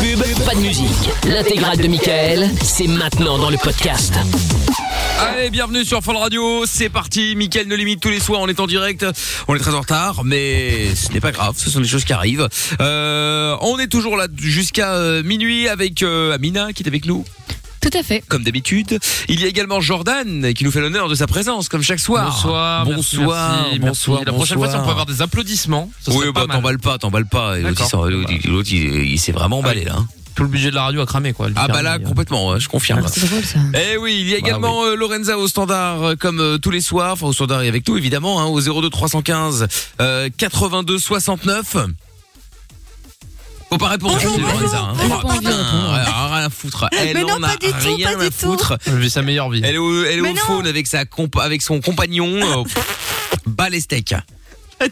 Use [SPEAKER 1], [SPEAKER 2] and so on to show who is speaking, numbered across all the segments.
[SPEAKER 1] pub, pas de musique. L'intégrale de Michael, c'est maintenant dans le podcast.
[SPEAKER 2] Allez, bienvenue sur Fall Radio, c'est parti, Mickaël ne limite tous les soirs, on est en direct, on est très en retard, mais ce n'est pas grave, ce sont des choses qui arrivent. Euh, on est toujours là jusqu'à euh, minuit avec euh, Amina qui est avec nous.
[SPEAKER 3] Tout à fait.
[SPEAKER 2] Comme d'habitude, il y a également Jordan qui nous fait l'honneur de sa présence comme chaque soir.
[SPEAKER 4] Bonsoir, merci,
[SPEAKER 2] bonsoir,
[SPEAKER 4] merci,
[SPEAKER 2] bonsoir.
[SPEAKER 4] merci. La prochaine fois, si on peut avoir
[SPEAKER 2] des applaudissements. oui, bah t'emballes pas, t'emballes pas. Et L'autre il,
[SPEAKER 4] D'accord. Ah,
[SPEAKER 2] s'en- l'autre, il- l'autre, il- il s'est vraiment emballé là. hein.
[SPEAKER 4] Tout le budget de la radio a cramé quoi.
[SPEAKER 2] Ah bah là complètement, ouais, je confirme.
[SPEAKER 5] Ah,
[SPEAKER 2] Eh oui,
[SPEAKER 4] Ah
[SPEAKER 2] il y a également euh, Lorenza au standard euh, comme euh, tous les soirs, enfin au standard et avec tout évidemment, hein, au 02 315 euh, 82 69. Faut pas répondre, c'est Lorenza. hein. Oh, putain, ouais, alors, rien à foutre. Elle
[SPEAKER 5] Mais non,
[SPEAKER 2] en a
[SPEAKER 5] pas du tout,
[SPEAKER 2] rien
[SPEAKER 5] pas du
[SPEAKER 2] à
[SPEAKER 5] tout.
[SPEAKER 2] foutre.
[SPEAKER 4] Elle vit sa meilleure vie.
[SPEAKER 2] Elle est au, elle est
[SPEAKER 5] Mais
[SPEAKER 2] au
[SPEAKER 5] non.
[SPEAKER 2] faune avec sa compa- avec son compagnon. euh, bas les steaks.
[SPEAKER 5] Ah,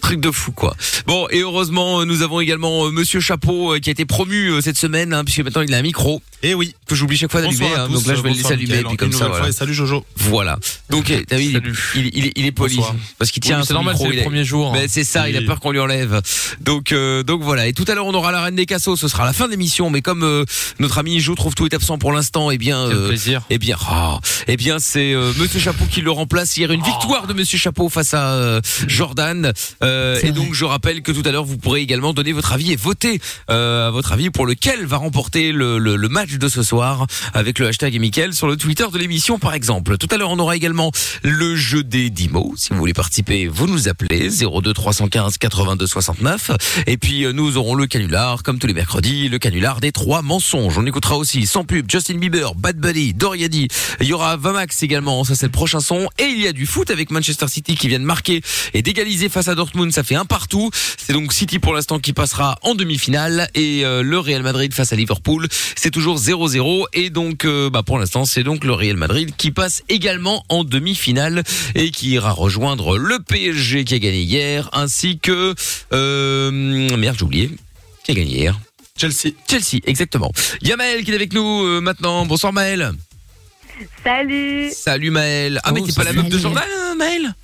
[SPEAKER 2] Truc de fou quoi. Bon et heureusement euh, nous avons également euh, Monsieur Chapeau euh, qui a été promu euh, cette semaine hein, puisque maintenant il a un micro. Et oui. Que j'oublie chaque fois d'allumer.
[SPEAKER 6] Eh Bonsoir à
[SPEAKER 2] hein,
[SPEAKER 6] tous,
[SPEAKER 2] donc là je vais le laisser
[SPEAKER 6] bonsoir,
[SPEAKER 2] allumer
[SPEAKER 6] Mickaël,
[SPEAKER 2] puis
[SPEAKER 6] une
[SPEAKER 2] comme ça.
[SPEAKER 6] nouvelle
[SPEAKER 2] voilà.
[SPEAKER 6] fois, et salut, Jojo.
[SPEAKER 2] Voilà. Donc eh, t'as vu, il, est- il- il est- il est poli
[SPEAKER 6] Bonsoir.
[SPEAKER 2] parce qu'il
[SPEAKER 6] Oui,
[SPEAKER 2] tient
[SPEAKER 6] mais
[SPEAKER 2] à
[SPEAKER 6] c'est
[SPEAKER 2] son
[SPEAKER 6] normal,
[SPEAKER 2] micro,
[SPEAKER 6] c'est les
[SPEAKER 2] il est-
[SPEAKER 6] premiers jours,
[SPEAKER 2] Ben,
[SPEAKER 6] hein.
[SPEAKER 2] c'est ça, il a
[SPEAKER 6] Et-
[SPEAKER 2] peur qu'on lui enlève. Donc euh, donc voilà. Et tout à l'heure on aura la reine des cassos. Ce sera à la fin de l'émission. Mais comme euh, notre ami Jo trouve tout est absent pour l'instant, eh bien euh, eh bien oh, eh bien c'est euh, Monsieur Chapeau qui le remplace. Il y a une victoire de Monsieur Chapeau face à euh, Jordan. Euh, et donc je rappelle que tout à l'heure vous pourrez également donner votre avis et voter euh, à votre avis pour lequel va remporter le, le- le match de ce soir avec le hashtag et Mickaël sur le Twitter de l'émission par exemple. Tout à l'heure on aura également le jeu des 10 mots. Si vous voulez participer, vous nous appelez 02 315 82 69 et puis euh, nous aurons le canular comme tous les mercredis, le canular des trois mensonges. On écoutera aussi sans pub Justin Bieber, Bad Bunny, Doriadi. Il y aura Vamax également, ça c'est le prochain son et il y a du foot avec Manchester City qui vient de marquer et d'égaliser face à Dortmund, ça fait un partout. C'est donc City pour l'instant qui passera en demi-finale et euh, le Real Madrid face à Liverpool, c'est toujours 0-0 et donc euh, bah, pour l'instant c'est donc le Real Madrid qui passe également en demi-finale et qui ira rejoindre le PSG qui a gagné hier ainsi que euh, merde j'ai oublié qui a gagné hier Chelsea Chelsea exactement il y a Maël qui est avec nous euh, maintenant bonsoir Maël
[SPEAKER 7] Salut
[SPEAKER 2] salut Maël ah mais
[SPEAKER 7] Oh,
[SPEAKER 2] t'es pas la
[SPEAKER 7] salut.
[SPEAKER 2] meuf de Jordan hein, Maël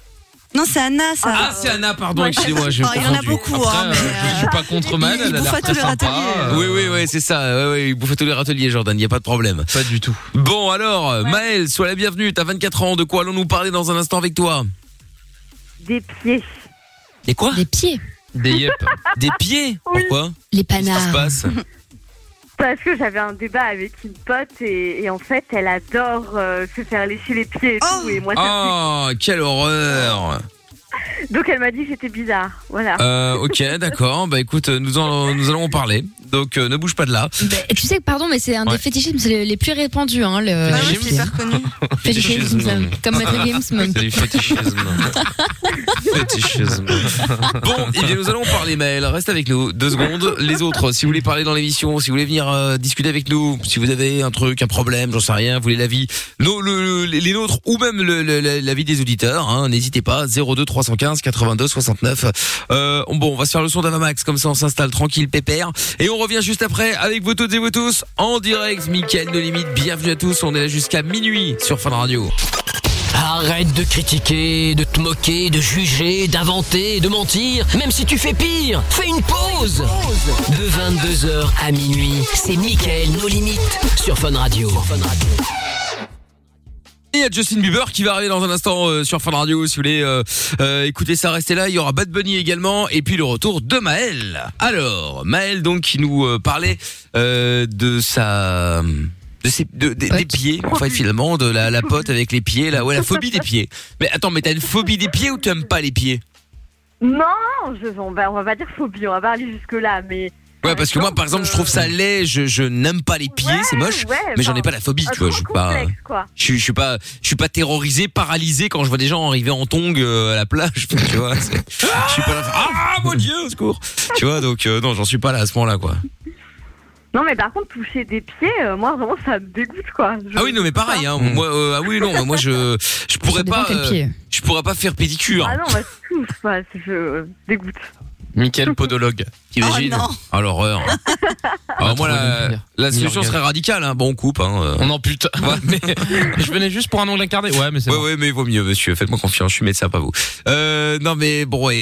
[SPEAKER 7] Non, c'est Anna, ça.
[SPEAKER 2] Ah, c'est Anna, pardon, excusez-moi, j'ai
[SPEAKER 7] Ah, Il y en a
[SPEAKER 2] confondu. euh,
[SPEAKER 7] beaucoup, hein, mais...
[SPEAKER 4] Je suis pas contre mal, elle a l'air très sympa.
[SPEAKER 7] euh.
[SPEAKER 2] Oui, oui, oui, c'est ça. Ouais, ouais, il bouffait tous les râteliers, Jordan, il n'y a pas de problème. Pas du tout. Bon, alors, Maël, sois la bienvenue, t'as 24 ans, de quoi allons-nous parler dans un instant avec toi
[SPEAKER 7] Des pieds.
[SPEAKER 2] Des quoi
[SPEAKER 3] Des pieds.
[SPEAKER 2] Des yep. Des pieds Pourquoi
[SPEAKER 3] Les
[SPEAKER 2] Qu'est-ce qui se
[SPEAKER 7] Ah.
[SPEAKER 3] panards.
[SPEAKER 2] passe
[SPEAKER 7] Parce que j'avais un débat avec une pote et, et en fait, elle adore euh, se faire lécher les pieds et tout. Et moi, ça
[SPEAKER 2] Oh, quelle horreur
[SPEAKER 7] me- Donc, elle m'a dit que j'étais bizarre. Voilà.
[SPEAKER 2] Euh, ok, d'accord. Bah écoute, euh, nous, en- nous allons en parler. Donc euh, ne bouge pas de là.
[SPEAKER 7] Bah,
[SPEAKER 3] Et tu sais que, pardon, mais c'est un
[SPEAKER 2] Ouais.
[SPEAKER 3] des fétichismes les, les plus répandus. Hein, le... Fétichisme, comme Maître Games. même.
[SPEAKER 2] du fétichisme. fétichisme. Bon, eh bien nous allons parler mail. Reste avec nous deux secondes. Les autres, si vous voulez parler dans l'émission, si vous voulez venir euh, discuter avec nous, si vous avez un truc, un problème, j'en sais rien, vous voulez l'avis, nos- le- le- les nôtres ou même le- le- le- l'avis des auditeurs, hein, n'hésitez pas. 02 315 82 69. Euh, on- bon, on va se faire le son d'Avamax comme ça on s'installe tranquille, pépère. Et on revient juste après avec vous toutes et vous tous en direct. Mickaël de limite. Bienvenue à tous. On est là jusqu'à minuit sur Fun Radio.
[SPEAKER 1] Arrête de critiquer, de te moquer, de juger, d'inventer, de mentir, même si tu fais pire. Fais une pause. De 22h à minuit, c'est Michael nos limites sur Fun Radio.
[SPEAKER 2] Et il y a Justin Bieber qui va arriver dans un instant euh, sur Fun Radio. Si vous voulez euh, euh, écouter ça, restez là. Il y aura Bad Bunny également. Et puis le retour de Maël. Alors, Maël donc qui nous euh, parlait euh, de sa... De ses, de- des- des pieds, en fait, finalement, de la, la pote avec les pieds, là, ouais, la phobie des pieds. Mais attends, mais t'as une phobie des pieds ou tu aimes pas les pieds
[SPEAKER 7] Non, je, on, va, on va pas dire phobie, on va pas aller jusque-là, mais...
[SPEAKER 2] Ouais, parce que moi, par exemple, je trouve ça laid, je, je n'aime pas les pieds, c'est moche,
[SPEAKER 7] ouais,
[SPEAKER 2] mais j'en ai
[SPEAKER 7] enfin,
[SPEAKER 2] pas la phobie,
[SPEAKER 7] un
[SPEAKER 2] tu vois, je suis
[SPEAKER 7] grand
[SPEAKER 2] pas...
[SPEAKER 7] complexe, quoi.
[SPEAKER 2] Je, suis- je suis pas, je suis pas terrorisé, paralysé quand je vois des gens arriver en tongs euh, à la plage, tu vois. c'est- Je suis pas là, ah mon dieu, au secours. Tu vois, donc euh, non, j'en suis pas là à ce moment-là, quoi.
[SPEAKER 7] Non, mais par contre, toucher des pieds, euh, moi, vraiment, ça me dégoûte, quoi. Je-
[SPEAKER 2] Ah oui, non, mais pareil, hein.
[SPEAKER 7] Hmm.
[SPEAKER 2] Moi, euh, ah oui, non, moi je, je pourrais pas, euh,
[SPEAKER 7] quel pied.
[SPEAKER 2] je pourrais pas faire pédicure.
[SPEAKER 7] Ah non, bah, c'est tout, quoi, c'est- je dégoûte.
[SPEAKER 2] Michael Podologue. T'imagines
[SPEAKER 7] Oh, non.
[SPEAKER 2] Ah l'horreur. Alors moi la, la solution serait radicale, hein. Bon on coupe, hein. On ampute. Ouais, mais je venais juste pour un ongle incarné. Ouais mais c'est. Ouais ouais mais vaut mieux monsieur. Faites-moi confiance, je suis médecin pas vous. Euh, non mais bon et,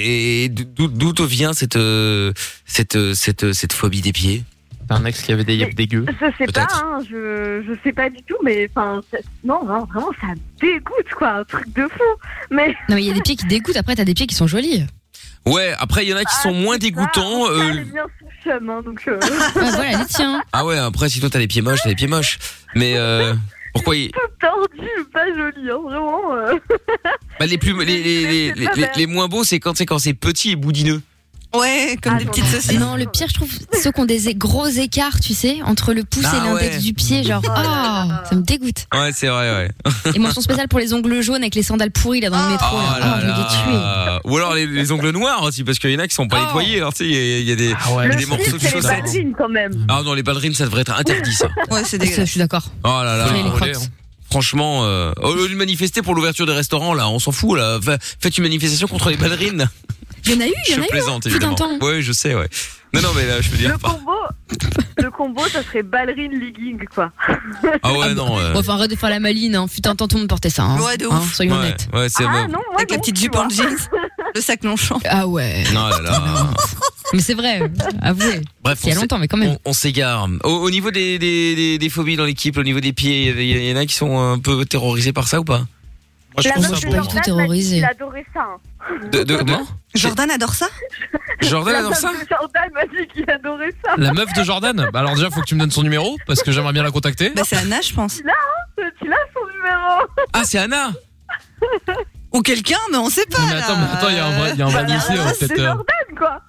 [SPEAKER 2] et d'où d'où te vient cette euh, cette euh, cette euh, cette phobie des pieds
[SPEAKER 4] T'as un ex qui avait des yeux dégueux.
[SPEAKER 7] Je sais pas, hein, je, je sais pas du tout, mais enfin, ça- non, non, vraiment, ça me dégoûte, quoi, un truc de fou. Mais
[SPEAKER 3] Non, mais il y a des pieds qui dégoûtent, après, t'as des pieds qui sont jolis.
[SPEAKER 2] Ouais, après il y en a qui sont moins dégoûtants.
[SPEAKER 7] Ah, ça,
[SPEAKER 2] euh,
[SPEAKER 7] elle est bien sous le chum, hein, donc. euh,
[SPEAKER 3] Ah, voilà, les tiens.
[SPEAKER 2] Ah ouais, après si toi t'as les pieds moches, t'as les pieds moches. Mais euh, pourquoi il-
[SPEAKER 7] tout tordu, pas joli, hein, vraiment. euh.
[SPEAKER 2] bah, les plus les, les, les, les- les- les moins beaux c'est quand c'est quand c'est petit et boudineux.
[SPEAKER 5] Ouais,
[SPEAKER 7] Ah
[SPEAKER 5] comme des petites saucisses.
[SPEAKER 3] Non, le pire, je trouve, ceux qui ont des é- gros écarts, tu sais, entre le pouce
[SPEAKER 2] Ah
[SPEAKER 3] et l'index
[SPEAKER 2] ouais.
[SPEAKER 3] du pied, genre, oh, ça me dégoûte.
[SPEAKER 2] Ouais, c'est vrai, ouais.
[SPEAKER 3] Et mention spéciale pour les ongles jaunes avec les sandales pourries, là, dans le métro. là.
[SPEAKER 2] Oh là
[SPEAKER 3] Ah, je me dis tuer.
[SPEAKER 2] là. Ou alors les, les ongles noirs aussi parce qu'il y en a qui sont pas
[SPEAKER 3] Oh.
[SPEAKER 2] nettoyés, alors tu sais il y a- il y, a des
[SPEAKER 4] Ah ouais,
[SPEAKER 2] il y a
[SPEAKER 7] Le
[SPEAKER 2] des morceaux
[SPEAKER 7] slip,
[SPEAKER 2] de
[SPEAKER 7] c'est les
[SPEAKER 2] chaussettes.
[SPEAKER 7] ballerines, quand même.
[SPEAKER 2] Ah non, les ballerines ça devrait être interdit ça.
[SPEAKER 4] Ah,
[SPEAKER 5] Ouais, c'est
[SPEAKER 3] Ça, je
[SPEAKER 5] dégueulasse.
[SPEAKER 3] suis d'accord.
[SPEAKER 2] Oh là là.
[SPEAKER 3] Prenez les
[SPEAKER 4] relais,
[SPEAKER 3] crocs.
[SPEAKER 2] Franchement, euh, au lieu de manifester pour l'ouverture des restaurants, là, on s'en fout, là. Fa- Faites une manifestation contre les ballerines.
[SPEAKER 3] Il y en a eu, il y
[SPEAKER 2] je
[SPEAKER 3] en a eu.
[SPEAKER 2] plaisante,
[SPEAKER 3] hein, fut un
[SPEAKER 2] évidemment.
[SPEAKER 3] temps.
[SPEAKER 2] Oui, je sais, ouais. Non, non, mais là, je veux dire.
[SPEAKER 7] Le combo, le combo, ça serait ballerine legging, quoi.
[SPEAKER 2] Ah ouais, non. euh,
[SPEAKER 3] Bon, enfin, arrête de faire la maline, hein. Putain, tant tout le monde portait ça. Hein.
[SPEAKER 5] Ouais, de
[SPEAKER 3] Hein,
[SPEAKER 5] ouf.
[SPEAKER 3] soyons
[SPEAKER 2] ouais,
[SPEAKER 3] honnêtes.
[SPEAKER 2] ouais, c'est
[SPEAKER 7] Ah
[SPEAKER 2] vrai.
[SPEAKER 7] non, moi
[SPEAKER 5] Avec la
[SPEAKER 7] non,
[SPEAKER 5] petite
[SPEAKER 7] tu
[SPEAKER 5] jupe
[SPEAKER 7] vois.
[SPEAKER 5] en jeans, le sac longchamp.
[SPEAKER 3] Ah ouais.
[SPEAKER 2] Non, là, là.
[SPEAKER 3] Mais c'est vrai, avouez.
[SPEAKER 2] Bref,
[SPEAKER 3] Il y a
[SPEAKER 2] on s'é-
[SPEAKER 3] longtemps, mais quand même.
[SPEAKER 2] on on s'égare. Au, au niveau des, des, des, des phobies dans l'équipe, au niveau des pieds, il y, en a qui sont un peu terrorisés par ça ou pas
[SPEAKER 4] Moi, je
[SPEAKER 7] La
[SPEAKER 4] trouve
[SPEAKER 7] meuf de
[SPEAKER 4] ça beau.
[SPEAKER 3] pas du
[SPEAKER 7] Jordan
[SPEAKER 3] tout
[SPEAKER 7] m'a dit
[SPEAKER 3] terrorisée.
[SPEAKER 7] qu'il adorait ça. hein.
[SPEAKER 2] de, de, de,
[SPEAKER 5] Jordan adore ça
[SPEAKER 2] Jordan
[SPEAKER 7] La
[SPEAKER 2] adore ça
[SPEAKER 7] femme de Jordan m'a dit qu'il adorait ça.
[SPEAKER 4] La meuf de Jordan Bah alors déjà, faut que tu me donnes son numéro parce que j'aimerais bien la contacter.
[SPEAKER 5] Bah, c'est Anna, je pense.
[SPEAKER 7] Tu l'as son numéro
[SPEAKER 2] Ah, c'est Anna
[SPEAKER 5] Ou quelqu'un, mais on sait pas.
[SPEAKER 4] Non, mais attends, mais
[SPEAKER 5] là.
[SPEAKER 4] attends, il y a un vrai, il y a un vrai
[SPEAKER 7] Bah,
[SPEAKER 4] dossier.
[SPEAKER 7] là,
[SPEAKER 4] euh,
[SPEAKER 7] C'est
[SPEAKER 4] peut-être, euh,
[SPEAKER 7] Jordan, quoi.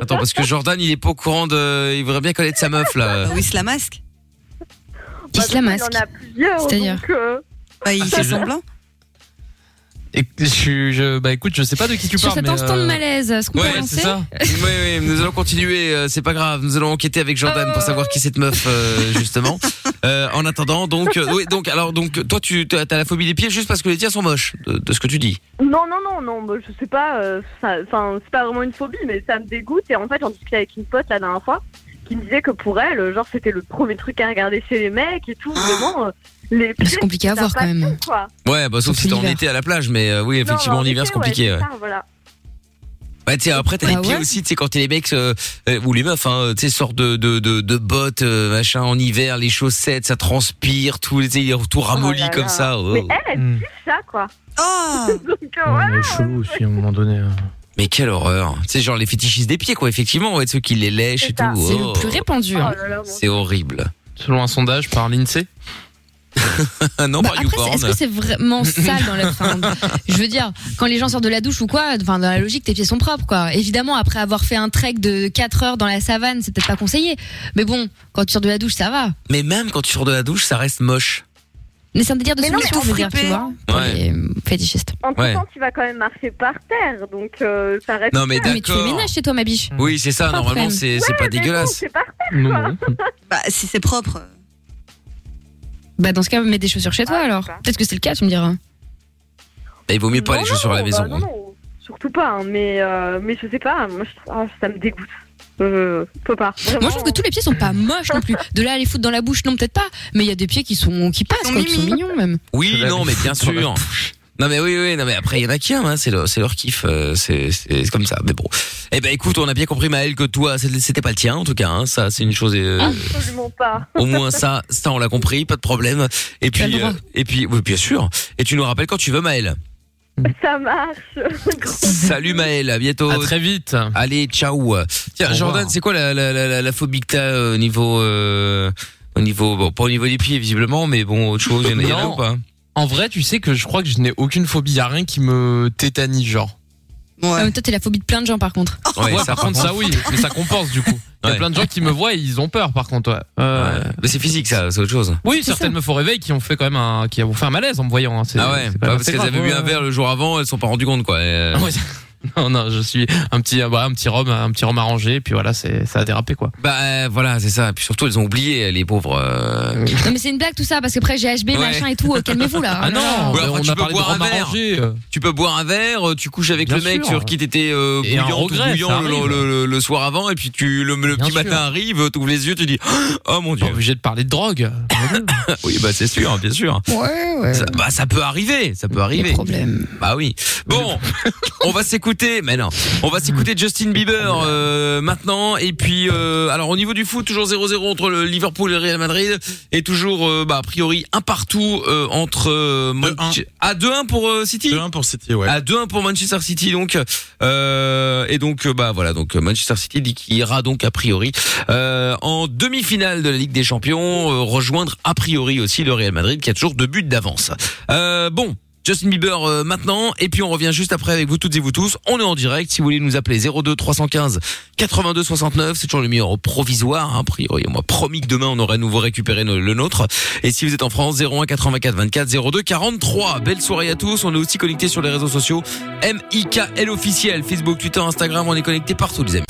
[SPEAKER 2] Attends, parce que Jordan, il est pas au courant de. Il voudrait bien connaître sa meuf, là.
[SPEAKER 4] euh,
[SPEAKER 5] Bah oui, c'est la masque.
[SPEAKER 3] Il se la masque.
[SPEAKER 7] Il Bah, y en a plusieurs.
[SPEAKER 3] C'est-à-dire
[SPEAKER 7] donc, euh,
[SPEAKER 5] Bah, il
[SPEAKER 4] Ah,
[SPEAKER 5] fait
[SPEAKER 4] c'est
[SPEAKER 5] semblant.
[SPEAKER 4] Et je, suis- je- bah écoute, je sais pas de qui tu
[SPEAKER 3] Sur
[SPEAKER 4] parles.
[SPEAKER 3] cet
[SPEAKER 4] mais,
[SPEAKER 3] instant de
[SPEAKER 4] euh,
[SPEAKER 3] malaise, ce qu'on peut
[SPEAKER 4] Ouais,
[SPEAKER 3] lancer.
[SPEAKER 4] c'est ça.
[SPEAKER 2] Oui, oui, nous allons continuer, euh, c'est pas grave. Nous allons enquêter avec Jordan pour savoir qui est cette meuf, euh, justement. Euh, en attendant, donc, euh, oui, donc, alors, donc, toi, tu t'as t'as la phobie des pieds juste parce que les tiens sont moches, de, de ce que tu dis.
[SPEAKER 7] Non, non, non, non, bah, je sais pas, euh, ça- enfin, c'est pas vraiment une phobie, mais ça me dégoûte. Et en fait, j'en discutais avec une pote la dernière fois qui me disait que pour elle, euh, genre, c'était le premier truc à regarder chez les mecs et
[SPEAKER 2] Ah.
[SPEAKER 7] tout, vraiment. euh, les
[SPEAKER 3] Mais C'est compliqué à
[SPEAKER 7] ça
[SPEAKER 3] voir
[SPEAKER 7] passe
[SPEAKER 3] quand même.
[SPEAKER 7] tout, quoi.
[SPEAKER 2] Ouais, bah, sauf
[SPEAKER 3] Sauf
[SPEAKER 2] si t'es en
[SPEAKER 3] l'hiver.
[SPEAKER 2] été à la plage, mais euh, oui, effectivement,
[SPEAKER 7] Non,
[SPEAKER 2] en hiver, c'est compliqué.
[SPEAKER 7] ouais,
[SPEAKER 2] ouais.
[SPEAKER 7] c'est ça, voilà.
[SPEAKER 2] Bah, tu sais, après, t'as
[SPEAKER 3] Ah
[SPEAKER 2] les pieds
[SPEAKER 3] ouais
[SPEAKER 2] aussi, tu sais, quand t'es les mecs, euh, euh, ou les meufs, hein, tu sais, sortes de, de, de, de bottes, euh, machin, en hiver, les chaussettes, ça transpire, tout, tu sais, il est tout ramolli
[SPEAKER 7] là
[SPEAKER 2] comme
[SPEAKER 7] là.
[SPEAKER 2] ça. oh.
[SPEAKER 7] Mais elle, elle
[SPEAKER 4] Hmm.
[SPEAKER 7] kiffe ça, quoi.
[SPEAKER 3] Ah.
[SPEAKER 5] Oh
[SPEAKER 7] Donc, euh, ouais.
[SPEAKER 4] chelou aussi à un moment donné. hein.
[SPEAKER 2] Mais quelle horreur. Tu sais, genre, les fétichistes des pieds, quoi, effectivement, ouais, ceux qui les lèchent et
[SPEAKER 7] C'est
[SPEAKER 2] tout.
[SPEAKER 7] ça.
[SPEAKER 3] C'est
[SPEAKER 2] oh.
[SPEAKER 3] le plus répandu.
[SPEAKER 7] Oh
[SPEAKER 3] hein.
[SPEAKER 7] là là, mon
[SPEAKER 2] C'est horrible.
[SPEAKER 4] Selon un sondage par l'INSEE.
[SPEAKER 2] non,
[SPEAKER 3] Bah, après,
[SPEAKER 2] pas
[SPEAKER 3] c'est-
[SPEAKER 2] YouPorn.
[SPEAKER 3] est-ce que c'est vraiment sale dans la fin Je veux dire, quand les gens sortent de la douche ou quoi, enfin dans la logique, tes pieds sont propres quoi. Évidemment, après avoir fait un trek de 4 heures dans la savane, c'est peut-être pas conseillé. Mais bon, quand tu sors de la douche, ça va.
[SPEAKER 2] Mais même quand tu sors de la douche, ça reste moche.
[SPEAKER 3] Mais c'est un délire de
[SPEAKER 5] Mais non,
[SPEAKER 3] solution,
[SPEAKER 5] mais
[SPEAKER 3] je veux dire,
[SPEAKER 5] fripper.
[SPEAKER 3] tu vois. Pour
[SPEAKER 2] Ouais.
[SPEAKER 3] les euh, fétichistes.
[SPEAKER 7] Entre
[SPEAKER 2] Ouais.
[SPEAKER 7] temps, tu vas quand même marcher par terre, donc euh, ça reste.
[SPEAKER 2] Non, mais
[SPEAKER 3] Mais tu fais
[SPEAKER 2] d'accord.
[SPEAKER 3] ménage chez toi, ma biche.
[SPEAKER 2] Oui, c'est ça.
[SPEAKER 3] Pas de
[SPEAKER 2] Normalement,
[SPEAKER 3] problème.
[SPEAKER 2] c'est c'est pas
[SPEAKER 7] Mais non,
[SPEAKER 2] dégueulasse.
[SPEAKER 7] C'est par terre.
[SPEAKER 4] Non, non.
[SPEAKER 5] Bah, si c'est propre.
[SPEAKER 3] Bah dans ce cas, mets des chaussures chez toi
[SPEAKER 7] Ah,
[SPEAKER 3] alors.
[SPEAKER 7] c'est ça.
[SPEAKER 3] Peut-être que c'est le cas, tu me diras.
[SPEAKER 2] Mais Bah, il vaut mieux pas les
[SPEAKER 7] Non,
[SPEAKER 2] chaussures à la
[SPEAKER 7] non,
[SPEAKER 2] maison.
[SPEAKER 7] bah, non,
[SPEAKER 2] hein.
[SPEAKER 7] non, surtout pas, hein, mais, euh, mais je sais pas, moi, je- ah, ça me dégoûte. Euh, peux pas.
[SPEAKER 3] Moi, je trouve que tous les pieds sont pas moches non plus. De là à les foutre dans la bouche, non peut-être pas. Mais il y a des pieds qui sont qui passent,
[SPEAKER 5] sont
[SPEAKER 3] quoi, qui sont
[SPEAKER 5] mignons.
[SPEAKER 3] mignons même.
[SPEAKER 2] Oui,
[SPEAKER 4] Je
[SPEAKER 2] non,
[SPEAKER 4] l'avais
[SPEAKER 2] mais bien
[SPEAKER 4] foutu dans la
[SPEAKER 2] sûr. Non mais oui oui non mais après il y en a qui aiment hein, c'est leur c'est leur kiff euh, c'est c'est c'est comme ça mais bon eh ben écoute on a bien compris Maël que toi c'est- c'était pas le tien en tout cas hein. ça c'est une chose euh,
[SPEAKER 7] Absolument pas.
[SPEAKER 2] au moins ça ça on l'a compris pas de problème
[SPEAKER 3] as
[SPEAKER 2] et
[SPEAKER 3] le
[SPEAKER 2] puis euh,
[SPEAKER 3] droit.
[SPEAKER 2] et puis oui bien sûr et tu nous rappelles quand tu veux Maël
[SPEAKER 7] Ça marche. Gros.
[SPEAKER 2] salut Maël à bientôt
[SPEAKER 4] À très vite.
[SPEAKER 2] allez ciao
[SPEAKER 4] Au
[SPEAKER 2] tiens
[SPEAKER 4] revoir.
[SPEAKER 2] Jordan c'est quoi la la la, la, la phobie que t'as euh, au niveau euh, au niveau bon pas au niveau des pieds visiblement mais bon autre chose il y en a- il y en a
[SPEAKER 4] Non.
[SPEAKER 2] ou pas
[SPEAKER 4] En vrai, tu sais que je crois que je n'ai aucune phobie. Y a rien qui me tétanise, genre.
[SPEAKER 3] Ah,
[SPEAKER 5] Ouais.
[SPEAKER 3] mais toi, t'es la phobie de plein de gens par
[SPEAKER 2] Oh.
[SPEAKER 3] contre.
[SPEAKER 4] Ouais, par
[SPEAKER 2] par
[SPEAKER 4] contre,
[SPEAKER 2] contre,
[SPEAKER 4] ça oui, mais ça compense du coup. Il y
[SPEAKER 2] Ouais.
[SPEAKER 4] a plein de gens qui me voient et ils ont peur par contre. ouais. Euh,
[SPEAKER 2] ouais. mais c'est physique ça c'est autre chose
[SPEAKER 4] Oui,
[SPEAKER 3] C'est
[SPEAKER 4] certaines
[SPEAKER 3] ça.
[SPEAKER 4] meufs au réveil qui ont fait quand même un, qui ont fait un malaise en me voyant. hein. C'est-
[SPEAKER 2] Ah ouais,
[SPEAKER 4] c'est quand
[SPEAKER 2] bah
[SPEAKER 4] même
[SPEAKER 2] parce
[SPEAKER 4] assez
[SPEAKER 2] qu'elles avaient
[SPEAKER 4] grave,
[SPEAKER 2] bu
[SPEAKER 4] ouais.
[SPEAKER 2] un verre le jour avant, elles se sont pas rendues compte quoi. Euh,
[SPEAKER 4] Ah ouais, Non, non, je suis un petit, euh, bah, un petit rhum, un petit rhum arrangé, et puis voilà, c'est, ça a dérapé quoi.
[SPEAKER 2] Bah euh, voilà, c'est ça. Puis surtout, elles ont oublié les pauvres. euh.
[SPEAKER 4] Ouais.
[SPEAKER 3] Non, mais c'est une blague tout ça, parce qu'après, j'ai HB,
[SPEAKER 2] Ouais.
[SPEAKER 3] machin et tout. euh, Calmez-vous là.
[SPEAKER 4] Ah non,
[SPEAKER 2] Ouais, après,
[SPEAKER 4] on
[SPEAKER 2] bah, tu
[SPEAKER 4] a
[SPEAKER 2] peux
[SPEAKER 4] parlé de
[SPEAKER 2] boire un
[SPEAKER 4] rhum
[SPEAKER 2] verre.
[SPEAKER 4] arrangé. euh.
[SPEAKER 2] Tu peux boire un verre, euh, tu couches avec
[SPEAKER 4] Bien
[SPEAKER 2] le mec
[SPEAKER 4] sûr.
[SPEAKER 2] sur qui t'étais euh,
[SPEAKER 4] Et un
[SPEAKER 2] bouillant, tout
[SPEAKER 4] regret, ça
[SPEAKER 2] bouillant le,
[SPEAKER 4] arrive.
[SPEAKER 2] le- le- le soir avant, et puis tu le, le
[SPEAKER 4] Bien
[SPEAKER 2] petit
[SPEAKER 4] sûr.
[SPEAKER 2] matin arrive, t'ouvres les yeux, tu dis oh mon dieu.
[SPEAKER 4] Pas obligé de parler de drogue.
[SPEAKER 2] oui bah c'est sûr, bien sûr.
[SPEAKER 3] Ouais, ouais.
[SPEAKER 2] Ça, bah ça peut arriver, ça peut
[SPEAKER 3] Les
[SPEAKER 2] arriver.
[SPEAKER 3] problèmes.
[SPEAKER 2] Bah oui. Bon, on va s'écouter. s'écouter, mais non, on va s'écouter Justin Bieber euh, maintenant. Et puis, euh, alors au niveau du foot, toujours 0-0 entre le Liverpool et le Real Madrid, et toujours euh, bah, a priori un partout euh, entre euh, Manche- à 2-1 pour euh, City. 2-1
[SPEAKER 6] pour City, ouais.
[SPEAKER 2] À 2-1 pour Manchester City, donc euh, et donc euh, bah voilà, donc euh, Manchester City dit qu'il ira donc a priori euh, en demi-finale de la Ligue des Champions, euh, rejoindre a priori aussi le Real Madrid qui a toujours deux buts d'avance. Euh, bon. Justin Bieber euh, maintenant et puis on revient juste après avec vous toutes et vous tous. On est en direct si vous voulez nous appeler 02 315 82 69, c'est toujours le numéro provisoire hein, a priori. On m'a promis que demain on aurait à nouveau récupéré no- le nôtre. Et si vous êtes en France 01 84 24 02 43. Belle soirée à tous. On est aussi connectés sur les réseaux sociaux MIKL officiel, Facebook, Twitter, Instagram, on est connectés partout les amis.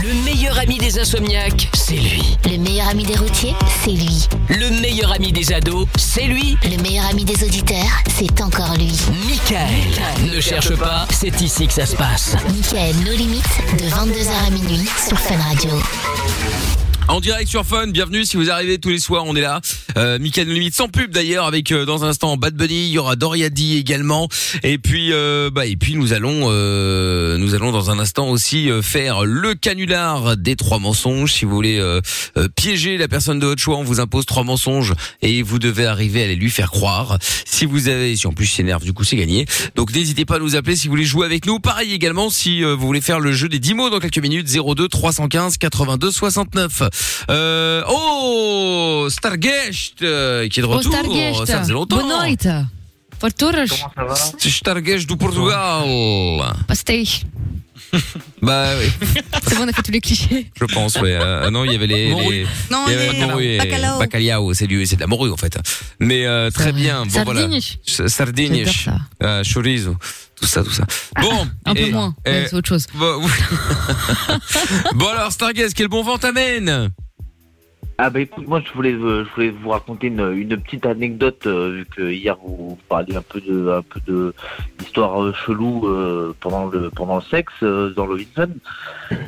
[SPEAKER 1] Le meilleur ami des insomniaques, c'est lui.
[SPEAKER 8] Le meilleur ami des routiers, c'est lui.
[SPEAKER 1] Le meilleur ami des ados, c'est lui.
[SPEAKER 8] Le meilleur ami des auditeurs, c'est encore lui.
[SPEAKER 2] bah
[SPEAKER 1] Michael. Ne cherche pas, c'est ici que ça se passe.
[SPEAKER 8] Michael, nos limites, de 22h à minuit sur Fun Radio.
[SPEAKER 2] En direct sur Fun, bienvenue si vous arrivez tous les soirs, on est là. Euh, Mickaël Limite sans pub d'ailleurs avec euh, dans un instant Bad Bunny, il y aura Doriadi également et puis euh, bah et puis nous allons euh, nous allons dans un instant aussi euh, faire le canular des trois mensonges si vous voulez euh, euh, piéger la personne de votre choix, on vous impose trois mensonges et vous devez arriver à les lui faire croire. Si vous avez si en plus il s'énerve du coup c'est gagné. Donc n'hésitez pas à nous appeler si vous voulez jouer avec nous. Pareil également si euh, vous voulez faire le jeu des 10 mots dans quelques minutes 02 315 82 69. Euh, oh Stargest euh, qui est de
[SPEAKER 3] Au
[SPEAKER 2] retour.
[SPEAKER 3] Stargate.
[SPEAKER 2] Ça faisait longtemps.
[SPEAKER 3] Boa noite. Forturas.
[SPEAKER 2] C'est Stargest du Portugal.
[SPEAKER 3] Pastei.
[SPEAKER 2] Bah oui,
[SPEAKER 3] C'est bon, on a fait tous les clichés.
[SPEAKER 2] je pense ouais. Euh, ah non, il y avait les, les-
[SPEAKER 3] Non,
[SPEAKER 2] il y avait
[SPEAKER 3] les-
[SPEAKER 2] la morue et-
[SPEAKER 3] bacalao.
[SPEAKER 2] bacalao, c'est du c'est de la morue en fait. Mais euh, très bien, bon voilà.
[SPEAKER 3] Sardines.
[SPEAKER 2] S- Sardines,
[SPEAKER 3] J'adore ça.
[SPEAKER 2] euh, chorizo, tout ça tout ça. Bon,
[SPEAKER 3] Ah, Un peu
[SPEAKER 2] et-
[SPEAKER 3] moins, mais
[SPEAKER 2] et- Bah,
[SPEAKER 3] c'est autre chose.
[SPEAKER 2] Bon, Bon alors Stargaze, quel bon vent t'amène
[SPEAKER 9] Ah bah écoute, moi je voulais, euh, je voulais vous raconter une, une petite anecdote, euh, vu que hier vous, vous parliez un peu de un peu de histoire euh, chelou euh, pendant le pendant le sexe euh, dans le Fun.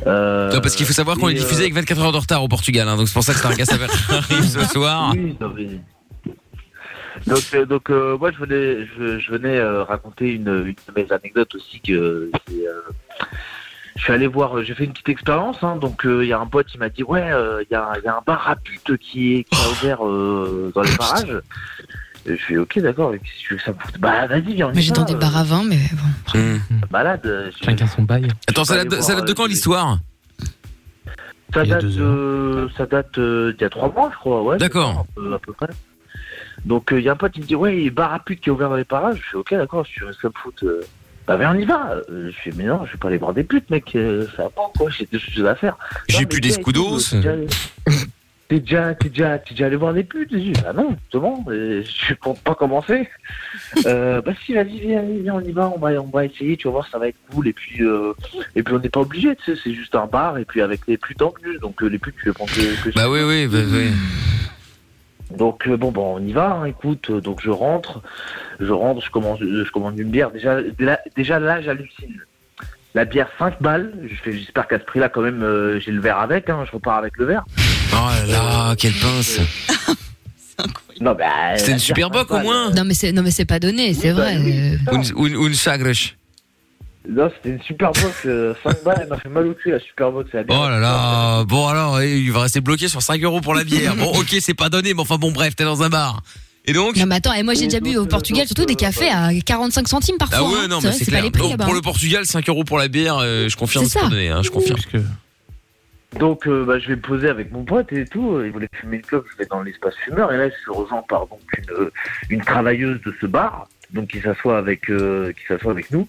[SPEAKER 9] Euh,
[SPEAKER 2] Non, parce qu'il faut savoir qu'on
[SPEAKER 9] et,
[SPEAKER 2] est diffusé avec 24 heures de retard au Portugal, hein, donc c'est pour ça que Stargaze arrive ce soir.
[SPEAKER 9] Oui, non, mais- Donc, euh, donc euh, moi, je venais, je, je venais euh, raconter une, une de mes anecdotes aussi que c'est, euh, je suis allé voir, euh, j'ai fait une petite expérience. hein, donc, euh, il y a un pote qui m'a dit ouais, euh, il y, a, il y a un bar à pute qui est qui a ouvert euh, dans les barrages. Et je suis ok, d'accord. mais qu'est-ce que tu veux que ça me foute Bah, vas-y, viens. on y
[SPEAKER 3] Mais j'ai
[SPEAKER 9] va,
[SPEAKER 3] dans des
[SPEAKER 9] euh,
[SPEAKER 3] bars à vin, mais bon.
[SPEAKER 9] Malade.
[SPEAKER 4] Chacun son bail.
[SPEAKER 2] Mmh. Attends, ça
[SPEAKER 9] Allez
[SPEAKER 2] date, de-
[SPEAKER 9] voir, euh,
[SPEAKER 2] ça date de quand l'histoire
[SPEAKER 9] Ça
[SPEAKER 2] Il y a
[SPEAKER 9] date,
[SPEAKER 2] deux
[SPEAKER 9] euh, ça date euh, d'il y a trois mois, je crois. Ouais,
[SPEAKER 2] D'accord.
[SPEAKER 9] c'est ça, un peu- À peu près. Donc euh, il y a un pote qui me dit ouais, il y a bar à pute qui est ouvert dans les parages. Je fais ok, d'accord, je suis ça me fout. euh, bah viens, on y va. Euh, je fais mais non, je vais pas aller voir des putes, mec. euh, ça va pas quoi, j'ai deux choses à faire.
[SPEAKER 2] J'ai
[SPEAKER 9] Non,
[SPEAKER 2] plus
[SPEAKER 9] mais
[SPEAKER 2] des
[SPEAKER 9] t'es-
[SPEAKER 2] scudos.
[SPEAKER 9] t'es déjà- T'es déjà, t'es déjà, t'es déjà allé voir des putes. Je dis bah non, justement, euh, je compte pas commencer. euh, bah si, vas-y, viens, viens, on y va, on va, on va essayer. Tu vas voir, ça va être cool. Et puis, euh, et puis on n'est pas obligé. Tu sais, c'est juste un bar. Et puis avec les putes en plus, donc euh, les putes, tu les prends que, que
[SPEAKER 2] Bah oui, oui, bah, oui.
[SPEAKER 9] donc euh, bon, bon, on y va. hein, écoute, euh, donc je rentre, je rentre, je commande, euh, je commande une bière. Déjà, là, déjà là, j'hallucine. La bière 5 balles. Je fais, j'espère qu'à ce prix-là, quand même, euh, j'ai le verre avec. Hein, je repars avec le verre.
[SPEAKER 2] Oh là là, quelle pince.
[SPEAKER 9] Non, bah,
[SPEAKER 2] C'était
[SPEAKER 9] la
[SPEAKER 2] une super
[SPEAKER 9] bière,
[SPEAKER 2] boc au moins
[SPEAKER 3] Non, mais c'est, non, mais c'est pas donné, c'est
[SPEAKER 9] Bah,
[SPEAKER 3] vrai. euh.
[SPEAKER 2] Une, une, une sagreche.
[SPEAKER 9] Non, c'était une super box. 5 balles, elle m'a fait mal au cul la super box. La bière.
[SPEAKER 2] Oh là là, bon alors, eh, il va rester bloqué sur 5 euros pour la bière. Bon, ok, c'est pas donné, mais enfin bon, bref, t'es dans un bar. Et donc
[SPEAKER 3] Non, mais attends, et moi j'ai déjà bu
[SPEAKER 9] Bah,
[SPEAKER 3] au Portugal, surtout des cafés à 45 centimes parfois.
[SPEAKER 2] Ah
[SPEAKER 3] hein.
[SPEAKER 2] ouais, non, mais
[SPEAKER 3] vrai, c'est
[SPEAKER 2] c'est
[SPEAKER 3] pas
[SPEAKER 2] clair.
[SPEAKER 3] les prix
[SPEAKER 2] Donc,
[SPEAKER 3] là-bas. hein.
[SPEAKER 2] pour le Portugal, 5 euros pour la bière, euh, je confirme,
[SPEAKER 3] C'est
[SPEAKER 2] c'est pas
[SPEAKER 3] ça.
[SPEAKER 2] donné, hein, je confirme.
[SPEAKER 3] euh,
[SPEAKER 9] Donc euh, bah, je vais me poser avec mon pote et tout. euh, Il voulait fumer une clope, je vais dans l'espace fumeur et là je suis rejoint par donc une, euh, une travailleuse de ce bar, donc qui s'assoit avec euh, qui s'assoit avec nous.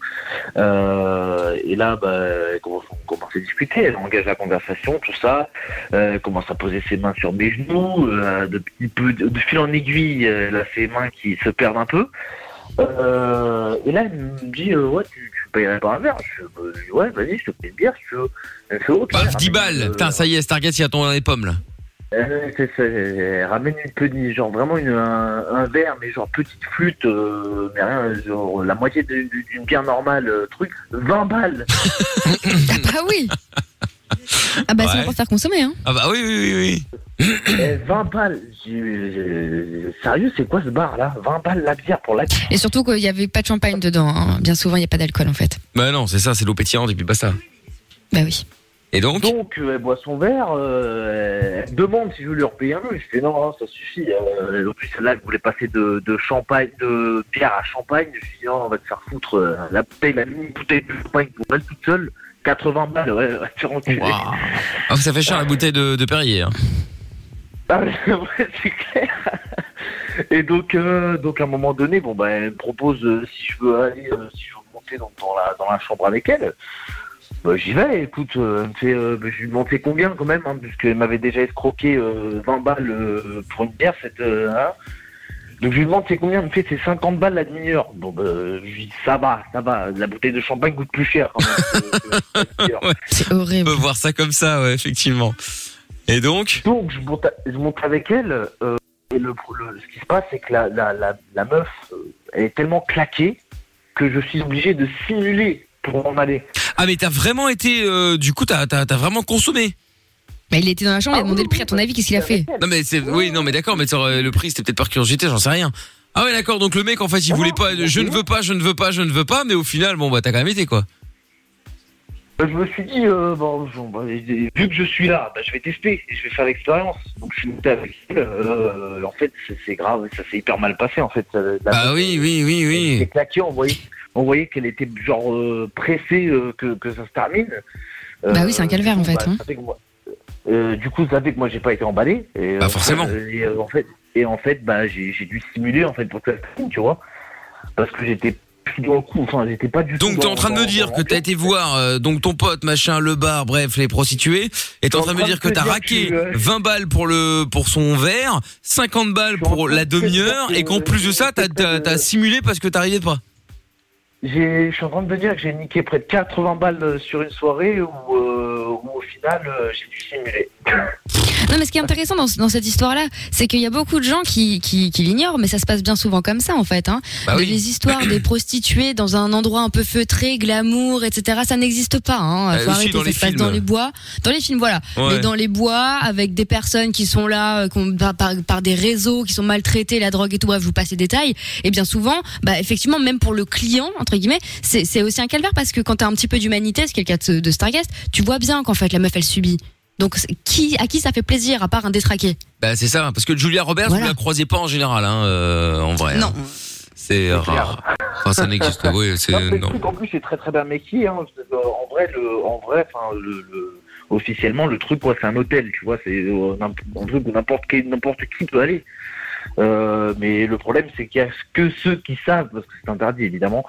[SPEAKER 9] Euh, et là bah, elle commence- on commence à discuter, elle engage la conversation, tout ça. Euh, elle commence à poser ses mains sur mes genoux, euh, de, petit peu, de, de fil en aiguille, euh, elle a ses mains qui se perdent un peu. Euh, et là, elle me dit, euh, ouais, tu, tu payerais pas un verre. Je fais, euh, ouais, vas-y, je te paye une bière, si tu veux. Elle fait, ok,
[SPEAKER 2] Paf, 10
[SPEAKER 9] ramène, euh,
[SPEAKER 2] balles. Putain, ça y est, Stargate, il a tombé dans les pommes, là.
[SPEAKER 9] euh, c'est ça, euh, ramène une petite, genre vraiment une, un, un verre, mais genre petite flûte, euh, mais rien, genre la moitié de- de- d'une bière normale, euh, truc, 20 balles.
[SPEAKER 3] Ah bah oui Ah bah c'est
[SPEAKER 2] Ouais.
[SPEAKER 3] pour faire consommer, hein.
[SPEAKER 2] Ah bah Ah oui, oui, oui, oui.
[SPEAKER 9] Eh, 20 balles. J'ai- j'ai- Sérieux, c'est quoi ce bar là 20 balles la bière pour la bière.
[SPEAKER 3] Et surtout qu'il n'y avait pas de champagne dedans. hein. Bien souvent, il n'y a pas d'alcool en fait.
[SPEAKER 2] Bah non, c'est ça, c'est l'eau pétillante et puis basta.
[SPEAKER 3] Bah oui.
[SPEAKER 2] Et donc
[SPEAKER 9] Donc, euh, elle boit son verre, euh, elle me demande si je veux lui repayer un. Je dis non, non, ça suffit. Euh, en plus, là, je voulais passer de, de champagne, de bière à champagne. Je dis non, on va te faire foutre. euh, la bouteille, la mini bouteille de champagne pour elle toute seule. 80 balles, ouais, va te faire enculer.
[SPEAKER 4] Waouh.
[SPEAKER 2] Ah, ça fait cher la bouteille de, de Perrier. hein.
[SPEAKER 9] Ah, mais ouais, c'est clair. Et donc, euh, donc à un moment donné, bon bah, elle me propose euh, si je veux aller, euh, si je veux monter dans, dans la dans la chambre avec elle. Bah, j'y vais. Écoute, euh, elle me fait, euh, bah, je lui ai demandé combien quand même, hein, parce qu'elle m'avait déjà escroqué euh, 20 balles euh, pour une bière. Cette, euh, hein. Donc je lui demande c'est combien, elle me fait c'est 50 balles la demi-heure. Bon bah, je lui dis ça va, ça va. La bouteille de champagne coûte plus cher. Quand même, que- que la bière.
[SPEAKER 3] C'est
[SPEAKER 2] On peut
[SPEAKER 3] horrible.
[SPEAKER 2] voir ça comme ça, ouais, effectivement. Et donc
[SPEAKER 9] Donc je monte, à- je monte avec elle. euh, et le, le- ce qui se passe, c'est que la, la, la, la meuf, euh, elle est tellement claquée que je suis obligé de simuler pour m'en aller.
[SPEAKER 2] Ah mais t'as vraiment été... euh, du coup, t'as t'as- t'as vraiment consommé
[SPEAKER 3] Bah, il était dans la chambre, il a demandé le prix. À ton avis, qu'est-ce qu'il a fait
[SPEAKER 2] Non mais c'est... Oui, non mais d'accord, mais ça aurait- le prix, c'était peut-être par curiosité, j'en sais rien. Ah ouais, d'accord, donc le mec, en fait, il voulait pas... Je ne veux pas, je ne veux pas, je ne veux pas, mais au final, bon, bah t'as quand même été, quoi.
[SPEAKER 9] Euh, Je me suis dit, euh, bon, bon, bah, vu que je suis là, bah, je vais tester et je vais faire l'expérience. Donc je suis monté avec elle. euh, en fait, c'est- c'est grave, ça s'est hyper mal passé en fait. Euh, la
[SPEAKER 2] Bah
[SPEAKER 9] meuf,
[SPEAKER 2] oui, oui, oui,
[SPEAKER 9] Elle était
[SPEAKER 2] oui.
[SPEAKER 9] claquée, on voyait, on voyait qu'elle était genre euh, pressée euh, que, que ça se termine. Euh,
[SPEAKER 3] Bah oui, c'est un calvaire, en fait,
[SPEAKER 9] bah,
[SPEAKER 3] hein.
[SPEAKER 9] ça fait que moi- euh, du coup, ça fait que moi j'ai pas été emballé. Et,
[SPEAKER 2] Bah,
[SPEAKER 9] euh,
[SPEAKER 2] forcément.
[SPEAKER 9] euh, et, euh, en fait, et en fait, bah j'ai j'ai dû simuler en fait pour que ça se termine, tu vois, parce que j'étais plus dans le coup. Enfin, j'étais pas du. tout
[SPEAKER 2] Donc t'es en
[SPEAKER 9] dans-
[SPEAKER 2] train de me
[SPEAKER 9] dans-
[SPEAKER 2] dire
[SPEAKER 9] dans
[SPEAKER 2] que t'as
[SPEAKER 9] l'ambiance.
[SPEAKER 2] été voir euh, donc ton pote machin le bar bref les prostituées et t'es en train de me dire que t'as raqué
[SPEAKER 9] que, euh,
[SPEAKER 2] 20 balles pour le pour son verre 50 balles
[SPEAKER 9] Je suis en
[SPEAKER 2] pour
[SPEAKER 9] train
[SPEAKER 2] la
[SPEAKER 9] de te dire
[SPEAKER 2] demi-heure
[SPEAKER 9] que,
[SPEAKER 2] et qu'en plus de ça t'as
[SPEAKER 9] euh,
[SPEAKER 2] t'as- t'as simulé parce que t'arrivais pas
[SPEAKER 9] J'ai, je suis en train de me dire que j'ai niqué près de 80 balles sur une soirée où, euh, où au final euh, j'ai dû simuler.
[SPEAKER 3] Non, mais ce qui est intéressant dans, ce- dans cette histoire-là, c'est qu'il y a beaucoup de gens qui, qui, qui l'ignorent, mais ça se passe bien souvent comme ça, en fait. Hein.
[SPEAKER 2] bah
[SPEAKER 3] De-
[SPEAKER 2] oui
[SPEAKER 3] Les histoires des prostituées dans un endroit un peu feutré, glamour, etc., ça n'existe pas. Hein.
[SPEAKER 2] Euh,
[SPEAKER 3] Faut
[SPEAKER 2] aussi
[SPEAKER 3] arrêter,
[SPEAKER 2] dans
[SPEAKER 3] ça
[SPEAKER 2] les
[SPEAKER 3] se passe
[SPEAKER 2] films.
[SPEAKER 3] dans les bois. Dans les films, voilà.
[SPEAKER 2] Ouais.
[SPEAKER 3] Mais dans les bois, avec des personnes qui sont là, euh, qu'on- par, par- par des réseaux, qui sont maltraitées, la drogue et tout, bref, je vous passe les détails. Et bien souvent, bah, effectivement, même pour le client, entre guillemets, c'est c'est aussi un calvaire parce que quand t'as un petit peu d'humanité, c'est quelqu'un de, de Stargast, tu vois bien qu'en fait, la meuf, elle subit. Donc, c'est- qui, à qui ça fait plaisir, à part un détraqué
[SPEAKER 2] bah c'est ça parce que Julia Roberts
[SPEAKER 3] Voilà.
[SPEAKER 2] vous la croisez pas en général hein euh, en vrai
[SPEAKER 5] Non.
[SPEAKER 2] hein. c'est rare enfin ça n'existe oui c'est
[SPEAKER 9] Non, mais le
[SPEAKER 2] non.
[SPEAKER 9] truc en plus c'est très très bien maquillé. Hein. Euh, En vrai, le, en vrai, enfin, le, le- officiellement le truc quoi, c'est un hôtel, tu vois, c'est euh, n'im- un truc où n'importe qui, n'importe qui peut aller. Euh, mais le problème c'est qu'il y a que ceux qui savent, parce que c'est interdit évidemment.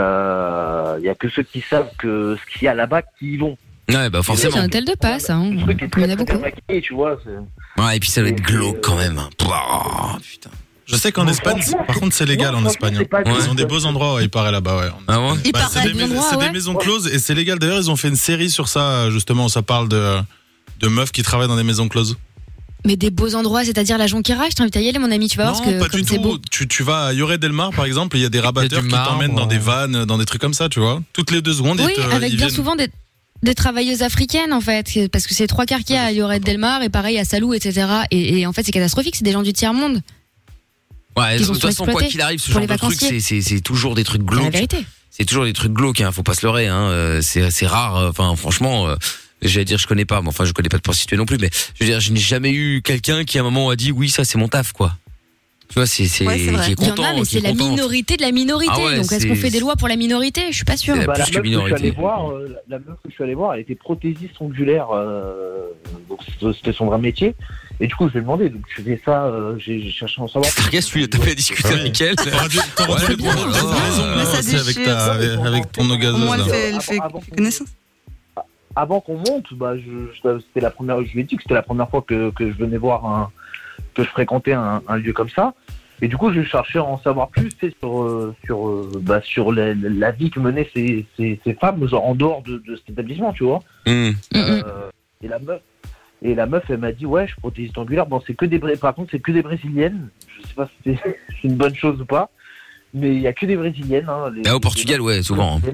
[SPEAKER 9] euh, Il y a que ceux qui savent que ce qu'il y a là-bas qui y vont.
[SPEAKER 2] ouais bah
[SPEAKER 3] C'est
[SPEAKER 2] forcément
[SPEAKER 3] un hôtel de passe, hein.
[SPEAKER 9] Le
[SPEAKER 3] on
[SPEAKER 9] truc est
[SPEAKER 3] on
[SPEAKER 9] très,
[SPEAKER 3] en a
[SPEAKER 9] très
[SPEAKER 3] beaucoup.
[SPEAKER 9] bien maquillé, tu vois. c'est-
[SPEAKER 2] ouais et puis ça doit être glauque quand même hein. Pouah, putain
[SPEAKER 6] Je sais qu'en
[SPEAKER 9] Non,
[SPEAKER 6] Espagne,
[SPEAKER 9] franchement,
[SPEAKER 6] c'est- par contre, c'est légal en
[SPEAKER 9] franchement,
[SPEAKER 6] Espagne.
[SPEAKER 9] c'est
[SPEAKER 6] hein.
[SPEAKER 9] pas
[SPEAKER 6] Ils
[SPEAKER 2] bien.
[SPEAKER 6] ont des beaux endroits, ouais, il paraît là-bas, ouais.
[SPEAKER 2] ah ouais
[SPEAKER 5] Il
[SPEAKER 6] Bah, c'est
[SPEAKER 5] paraît.
[SPEAKER 6] des,
[SPEAKER 3] des
[SPEAKER 6] mais-
[SPEAKER 3] endroits,
[SPEAKER 6] c'est des
[SPEAKER 3] ouais.
[SPEAKER 6] maisons closes et c'est légal. D'ailleurs, ils ont fait une série sur ça, justement. Ça parle de, de meufs qui travaillent dans des maisons closes.
[SPEAKER 3] Mais des beaux endroits, c'est-à-dire la Jonquera, je t'invite à y aller, mon ami, tu vas
[SPEAKER 6] Non,
[SPEAKER 3] voir parce que
[SPEAKER 6] pas
[SPEAKER 3] comme
[SPEAKER 6] du
[SPEAKER 3] c'est
[SPEAKER 6] tout.
[SPEAKER 3] beau.
[SPEAKER 6] Tu, tu vas à Yoré Delmar, par exemple, et il y a des rabatteurs
[SPEAKER 4] du
[SPEAKER 6] qui
[SPEAKER 4] marbre,
[SPEAKER 6] t'emmènent dans des
[SPEAKER 4] ouais.
[SPEAKER 6] vannes, dans des trucs comme ça, tu vois. Toutes les deux secondes, ils
[SPEAKER 3] Oui,
[SPEAKER 2] euh,
[SPEAKER 6] te-
[SPEAKER 3] avec
[SPEAKER 6] ils
[SPEAKER 3] bien
[SPEAKER 6] viennent-
[SPEAKER 3] souvent des, des travailleuses africaines, en fait, que- parce que c'est trois quarts qu'il y a à Lloret Delmar et pareil à Salou, etc. Et, et en fait, c'est catastrophique, c'est des gens du tiers-monde,
[SPEAKER 2] ouais de
[SPEAKER 3] Qu'ils ont
[SPEAKER 2] toute façon quoi
[SPEAKER 3] surexploité
[SPEAKER 2] qu'il arrive ce
[SPEAKER 3] pour
[SPEAKER 2] genre
[SPEAKER 3] les
[SPEAKER 2] de truc c'est
[SPEAKER 3] vacanciers.
[SPEAKER 2] c'est c'est toujours des trucs
[SPEAKER 3] c'est la
[SPEAKER 2] glauques
[SPEAKER 3] vérité.
[SPEAKER 2] c'est toujours des trucs glauques, hein, faut pas se leurrer, hein, euh, c'est c'est rare, euh, enfin franchement, euh, j'allais dire je connais pas, mais enfin je connais pas de prostituée non plus, mais je veux dire je n'ai jamais eu quelqu'un qui à un moment a dit oui ça c'est mon taf quoi. Tu vois c'est c'est
[SPEAKER 5] Ouais, c'est vrai.
[SPEAKER 2] qui est
[SPEAKER 3] Il y en
[SPEAKER 2] content,
[SPEAKER 3] a, mais
[SPEAKER 2] qui est
[SPEAKER 3] c'est la
[SPEAKER 2] content.
[SPEAKER 3] minorité de la minorité.
[SPEAKER 2] Ah ouais,
[SPEAKER 3] Donc, est-ce
[SPEAKER 2] c'est-
[SPEAKER 3] qu'on fait des lois pour la minorité Je suis pas sûre.
[SPEAKER 2] C'est la-
[SPEAKER 9] Bah, la
[SPEAKER 2] plus que
[SPEAKER 9] meuf que je suis
[SPEAKER 2] minorité.
[SPEAKER 9] allé voir, euh, la- la meuf que je suis allé voir, elle était prothésiste ongulaire, euh, donc c'était c'était son vrai métier. Et du coup, je lui ai demandé, donc je fais ça, euh, j'ai j'ai cherché à en savoir.
[SPEAKER 2] Stargast lui il a tapé à discuter
[SPEAKER 6] Ouais.
[SPEAKER 2] avec elle.
[SPEAKER 6] T'aurais dû- t'aurais dû
[SPEAKER 2] Ouais,
[SPEAKER 6] les
[SPEAKER 2] bien,
[SPEAKER 6] prendre
[SPEAKER 2] c'est
[SPEAKER 6] dans
[SPEAKER 2] bien.
[SPEAKER 6] les ongles,
[SPEAKER 5] Mais
[SPEAKER 6] hein,
[SPEAKER 5] ça
[SPEAKER 6] aussi, avec,
[SPEAKER 5] déchire,
[SPEAKER 6] ta,
[SPEAKER 5] ça.
[SPEAKER 6] avec ton eau
[SPEAKER 5] Au
[SPEAKER 6] gazeuse,
[SPEAKER 5] moins, elle
[SPEAKER 6] là.
[SPEAKER 5] fait,
[SPEAKER 7] Ah,
[SPEAKER 5] elle fait
[SPEAKER 9] Avant- avant-
[SPEAKER 5] connaissance.
[SPEAKER 9] Avant qu'on monte, bah, je, je- c'était la première, je lui ai dit que c'était la première fois que, que je venais voir un, que je fréquentais un, un lieu comme ça. Et du coup, je cherchais à en savoir plus tu sais, sur euh, sur euh, bah, sur la, la- la vie que menaient ces, ces, ces femmes genre, en dehors de, de cet établissement, tu vois.
[SPEAKER 2] Hum.
[SPEAKER 3] Mm, mm.
[SPEAKER 9] Euh, et la meuf et la meuf elle m'a dit ouais je protégiste angulaire bon c'est que des Bré- par contre c'est que des brésiliennes je sais pas si c'est c'est une bonne chose ou pas mais il y a que des brésiliennes hein, les-
[SPEAKER 2] Là au
[SPEAKER 9] les-
[SPEAKER 2] Portugal ouais souvent. hein.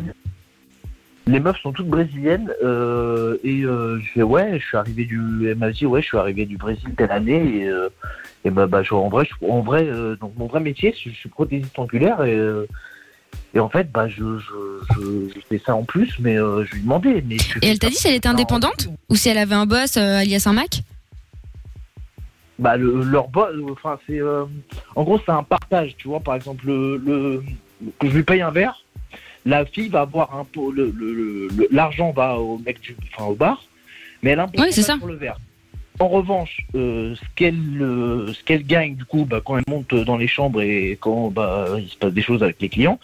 [SPEAKER 9] les meufs sont toutes brésiliennes euh, et euh, je fais ouais, je suis arrivé du, elle m'a dit ouais, je suis arrivé du Brésil telle année et, euh, et bah, bah, je- en vrai, je- en vrai, euh, donc mon vrai métier, je, je suis prothésiste angulaire et euh, et en fait, bah, je, je, je, je fais ça en plus, mais euh, je lui demandais. Mais tu
[SPEAKER 3] Et
[SPEAKER 9] fais
[SPEAKER 3] elle t'a
[SPEAKER 9] ça
[SPEAKER 3] dit si elle était indépendante ou si elle avait un boss euh, alias un Mac
[SPEAKER 9] bah, le- leur boss, enfin, c'est. euh, en gros, c'est un partage, tu vois. Par exemple, le, le- que je lui paye un verre, la fille va avoir un
[SPEAKER 7] Oh,
[SPEAKER 9] pot. le- le- le- le- L'argent va au mec du. Enfin, au bar, mais elle impose
[SPEAKER 3] Oui, c'est ça.
[SPEAKER 9] pour le verre. En revanche, euh, ce qu'elle euh, ce qu'elle gagne, du coup, bah, quand elle monte dans les chambres et quand bah, il se passe des choses avec les clients,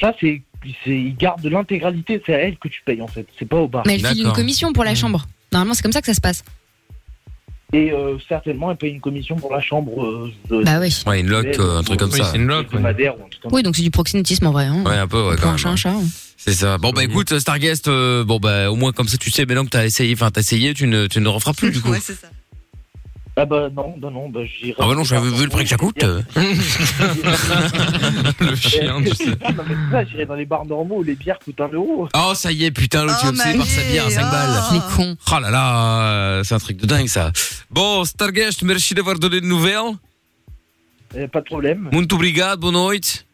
[SPEAKER 9] ça, c'est. c'est- Ils gardent l'intégralité, c'est à elle que tu payes en fait, c'est pas au bar.
[SPEAKER 3] Mais elle file une commission
[SPEAKER 2] Mmh.
[SPEAKER 3] pour la chambre. Normalement, c'est comme ça que ça se passe.
[SPEAKER 9] Et euh, certainement, elle paye une commission pour la chambre. euh, de-
[SPEAKER 3] Bah oui.
[SPEAKER 2] Ouais, une loque, euh, un truc comme ça.
[SPEAKER 9] hebdomadaire ou un truc comme
[SPEAKER 3] Oui, donc c'est du proxénétisme en vrai. Hein.
[SPEAKER 2] Ouais, un peu, ouais,
[SPEAKER 3] Pour
[SPEAKER 2] quand
[SPEAKER 3] un
[SPEAKER 2] même.
[SPEAKER 3] chat, un chat. hein.
[SPEAKER 2] C'est ça. Bon, bah écoute, Starguest, euh, bon, bah au moins comme ça, tu sais, maintenant que t'as essayé, enfin, t'as essayé, tu ne, tu ne referas plus du coup.
[SPEAKER 5] c'est ça.
[SPEAKER 9] Ah bah non, non, non, bah j'irai.
[SPEAKER 2] Ah bah non, j'avais vu le prix que ça coûte.
[SPEAKER 4] le chien, tu sais.
[SPEAKER 9] Non, mais c'est ça, j'irai dans les bars normaux où les bières coûtent un euro.
[SPEAKER 2] Oh, ça y est, putain, l'autre, il est
[SPEAKER 5] Oh,
[SPEAKER 2] obsédé par sa bière à 5
[SPEAKER 5] Marie,
[SPEAKER 2] balles.
[SPEAKER 5] oh.
[SPEAKER 3] Les cons.
[SPEAKER 2] Oh là là, euh, c'est un truc de dingue ça. Bon, Starguest, merci d'avoir donné de nouvelles.
[SPEAKER 9] Euh, pas de problème.
[SPEAKER 2] Muito obrigado, bonne nuit.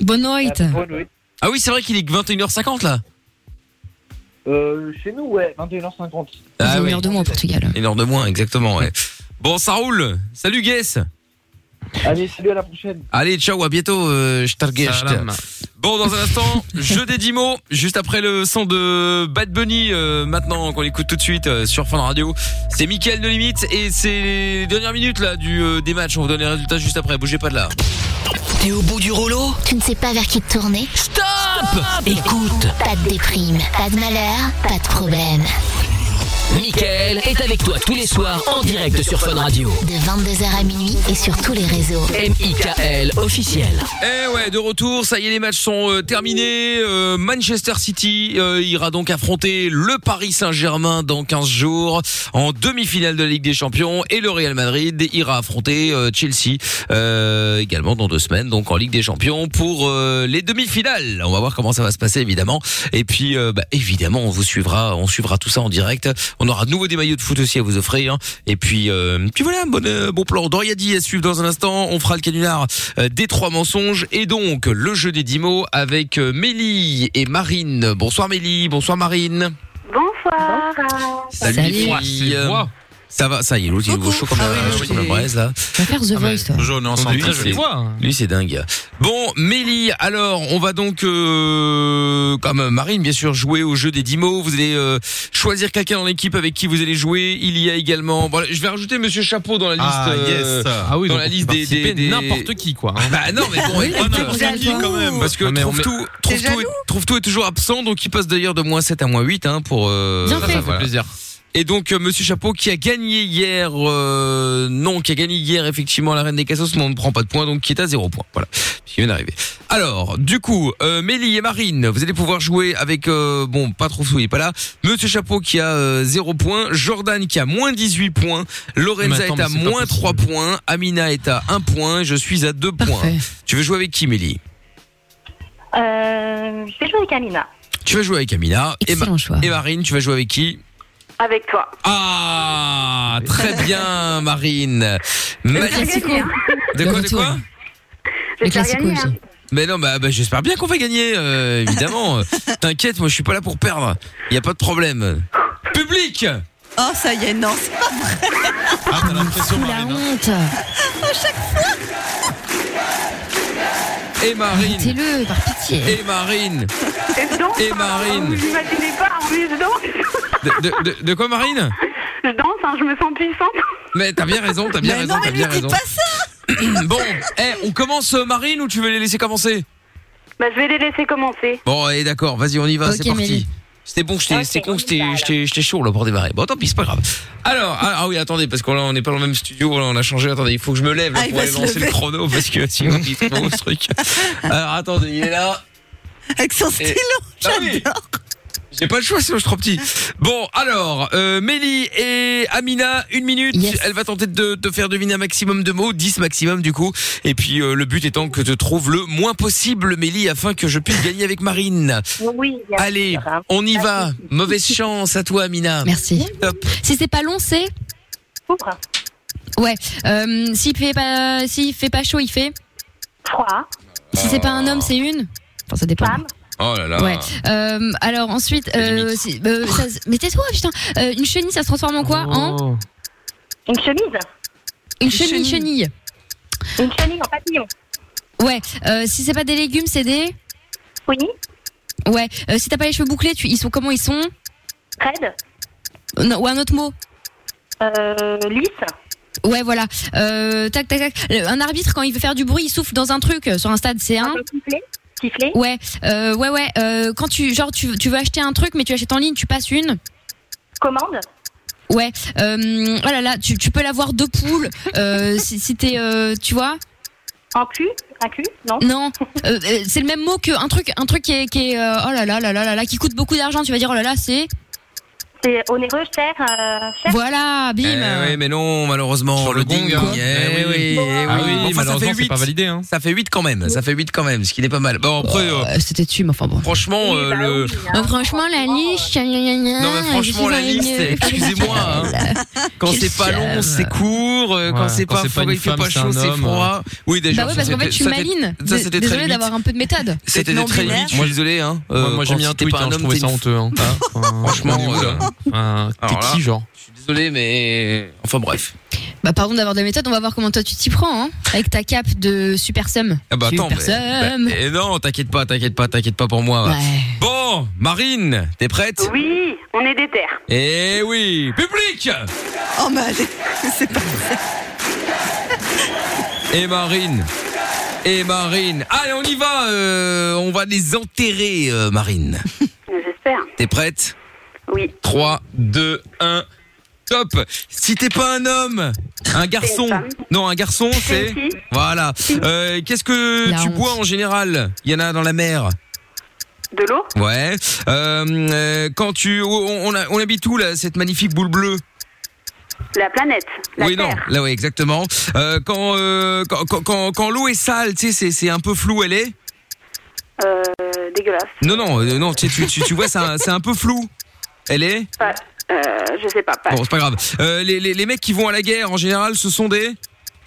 [SPEAKER 3] Bonne nuit.
[SPEAKER 9] Ah, bonne nuit.
[SPEAKER 2] Ah oui, c'est vrai qu'il est que 21h50 là.
[SPEAKER 9] Euh, chez nous, ouais, 21h50.
[SPEAKER 3] Ils
[SPEAKER 2] Ah
[SPEAKER 3] ont
[SPEAKER 2] oui,
[SPEAKER 3] meilleur de moi au Portugal.
[SPEAKER 2] une heure de moins, exactement, ouais. Bon, ça roule. Salut, Guess.
[SPEAKER 9] Allez, salut, à la prochaine.
[SPEAKER 2] Allez, ciao, à bientôt, euh, Starguest.
[SPEAKER 4] Salam.
[SPEAKER 2] Bon, dans un instant, jeu des 10 mots, juste après le son de Bad Bunny, euh, maintenant qu'on l'écoute tout de suite euh, sur Fun Radio. C'est Mickaël de Limite et c'est les dernières minutes là du euh, des matchs. On vous donne les résultats juste après, bougez pas de là.
[SPEAKER 1] T'es au bout du rouleau
[SPEAKER 8] Tu ne sais pas vers qui te tourner
[SPEAKER 1] Stop, Écoute,
[SPEAKER 8] Pas de déprime, pas de malheur, pas de problème.
[SPEAKER 1] Mickaël est avec toi tous les soirs en direct sur Fun Radio.
[SPEAKER 8] De 22h à minuit et sur tous les réseaux.
[SPEAKER 1] M.I.K.L. officiel.
[SPEAKER 2] Eh ouais, de retour, ça y est, les matchs sont euh, terminés. Euh, Manchester City euh, ira donc affronter le Paris Saint-Germain dans 15 jours en demi-finale de la Ligue des Champions et le Real Madrid ira affronter euh, Chelsea euh, également dans deux semaines, donc en Ligue des Champions pour euh, les demi-finales. On va voir comment ça va se passer évidemment. Et puis euh, bah, évidemment, on vous suivra, on suivra tout ça en direct. On aura de nouveau des maillots de foot aussi à vous offrir. hein. Et puis, euh, puis voilà, bon, euh, bon plan. Doriadi à suivre dans un instant. On fera le canular euh, des trois mensonges et donc le jeu des dix mots avec euh, Mélie et Marine. Bonsoir Mélie, bonsoir Marine.
[SPEAKER 7] Bonsoir.
[SPEAKER 3] Salut.
[SPEAKER 2] les
[SPEAKER 4] Ouah,
[SPEAKER 2] filles.
[SPEAKER 4] c'est moi.
[SPEAKER 2] Ça va, ça y est, l'autre il est
[SPEAKER 5] Coucou.
[SPEAKER 2] chaud comme,
[SPEAKER 5] Ah
[SPEAKER 2] euh,
[SPEAKER 5] oui,
[SPEAKER 2] chaud
[SPEAKER 5] oui.
[SPEAKER 2] comme la braise là.
[SPEAKER 3] Tu vas faire The
[SPEAKER 4] Ah, mais-
[SPEAKER 3] Voice, toi.
[SPEAKER 6] Bonjour, on est ensemble.
[SPEAKER 2] Putain, je
[SPEAKER 4] je
[SPEAKER 2] le hein.
[SPEAKER 4] le vois.
[SPEAKER 10] hein.
[SPEAKER 2] Lui, c'est dingue. Bon, Mélie, alors, on va donc, euh, comme Marine, bien sûr, jouer au jeu des 10 mots. Vous allez euh, choisir quelqu'un dans l'équipe avec qui vous allez jouer. Il y a également... Voilà, je vais rajouter Monsieur Chapeau dans la liste.
[SPEAKER 6] Ah,
[SPEAKER 2] euh,
[SPEAKER 6] yes.
[SPEAKER 4] Ah oui,
[SPEAKER 2] Dans
[SPEAKER 4] donc
[SPEAKER 2] la
[SPEAKER 4] on peut
[SPEAKER 2] liste des-
[SPEAKER 4] participer
[SPEAKER 2] des- des-
[SPEAKER 4] N'importe qui, quoi. hein.
[SPEAKER 2] Bah non, mais bon, écoute,
[SPEAKER 3] mais
[SPEAKER 2] euh,
[SPEAKER 3] vous avez
[SPEAKER 6] quand même.
[SPEAKER 2] parce que
[SPEAKER 4] Ah, mais on
[SPEAKER 2] trouve,
[SPEAKER 4] met-
[SPEAKER 2] tout, trouve,
[SPEAKER 5] T'es
[SPEAKER 2] tout est,
[SPEAKER 5] jaloux
[SPEAKER 2] trouve tout est toujours absent, donc il passe d'ailleurs de moins 7 à moins 8 hein, pour... euh,
[SPEAKER 3] Bien
[SPEAKER 2] ça,
[SPEAKER 3] fait.
[SPEAKER 2] ça,
[SPEAKER 4] Ça fait
[SPEAKER 2] voilà.
[SPEAKER 4] plaisir.
[SPEAKER 2] Et donc euh, Monsieur Chapeau qui a gagné hier, euh, non, qui a gagné hier effectivement la Reine des Cassos, mais on ne prend pas de points, donc qui est à zéro point. Voilà, qui vient d'arriver. Alors, du coup, euh, Mélie et Marine, vous allez pouvoir jouer avec, euh, bon, pas trop fou, il est pas là. Monsieur Chapeau qui a euh, 0 points, Jordan qui a moins 18 points, Lorenza
[SPEAKER 4] Mais attends,
[SPEAKER 2] est à
[SPEAKER 4] mais c'est pas
[SPEAKER 2] moins 3 points, Amina est à 1 point, je suis à 2 points.
[SPEAKER 3] Parfait.
[SPEAKER 2] Tu veux jouer avec qui, Mélie
[SPEAKER 7] Euh, je vais jouer avec Amina.
[SPEAKER 2] Tu vas jouer avec Amina. Et, Ma-
[SPEAKER 3] Excellent choix.
[SPEAKER 2] et Marine, tu vas jouer avec qui
[SPEAKER 7] Avec toi.
[SPEAKER 2] Ah, très bien, Marine. Ma-
[SPEAKER 3] Classico.
[SPEAKER 2] De quoi, de quoi
[SPEAKER 7] Je vais
[SPEAKER 3] Le
[SPEAKER 7] te faire
[SPEAKER 3] classico
[SPEAKER 7] gagner. hein.
[SPEAKER 3] aussi.
[SPEAKER 2] Mais non, bah, bah, j'espère bien qu'on va gagner, euh, évidemment. Euh, T'inquiète, moi je suis pas là pour perdre. Il y a pas de problème. Public
[SPEAKER 5] Oh, ça y est, non. c'est-
[SPEAKER 6] Ah, t'as l'impression,
[SPEAKER 3] Fous la
[SPEAKER 6] Marine. hein.
[SPEAKER 3] honte.
[SPEAKER 2] et Marine
[SPEAKER 3] Arrêtez-le, par pitié.
[SPEAKER 2] et Marine
[SPEAKER 7] Et donc,
[SPEAKER 2] Et Marine.
[SPEAKER 7] Vous imaginez pas, en plus, je danse.
[SPEAKER 2] de, de, de- de quoi Marine
[SPEAKER 7] Je danse, hein, je me sens puissante.
[SPEAKER 2] Mais t'as bien raison, t'as bien
[SPEAKER 5] Mais
[SPEAKER 2] raison,
[SPEAKER 5] non,
[SPEAKER 2] t'as
[SPEAKER 5] mais lui,
[SPEAKER 2] bien
[SPEAKER 5] dis
[SPEAKER 2] raison.
[SPEAKER 5] pas ça.
[SPEAKER 2] Bon, eh, on commence euh, Marine ou tu veux les laisser commencer
[SPEAKER 7] Bah, je vais les laisser commencer.
[SPEAKER 2] Bon, allez, d'accord, vas-y, on y va,
[SPEAKER 3] Ok,
[SPEAKER 2] c'est parti.
[SPEAKER 3] Mélie.
[SPEAKER 2] C'était bon, j'étais c'était con, j'étais j'étais- j'étais chaud là pour démarrer. Bon, tant pis, c'est pas grave. Alors, ah, ah oui, attendez, parce qu'on on n'est pas dans le même studio, là, on a changé. Attendez, il faut que je me lève là,
[SPEAKER 5] Ah, il
[SPEAKER 2] pour
[SPEAKER 5] va
[SPEAKER 2] aller
[SPEAKER 5] se
[SPEAKER 2] lancer le
[SPEAKER 5] lever.
[SPEAKER 2] chrono, parce que sinon il se trouve ce truc. Alors, attendez, il est là.
[SPEAKER 5] Avec son stylo,
[SPEAKER 2] Ah oui.
[SPEAKER 5] j'adore.
[SPEAKER 2] J'ai pas le choix sinon je suis trop petit. Bon, alors, euh, Mélie et Amina, une minute. Elle va tenter de te faire deviner un maximum de mots, 10 maximum du coup. Et puis euh, le but étant que tu trouves le moins possible, Mélie, afin que je puisse gagner avec Marine.
[SPEAKER 7] Oui, hein.
[SPEAKER 2] Allez, on y va. Mauvaise chance à toi, Amina.
[SPEAKER 3] Merci. Si c'est pas long, c'est
[SPEAKER 7] Pauvre.
[SPEAKER 3] Ouais. Euh, s'il fait pas, s'il fait pas chaud, il fait
[SPEAKER 7] froid.
[SPEAKER 3] Si c'est pas un homme, c'est une. Enfin, ça dépend.
[SPEAKER 2] Oh là là.
[SPEAKER 3] Ouais. Euh, alors ensuite, euh, c'est- euh, ça se- mais tais-toi, putain. Euh, une chenille, ça se transforme en quoi En
[SPEAKER 4] Oh.
[SPEAKER 7] Une chemise.
[SPEAKER 3] une chenille, chenille.
[SPEAKER 7] Une chenille en papillon.
[SPEAKER 3] Ouais. Euh, si c'est pas des légumes, c'est des.
[SPEAKER 7] Oui.
[SPEAKER 3] Ouais. Euh, si t'as pas les cheveux bouclés, tu... ils sont comment Ils sont
[SPEAKER 7] Raide.
[SPEAKER 3] Non, ou un autre mot.
[SPEAKER 7] Euh, lisse.
[SPEAKER 3] Ouais, voilà. Euh, tac, tac, tac. Le- Un arbitre, quand il veut faire du bruit, il souffle dans un truc euh, sur un stade, c'est un.
[SPEAKER 7] Sifflet. Sifflet.
[SPEAKER 3] Ouais, euh, ouais, ouais. euh, quand tu, genre, tu, tu veux acheter un truc, mais tu achètes en ligne, tu passes une.
[SPEAKER 7] Commande.
[SPEAKER 3] Ouais. Euh, oh là là, tu, tu peux l'avoir deux poules. Euh, si si t'es, euh, tu vois.
[SPEAKER 7] En cul. Un cul. Non.
[SPEAKER 3] Non, Euh, euh, c'est le même mot que un truc, un truc qui est, qui est, euh, oh là là là là là là, qui coûte beaucoup d'argent. Tu vas dire oh là là, c'est.
[SPEAKER 7] C'est onéreux, cher. euh, cher.
[SPEAKER 3] Voilà, bim.
[SPEAKER 2] Eh oui, mais non, malheureusement.
[SPEAKER 4] Sur le gong,
[SPEAKER 2] ding
[SPEAKER 4] hein.
[SPEAKER 2] dong, Eh
[SPEAKER 4] Eh
[SPEAKER 2] oui,
[SPEAKER 4] oui.
[SPEAKER 2] eh oui.
[SPEAKER 4] Ah oui,
[SPEAKER 2] Enfin, ça
[SPEAKER 4] malheureusement,
[SPEAKER 2] fait
[SPEAKER 4] c'est
[SPEAKER 2] 8.
[SPEAKER 4] pas validé, hein. Oh,
[SPEAKER 2] Ça fait 8 quand même. Ça fait 8 quand même, ce qui n'est pas mal. Bon, après, euh,
[SPEAKER 3] Euh, C'était tu, mais enfin bon.
[SPEAKER 2] franchement,
[SPEAKER 4] bah
[SPEAKER 2] euh, le.
[SPEAKER 8] Ah,
[SPEAKER 3] Euh, franchement, la liste. gna, gna, gna,
[SPEAKER 2] Non, mais
[SPEAKER 3] Ah, je
[SPEAKER 2] franchement, la
[SPEAKER 3] suis dans
[SPEAKER 2] liste,
[SPEAKER 3] une-
[SPEAKER 8] euh,
[SPEAKER 2] excusez-moi. hein. Quand
[SPEAKER 3] Quel
[SPEAKER 2] c'est pas long,
[SPEAKER 3] chef.
[SPEAKER 2] c'est court. euh, Quand
[SPEAKER 4] Ouais,
[SPEAKER 2] c'est
[SPEAKER 4] quand
[SPEAKER 2] pas
[SPEAKER 4] c'est pas
[SPEAKER 2] froid,
[SPEAKER 4] une
[SPEAKER 2] il fait pas
[SPEAKER 4] femme, c'est
[SPEAKER 2] chaud,
[SPEAKER 4] un
[SPEAKER 2] c'est
[SPEAKER 4] homme.
[SPEAKER 2] froid. Oui, déjà.
[SPEAKER 3] Bah ouais, parce qu'en fait, je suis maline.
[SPEAKER 2] Ça, c'était très
[SPEAKER 3] Désolée
[SPEAKER 2] limite.
[SPEAKER 3] d'avoir un peu de méthode.
[SPEAKER 2] C'était des très
[SPEAKER 5] non-binaire.
[SPEAKER 2] limite. Je suis désolé, hein.
[SPEAKER 4] Moi,
[SPEAKER 2] Euh,
[SPEAKER 4] moi, j'ai
[SPEAKER 2] quand
[SPEAKER 4] mis un
[SPEAKER 2] t'es
[SPEAKER 4] tweet,
[SPEAKER 2] pas
[SPEAKER 4] hein, je
[SPEAKER 2] homme,
[SPEAKER 4] trouvais
[SPEAKER 2] t'es
[SPEAKER 4] ça
[SPEAKER 2] une
[SPEAKER 4] honteux. Hein.
[SPEAKER 2] Franchement, euh,
[SPEAKER 4] Enfin, T'es
[SPEAKER 2] alors là.
[SPEAKER 4] qui, genre
[SPEAKER 2] Désolé, mais. Enfin, bref.
[SPEAKER 3] Bah pardon d'avoir de la méthode, on va voir comment toi tu t'y prends, hein, avec ta cape de super sum.
[SPEAKER 2] Ah bah attends,
[SPEAKER 3] super
[SPEAKER 2] mais-
[SPEAKER 3] sum.
[SPEAKER 2] bah, eh non, t'inquiète pas, t'inquiète pas, t'inquiète pas pour moi.
[SPEAKER 3] Ouais.
[SPEAKER 2] Bon, Marine, t'es prête
[SPEAKER 7] Oui, on est des terres.
[SPEAKER 2] Eh oui, public
[SPEAKER 5] Oh, mais allez, c'est pas.
[SPEAKER 2] Et Marine Et Marine Allez, on y va euh, On va les enterrer, euh, Marine.
[SPEAKER 7] J'espère.
[SPEAKER 2] T'es prête
[SPEAKER 7] Oui.
[SPEAKER 2] 3, 2, 1, top Si t'es pas un homme, un garçon...
[SPEAKER 7] femme.
[SPEAKER 2] Non, un garçon, c'est...
[SPEAKER 7] une fille.
[SPEAKER 2] Voilà. Euh, Qu'est-ce que
[SPEAKER 3] La
[SPEAKER 2] tu
[SPEAKER 3] honte.
[SPEAKER 2] bois en général Il y en a dans la mer.
[SPEAKER 7] De l'eau.
[SPEAKER 2] Ouais. Euh, euh, quand tu... On, on a- on habite où, là, cette magnifique boule bleue
[SPEAKER 7] La planète. La
[SPEAKER 2] oui,
[SPEAKER 7] terre.
[SPEAKER 2] non, là, oui, exactement. Euh, quand, euh, quand, quand, quand, quand l'eau est sale, tu sais, c'est- c'est un peu flou, elle est
[SPEAKER 7] Euh, dégueulasse.
[SPEAKER 2] Non, non, euh, non, tu, tu, tu, tu vois, c'est un, c'est un peu flou. Elle est
[SPEAKER 7] Pas- euh, je sais pas. pas-
[SPEAKER 2] Bon, c'est pas grave. Euh, les, les, les mecs qui vont à la guerre, en général, ce sont des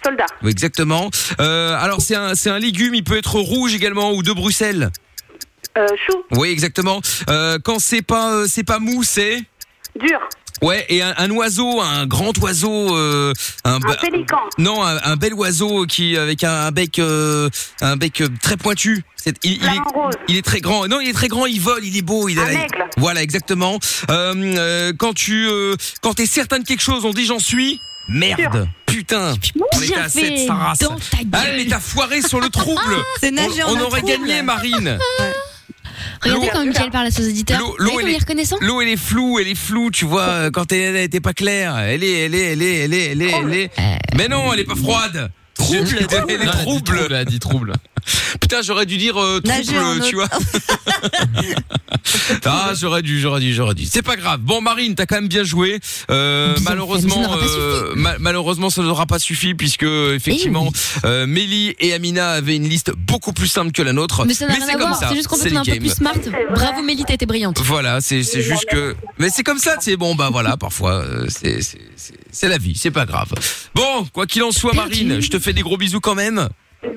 [SPEAKER 7] Soldat.
[SPEAKER 2] Oui, Exactement. Euh, alors, c'est un, c'est un légume, il peut être rouge également, ou de Bruxelles.
[SPEAKER 7] Euh, chou.
[SPEAKER 2] Oui, exactement. Euh, quand c'est pas, euh, c'est pas mou, c'est
[SPEAKER 7] Dur.
[SPEAKER 2] Ouais, et un, un oiseau, un grand oiseau, euh, un,
[SPEAKER 7] Un pélican.
[SPEAKER 2] Non, un, un bel oiseau qui avec un, un bec, euh, un bec euh, très pointu. C'est- il, il est,
[SPEAKER 7] Flamant rose.
[SPEAKER 2] il est très grand. Non, il est très grand. Il vole. Il est beau. Il a
[SPEAKER 7] Un
[SPEAKER 2] la-
[SPEAKER 7] aigle.
[SPEAKER 2] Voilà, exactement. Euh, euh, quand tu, euh, quand t'es certain de quelque chose, on dit j'en suis. Merde. Putain. On était
[SPEAKER 3] Bien
[SPEAKER 2] à 7,
[SPEAKER 3] fait
[SPEAKER 2] sa race.
[SPEAKER 3] dans ta
[SPEAKER 2] Ah,
[SPEAKER 3] gueule.
[SPEAKER 2] mais t'as foiré sur le trouble.
[SPEAKER 5] C'est
[SPEAKER 2] on
[SPEAKER 5] nager en
[SPEAKER 2] on
[SPEAKER 5] un
[SPEAKER 2] aurait
[SPEAKER 5] trouble.
[SPEAKER 2] gagné, Marine.
[SPEAKER 3] Regardez
[SPEAKER 2] l'eau-
[SPEAKER 3] quand Michael parle à ses auditeurs.
[SPEAKER 2] l'eau-
[SPEAKER 3] Vous
[SPEAKER 2] l'eau,
[SPEAKER 3] voyez
[SPEAKER 2] elle
[SPEAKER 3] comme il
[SPEAKER 2] est-
[SPEAKER 3] est reconnaissant
[SPEAKER 2] L'eau, elle est floue, elle est floue, tu vois, euh, quand elle elle était pas claire. Elle est, elle est, elle est, elle est, elle est, elle est. Mais non, elle est pas froide. Trouble, elle est
[SPEAKER 4] Ah, dit
[SPEAKER 2] trouble.
[SPEAKER 4] trouble, Elle a dit trouble.
[SPEAKER 2] Putain, j'aurais dû dire euh,
[SPEAKER 5] Nager en
[SPEAKER 2] trouble,
[SPEAKER 5] eau-
[SPEAKER 2] tu vois. ah, j'aurais dû, j'aurais dû, j'aurais dû. C'est pas grave. Bon, Marine, t'as quand même bien joué. Euh,
[SPEAKER 3] Bien fait, mais ça
[SPEAKER 2] malheureusement,
[SPEAKER 3] n'aura pas
[SPEAKER 2] euh, ma- malheureusement, ça n'aura pas suffi puisque effectivement,
[SPEAKER 3] Eh
[SPEAKER 2] euh, Mélie et Amina avaient une liste beaucoup plus simple que la nôtre.
[SPEAKER 3] Mais ça n'a rien
[SPEAKER 2] c'est
[SPEAKER 3] à
[SPEAKER 2] comme
[SPEAKER 3] voir,
[SPEAKER 2] ça.
[SPEAKER 3] c'est juste qu'on peut
[SPEAKER 2] C'est
[SPEAKER 3] être un
[SPEAKER 2] le
[SPEAKER 3] peu
[SPEAKER 2] game.
[SPEAKER 3] plus smart. Bravo Mélie, t'as été brillante.
[SPEAKER 2] Voilà, c'est c'est juste que. Mais c'est comme ça, tu sais. Bon, bah voilà, parfois, euh, c'est- c'est c'est- c'est la vie, c'est pas grave. Bon, quoi qu'il en soit, Marine, je te fais des gros bisous quand même.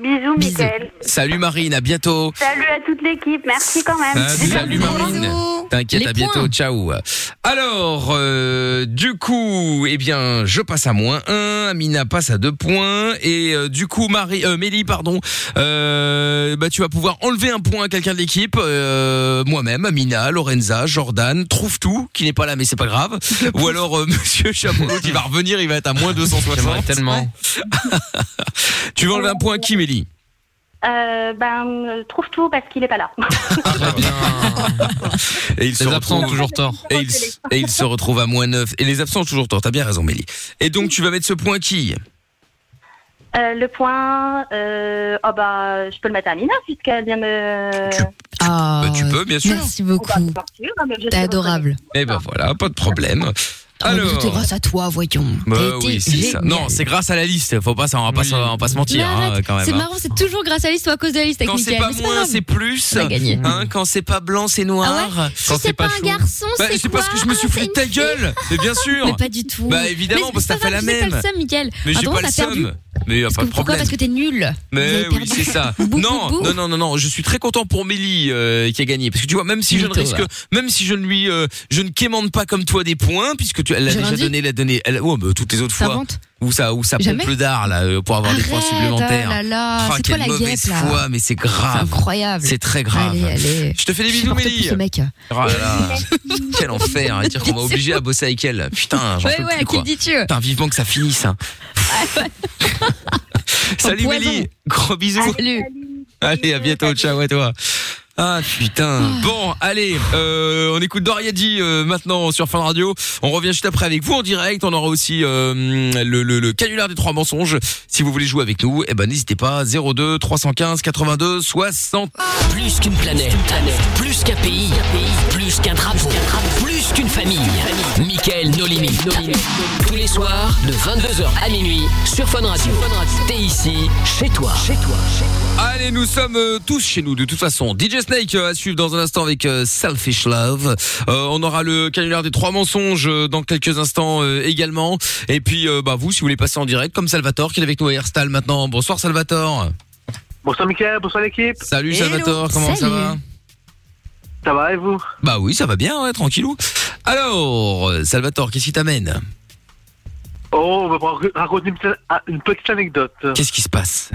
[SPEAKER 7] Bisous, Mickaël.
[SPEAKER 2] Salut Marine, à bientôt.
[SPEAKER 7] Salut à toute l'équipe. Merci quand même.
[SPEAKER 2] Salut, salut Marine. T'inquiète,
[SPEAKER 3] Les
[SPEAKER 2] à bientôt,
[SPEAKER 3] points.
[SPEAKER 2] ciao. Alors, euh, du coup, eh bien, je passe à moins 1, Amina passe à 2 points, et euh, du coup, Marie, euh, Mélie, pardon, euh, bah, tu vas pouvoir enlever un point à quelqu'un de l'équipe, euh, moi-même, Amina, Lorenza, Jordan, trouve tout, qui n'est pas là, mais c'est pas grave, ou alors euh, Monsieur Chaboulot qui va revenir, il va être à moins
[SPEAKER 4] J'aimerais
[SPEAKER 2] 260.
[SPEAKER 4] tellement.
[SPEAKER 2] Tu vas enlever un point à qui, Mélie
[SPEAKER 7] Euh, ben, euh, trouve tout parce qu'il est pas là.
[SPEAKER 4] Très bien.
[SPEAKER 2] Et il se
[SPEAKER 4] Les absents ont
[SPEAKER 2] retrouve-
[SPEAKER 4] toujours tort.
[SPEAKER 2] Et il, et il se retrouve à moins 9. Et les absents ont toujours tort. T'as bien raison, Mélie. Et donc, tu vas mettre ce point à qui
[SPEAKER 7] Euh, le point, euh, oh bah, je peux le mettre à Mina puisqu'elle vient me.
[SPEAKER 3] Ah,
[SPEAKER 2] tu peux, bien sûr.
[SPEAKER 3] Merci beaucoup. T'es adorable.
[SPEAKER 2] Eh ben voilà, pas de problème.
[SPEAKER 3] Alors. Tout est
[SPEAKER 2] Alors.
[SPEAKER 3] Oh, grâce à toi, voyons.
[SPEAKER 2] Bah
[SPEAKER 3] T'as été
[SPEAKER 2] oui, c'est ça.
[SPEAKER 3] génial.
[SPEAKER 2] Non, c'est grâce à la liste. Faut pas, ça, on va pas, se- on va pas se mentir,
[SPEAKER 3] Mais
[SPEAKER 2] hein,
[SPEAKER 3] arrête,
[SPEAKER 2] quand même.
[SPEAKER 3] C'est
[SPEAKER 2] hein.
[SPEAKER 3] marrant, c'est toujours grâce à la liste ou à cause de la liste avec
[SPEAKER 2] Quand c'est
[SPEAKER 3] Mickaël,
[SPEAKER 2] pas
[SPEAKER 3] mais
[SPEAKER 2] moins, c'est plus. Hein, quand c'est pas blanc, c'est noir.
[SPEAKER 3] Quand Ah c'est pas pas un chaud. garçon,
[SPEAKER 2] Bah,
[SPEAKER 3] c'est
[SPEAKER 2] c'est parce
[SPEAKER 3] quoi
[SPEAKER 2] que je me suis foutu de ta gueule. Mais bien sûr.
[SPEAKER 3] Mais pas du tout.
[SPEAKER 2] Bah évidemment,
[SPEAKER 3] Mais
[SPEAKER 2] parce que
[SPEAKER 3] c'est
[SPEAKER 2] t'as fait
[SPEAKER 3] pas
[SPEAKER 2] la
[SPEAKER 3] grave, tu sais,
[SPEAKER 2] même.
[SPEAKER 3] T'as le seum, Mickaël.
[SPEAKER 2] Mais j'ai
[SPEAKER 3] Pardon,
[SPEAKER 2] pas le
[SPEAKER 3] t'as perdu.
[SPEAKER 2] seum. Mais y a pas de
[SPEAKER 3] Pourquoi
[SPEAKER 2] problème.
[SPEAKER 3] Parce que t'es nul.
[SPEAKER 2] Mais oui, c'est ça. non, non, non, non, non, je suis très content pour Mélie euh, qui a gagné, parce que tu vois, même si je ne
[SPEAKER 11] Mytho,
[SPEAKER 2] risque,
[SPEAKER 11] là.
[SPEAKER 2] même si je ne lui, euh, je ne quémande pas comme toi des points, puisque tu, elle l'a
[SPEAKER 11] J'ai
[SPEAKER 2] déjà
[SPEAKER 11] rien dit.
[SPEAKER 2] donné, elle a donné, elle, ouais, bah, toutes les autres
[SPEAKER 11] Ça
[SPEAKER 2] fois,
[SPEAKER 11] vente
[SPEAKER 2] où ça, où ça
[SPEAKER 3] Jamais.
[SPEAKER 2] pompe le dard là, euh, pour avoir des points
[SPEAKER 3] Arrête,
[SPEAKER 2] supplémentaires.
[SPEAKER 3] oh là là,
[SPEAKER 2] Ah,
[SPEAKER 3] c'est toi
[SPEAKER 2] quelle
[SPEAKER 3] la
[SPEAKER 2] mauvaise
[SPEAKER 3] guêpe, là.
[SPEAKER 2] foi, mais c'est grave.
[SPEAKER 3] C'est incroyable.
[SPEAKER 2] C'est très grave.
[SPEAKER 3] Allez, allez.
[SPEAKER 2] Je te fais des
[SPEAKER 3] Je
[SPEAKER 2] bisous,
[SPEAKER 3] supporte
[SPEAKER 2] Mélie.
[SPEAKER 3] plus ce mec.
[SPEAKER 2] Oh là là. Quel enfer, hein, dire qu'on m'a obligé à bosser avec elle. Putain, j'en
[SPEAKER 3] Ouais,
[SPEAKER 2] peux
[SPEAKER 3] ouais,
[SPEAKER 2] plus,
[SPEAKER 3] qui
[SPEAKER 2] quoi.
[SPEAKER 3] le dis-tu
[SPEAKER 2] Putain, vivement que ça finisse. hein. Salut
[SPEAKER 3] poison.
[SPEAKER 2] Mélie,
[SPEAKER 8] Ah,
[SPEAKER 2] gros bisous.
[SPEAKER 3] Salut.
[SPEAKER 2] Allez, à bientôt, ciao à toi. Ah putain. Bon, allez, euh, on écoute Doriadi euh, maintenant sur Fin Radio. On revient juste après avec vous en direct. On aura aussi euh, le, le, le canular des trois mensonges. Si vous voulez jouer avec nous, eh ben n'hésitez pas 02 315 82 60.
[SPEAKER 1] Plus qu'une planète, plus qu'un pays, plus qu'un drapeau, plus qu'une famille. Michael No Limites. Tous les soirs, de 22h à minuit, sur Fun Radio. T'es ici, chez toi. Chez toi.
[SPEAKER 2] Allez, nous sommes euh, tous chez nous de toute façon. DJ Snake euh, à suivre dans un instant avec euh, Selfish Love. Euh, on aura le canular des trois mensonges euh, dans quelques instants euh, également. Et puis euh, bah vous, si vous voulez passer en direct, comme Salvatore qui est avec nous à Airstyle maintenant. Bonsoir Salvatore.
[SPEAKER 4] Bonsoir Mickaël, bonsoir l'équipe.
[SPEAKER 2] Salut Salvatore, comment ça va
[SPEAKER 4] Ça va et vous
[SPEAKER 2] Bah oui, ça va bien, ouais, tranquillou. Alors, euh, Salvatore, qu'est-ce qui t'amène
[SPEAKER 4] Oh, on va vous raconter une petite, ah, une petite anecdote.
[SPEAKER 2] Qu'est-ce qui se passe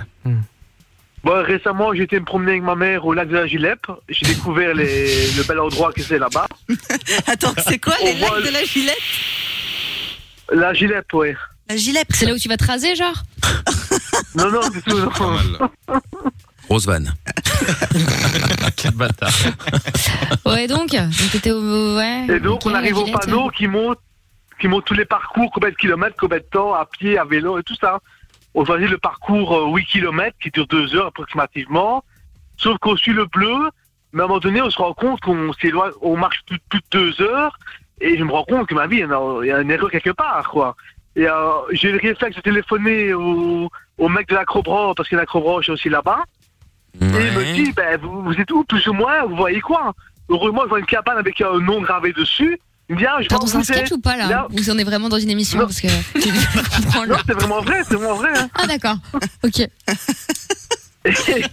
[SPEAKER 4] Bon, récemment, j'étais me promener avec ma mère au lac de la Gilep. J'ai découvert les- le bel endroit que c'est là-bas.
[SPEAKER 5] Attends, c'est quoi les
[SPEAKER 4] On
[SPEAKER 5] lacs
[SPEAKER 4] voit-
[SPEAKER 5] de la Gillette
[SPEAKER 4] La Gilep, ouais.
[SPEAKER 5] La Gillette.
[SPEAKER 3] C'est là où tu vas te raser, genre
[SPEAKER 4] Non, non, du tout, non.
[SPEAKER 2] Grosse vanne.
[SPEAKER 11] Quel bâtard.
[SPEAKER 3] Ouais, donc. Donc, t'étais au.
[SPEAKER 5] Ah,
[SPEAKER 3] Ouais.
[SPEAKER 4] Et donc,
[SPEAKER 3] ok,
[SPEAKER 4] on arrive
[SPEAKER 3] la
[SPEAKER 4] au
[SPEAKER 3] Gillette.
[SPEAKER 4] panneau qui monte, qui monte tous les parcours, combien de kilomètres, combien de temps, à pied, à vélo et tout ça. On choisit le parcours euh, 8 kilomètres qui dure 2 heures approximativement. Sauf qu'on suit le bleu, mais à un moment donné, on se rend compte qu'on s'éloigne, on marche plus, plus de 2 heures. Et je me rends compte que ma vie, il y en a, il y a une erreur quelque part, quoi. Et euh, j'ai eu le réflexe de téléphoner au, au mec de l'acrobranche, parce que l'acrobranche est aussi là-bas. Et il me dit, ben, vous, vous êtes où, plus ou moins, vous voyez quoi Heureusement, je vois une cabane avec un nom gravé dessus. Il me dit, ah, je
[SPEAKER 3] Attends,
[SPEAKER 4] pense
[SPEAKER 3] c'est un
[SPEAKER 4] que
[SPEAKER 3] sketch
[SPEAKER 4] c'est-
[SPEAKER 3] ou pas là,
[SPEAKER 4] Là-
[SPEAKER 3] Ou on est vraiment dans une émission parce que
[SPEAKER 4] Non, c'est vraiment vrai, c'est vraiment vrai. hein.
[SPEAKER 3] Ah d'accord. Ok.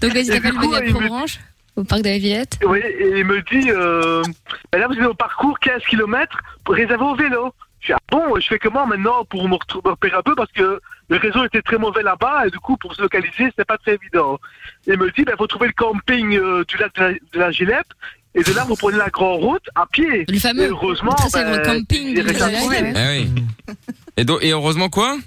[SPEAKER 3] Donc vas-y,
[SPEAKER 4] Et
[SPEAKER 3] t'appelles
[SPEAKER 4] du coup,
[SPEAKER 3] Benoît
[SPEAKER 4] il me-
[SPEAKER 3] Provence au parc de la Villette.
[SPEAKER 4] Oui, et il me dit, euh, ben là, vous êtes au parcours 15 km réservé au vélo. Je fais, ah bon, je fais comment maintenant pour me retrouver- me repérer un peu parce que le réseau était très mauvais là-bas et du coup, pour se localiser, c'était pas très évident. Il me dit, ben, faut trouver le camping euh, du lac de la, de la Gillette et de là, vous prenez la grande route à pied.
[SPEAKER 3] Le fameux.
[SPEAKER 4] Et heureusement,
[SPEAKER 3] Très célèbre
[SPEAKER 4] ben,
[SPEAKER 3] camping
[SPEAKER 4] il
[SPEAKER 3] de
[SPEAKER 4] est
[SPEAKER 3] la
[SPEAKER 4] réservé.
[SPEAKER 3] Villette.
[SPEAKER 2] Eh oui. Et, donc- et heureusement quoi